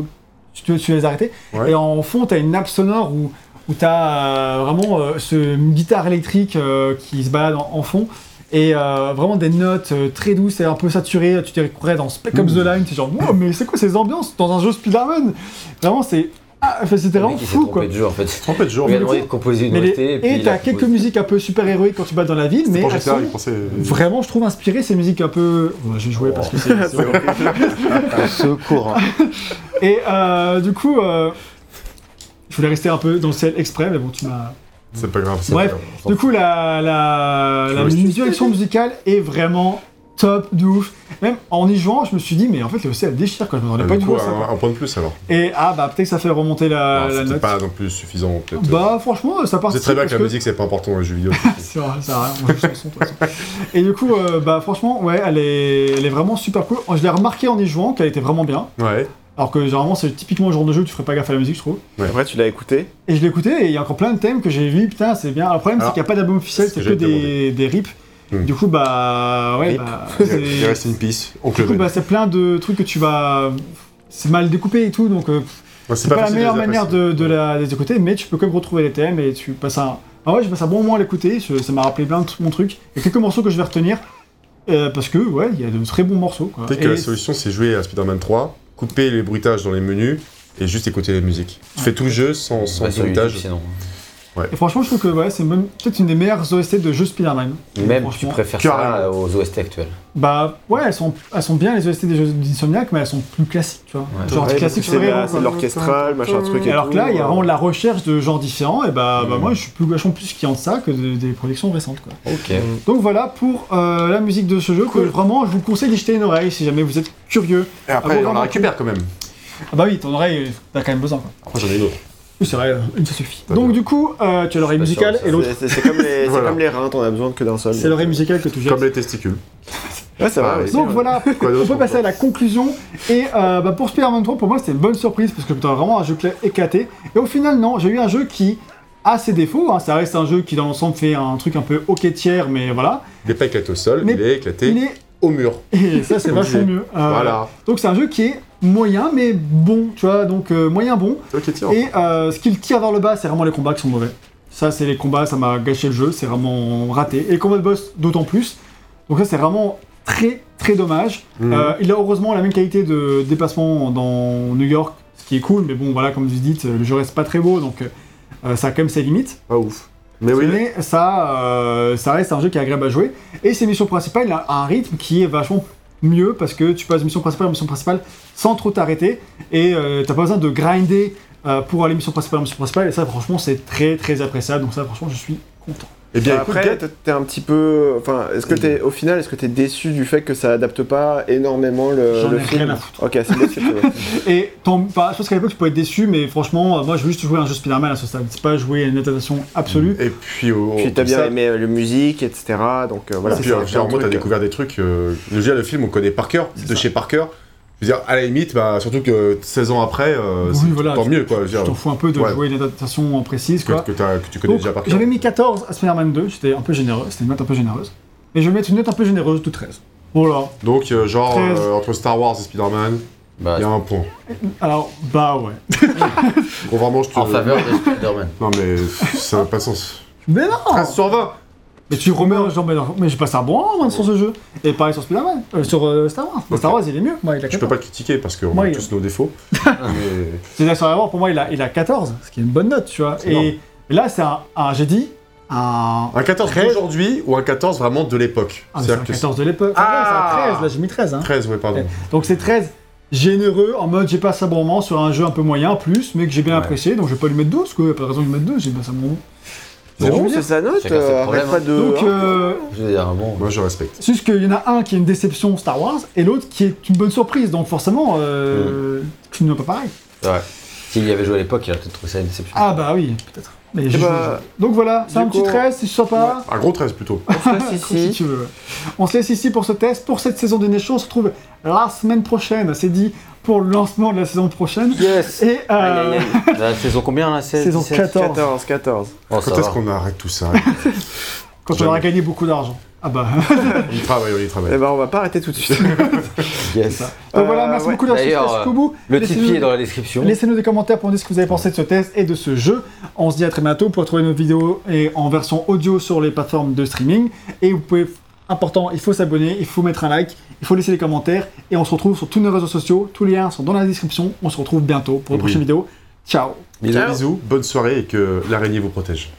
tu, tu- tu vas les arrêter. Ouais. Et en fond, t'as une nappe sonore où, où t'as euh, vraiment euh, ce une guitare électrique euh, qui se balade en, en fond. Et euh, vraiment des notes euh, très douces et un peu saturées, tu t'y recourais dans Spec Ops The Mmh. Line, c'est genre, wow, mais c'est quoi ces ambiances dans un jeu Spider-Man Vraiment, c'est. Ah, enfin, c'était Le vraiment mec, il s'est fou quoi. trompé de jeu en fait. Trompé de On jour. lui a mais demandé de composer une Mais les- OST. puis et il a t'as quelques composé. musiques un peu super héroïques quand tu bats dans la ville, mais Pour elles GTA, sont il pensait. vraiment, je trouve, inspirées ces musiques un peu. Ouais, J'ai joué parce que c'est. c'est vrai. Un secours. hein. et euh, du coup, euh, je voulais rester un peu dans le ciel exprès, mais bon, tu m'as. C'est pas grave. c'est Bref, pas grave. Du coup, la, la, Tu la veux rester- direction musicale est vraiment top de ouf. Même en y jouant, je me suis dit, mais en fait, le OC, elle déchire quand je m'en Ah, ai pas du du coup, tout. à ça, un, quoi. un point de plus alors. Et ah, bah, peut-être que ça fait remonter la, Non, Euh, la C'était note. pas non plus suffisant peut-être. Bah, franchement, ça part. c'est très bien que la musique c'est pas important dans les jeux vidéo. C'est vrai, ça a rien, on joue sans son, de toute façon. Et du coup, euh, bah franchement, ouais, elle est, elle est vraiment super cool. Je l'ai remarqué en y jouant qu'elle était vraiment bien. ouais. Alors que généralement, c'est typiquement le genre de jeu où tu ferais pas gaffe à la musique, je trouve. Après, tu l'as écouté. Et je l'ai écouté et il y a encore plein de thèmes que j'ai vu, putain, c'est bien. Alors, le problème, c'est Alors, qu'il n'y a pas d'album officiel, c'est c'est ce que que j'allais des, te des rips. Hmm. Du coup, bah ouais, Rip. bah, Il c'est reste une piece. Oncle du coup, Ben. bah, c'est plein de trucs que tu vas. C'est mal découpé et tout, donc euh, Ouais, c'est pas, la facile meilleure les manière apprécier. de, de la, de les écouter, mais tu peux quand même retrouver les thèmes et tu passes un. Ah ouais, je passe un bon moment à l'écouter, je- ça m'a rappelé plein de tr- mon truc. Il y a quelques morceaux que je vais retenir, euh, parce que ouais, il y a de très bons morceaux. Quoi. Peut-être Et que la solution c'est jouer à Spider-Man 3, couper les bruitages dans les menus et juste écouter la musique. Tu fais tout le jeu sans, sans Pas sur YouTube, bruitage. sinon. et franchement, je trouve que ouais, c'est même- peut-être une des meilleures OST de jeux Spider-Man. Même tu Franchement. préfères Carrément. ça aux OST actuelles. Bah ouais, elles sont, elles sont bien les OST des jeux d'Insomniac, mais elles sont plus classiques, tu vois. Ouais. genre Ouais, classique c'est sur les hein, la- rangs, c'est quoi. de l'orchestral, machin truc. et Alors que tout, là, il y a euh. vraiment de la recherche de genres différents, et bah, bah moi, je suis plus vachement plus qui en ça que de- des productions récentes, quoi. Ok. Donc voilà pour euh, la musique de ce jeu que vraiment je vous conseille d'y jeter une oreille si jamais vous êtes curieux. Et après Ah bon, non, on la récupère quand même. Ah bah oui, ton oreille, euh, t'as quand même besoin quoi. Après j'en ai une autre. Oui, c'est vrai, euh, une ça suffit. Pas Donc bien. du coup, euh, tu as l'oreille Je suis pas musicale sûr de et ça. l'autre. C'est- C'est c'est comme, les- c'est Voilà. comme les reins, t'en as besoin que d'un seul. C'est l'oreille musicale que tu jettes. Comme les testicules. Ouais, c'est vrai. Pareil. ouais, c'est Donc vrai. voilà, hein. Quoi on d'autre peut passer à la conclusion. Et euh, bah, pour Spider-Man 3, pour moi, c'était une bonne surprise parce que c'était vraiment un jeu cla- éclaté. Et au final, non, j'ai eu un jeu qui a ses défauts. hein. Ça reste un jeu qui, dans l'ensemble, fait un truc un peu hockey tiers, mais voilà. Il n'est pas éclaté au sol, Mais il est éclaté Il est. au mur. Et ça, c'est Comme vachement disait. mieux. Euh, Voilà. Donc c'est un jeu qui est moyen, mais bon, tu vois, donc euh, moyen bon. C'est toi qui tire. Et euh, ce qu'il tire vers le bas, c'est vraiment les combats qui sont mauvais. Ça, c'est les combats, ça m'a gâché le jeu, c'est vraiment raté. Et les combats de boss, d'autant plus. Donc ça, c'est vraiment très, très dommage. Mhm. Euh, il a heureusement la même qualité de déplacement dans New York, ce qui est cool, mais bon, voilà, comme vous dites, le jeu reste pas très beau, donc euh, ça a quand même ses limites. Pas ouf. Mais oui. Mais ça, euh, ça reste un jeu qui est agréable à jouer. Et ses missions principales, il a un rythme qui est vachement mieux parce que tu passes de mission principale à mission principale sans trop t'arrêter et euh, t'as pas besoin de grinder euh, pour aller mission principale à mission principale. Et ça, franchement, c'est très très appréciable. Donc, ça, franchement, je suis content. Eh bien écoute, Après, Gat, t'es- t'es un petit peu. Enfin, est-ce que t'es au final, est-ce que t'es déçu du fait que ça adapte pas énormément le, J'en le ai film rien à foutre. Ok, c'est déçu. ouais. Et tant, bah, je pense qu'à l'époque, tu peux être déçu, mais franchement, euh, moi, je veux juste jouer à un jeu Spider-Man à ce stade. C'est pas jouer à une adaptation absolue. Et puis, au, Puis t'as tout bien ça, aimé euh, la musique, etc. Donc euh, voilà. Et puis, ça, euh, c'est un finalement, truc, t'as euh, découvert des trucs. euh, déjà, le film, on connaît par cœur, de chez par cœur. Je veux dire, à la limite, bah, surtout que 16 ans après, euh, Oui, c'est voilà, tant mieux, quoi. Je veux Je dire, t'en fous un peu de ouais. jouer les adaptations en précise, que, quoi. que t'as- que tu connais Donc, déjà par cœur. J'avais mis 14 à Spider-Man 2, j'étais un peu généreux, c'était une note un peu généreuse. Et je vais mettre une note un peu généreuse de 13. Voilà. Donc, euh, genre, 13. euh, entre Star Wars et Spider-Man, Bah, il y a un point. Alors, bah ouais. Bon, vraiment, je te. en faveur de Spider-Man. Non, mais ça n'a pas de sens. Ah, Mais non 13 sur 20 Ah, Mais tu remets un genre, mais, non, mais je passe un bon moment moi, sur ce jeu. Et pareil sur Spider-Man, euh, sur euh, Star Wars. Mais Ok. Star Wars, il est mieux. Moi, il a Je peux 14. pas le critiquer parce qu'on Moi, a il- tous nos défauts. mais... C'est-à-dire, sur la mort, pour moi, il a, il a 14, ce qui est une bonne note, tu vois. C'est énorme. Et là, c'est un, un j'ai dit, un. Un 14 13. d'aujourd'hui ou un 14 vraiment de l'époque Ah, mais c'est un C'est-à-dire que 14 de l'époque. Ah Ah, c'est un 13, là, j'ai mis 13. Hein. 13, ouais, pardon. Ouais. Donc c'est 13 généreux, en mode j'ai passé un bon moment sur un jeu un peu moyen, plus, mais que j'ai bien Ouais. apprécié, donc je vais pas lui mettre 12, quoi. Y a Pas de raison de lui mettre 12, j'ai passé un bon moment. C'est bon, bon, c'est sa note. chacun ses euh, problèmes, Arrête pas hein. de. Donc, euh, Je veux dire, bon. Moi, je respecte. c'est juste qu'il y en a un qui est une déception Star Wars, et l'autre qui est une bonne surprise, donc forcément, euh, tu n'as pas pareil. Ouais. S'il y avait joué à l'époque, il aurait peut-être trouvé ça une déception. Ah bah oui, peut-être. Mais j'ai joué au bah, jeu. donc voilà, c'est du un petit coup, 13, c'est sympa. Un gros 13 plutôt. Si tu veux. On se laisse ici pour ce test, pour cette saison des Nation, on se retrouve la semaine prochaine, c'est dit pour le lancement de la saison prochaine. Yes Et euh, Aïe, aïe, aïe. La saison combien là 16, Saison 17? 14. 14, 14. Oh, ça Quand est-ce va. qu'on arrête tout ça quand on aura gagné beaucoup d'argent. Ah bah. On y travaille, on y travaille. Eh ben, on va pas arrêter tout de suite. Yes. Donc Euh, voilà, merci ouais. beaucoup d'avoir suivi D'ailleurs, jusqu'au bout. Le Laissez-nous- Tipeee est dans la description. Laissez-nous des commentaires pour nous dire ce que vous avez pensé de ce test et de ce jeu. On se dit à très bientôt pour trouver nos vidéos et en version audio sur les plateformes de streaming. Et vous pouvez, important, il faut s'abonner, il faut mettre un like, il faut laisser des commentaires. Et on se retrouve sur tous nos réseaux sociaux. Tous les liens sont dans la description. Eh On se retrouve bientôt pour une Oui. prochaine vidéo. Ciao Bisous, bisous, bonne soirée et que l'araignée vous protège.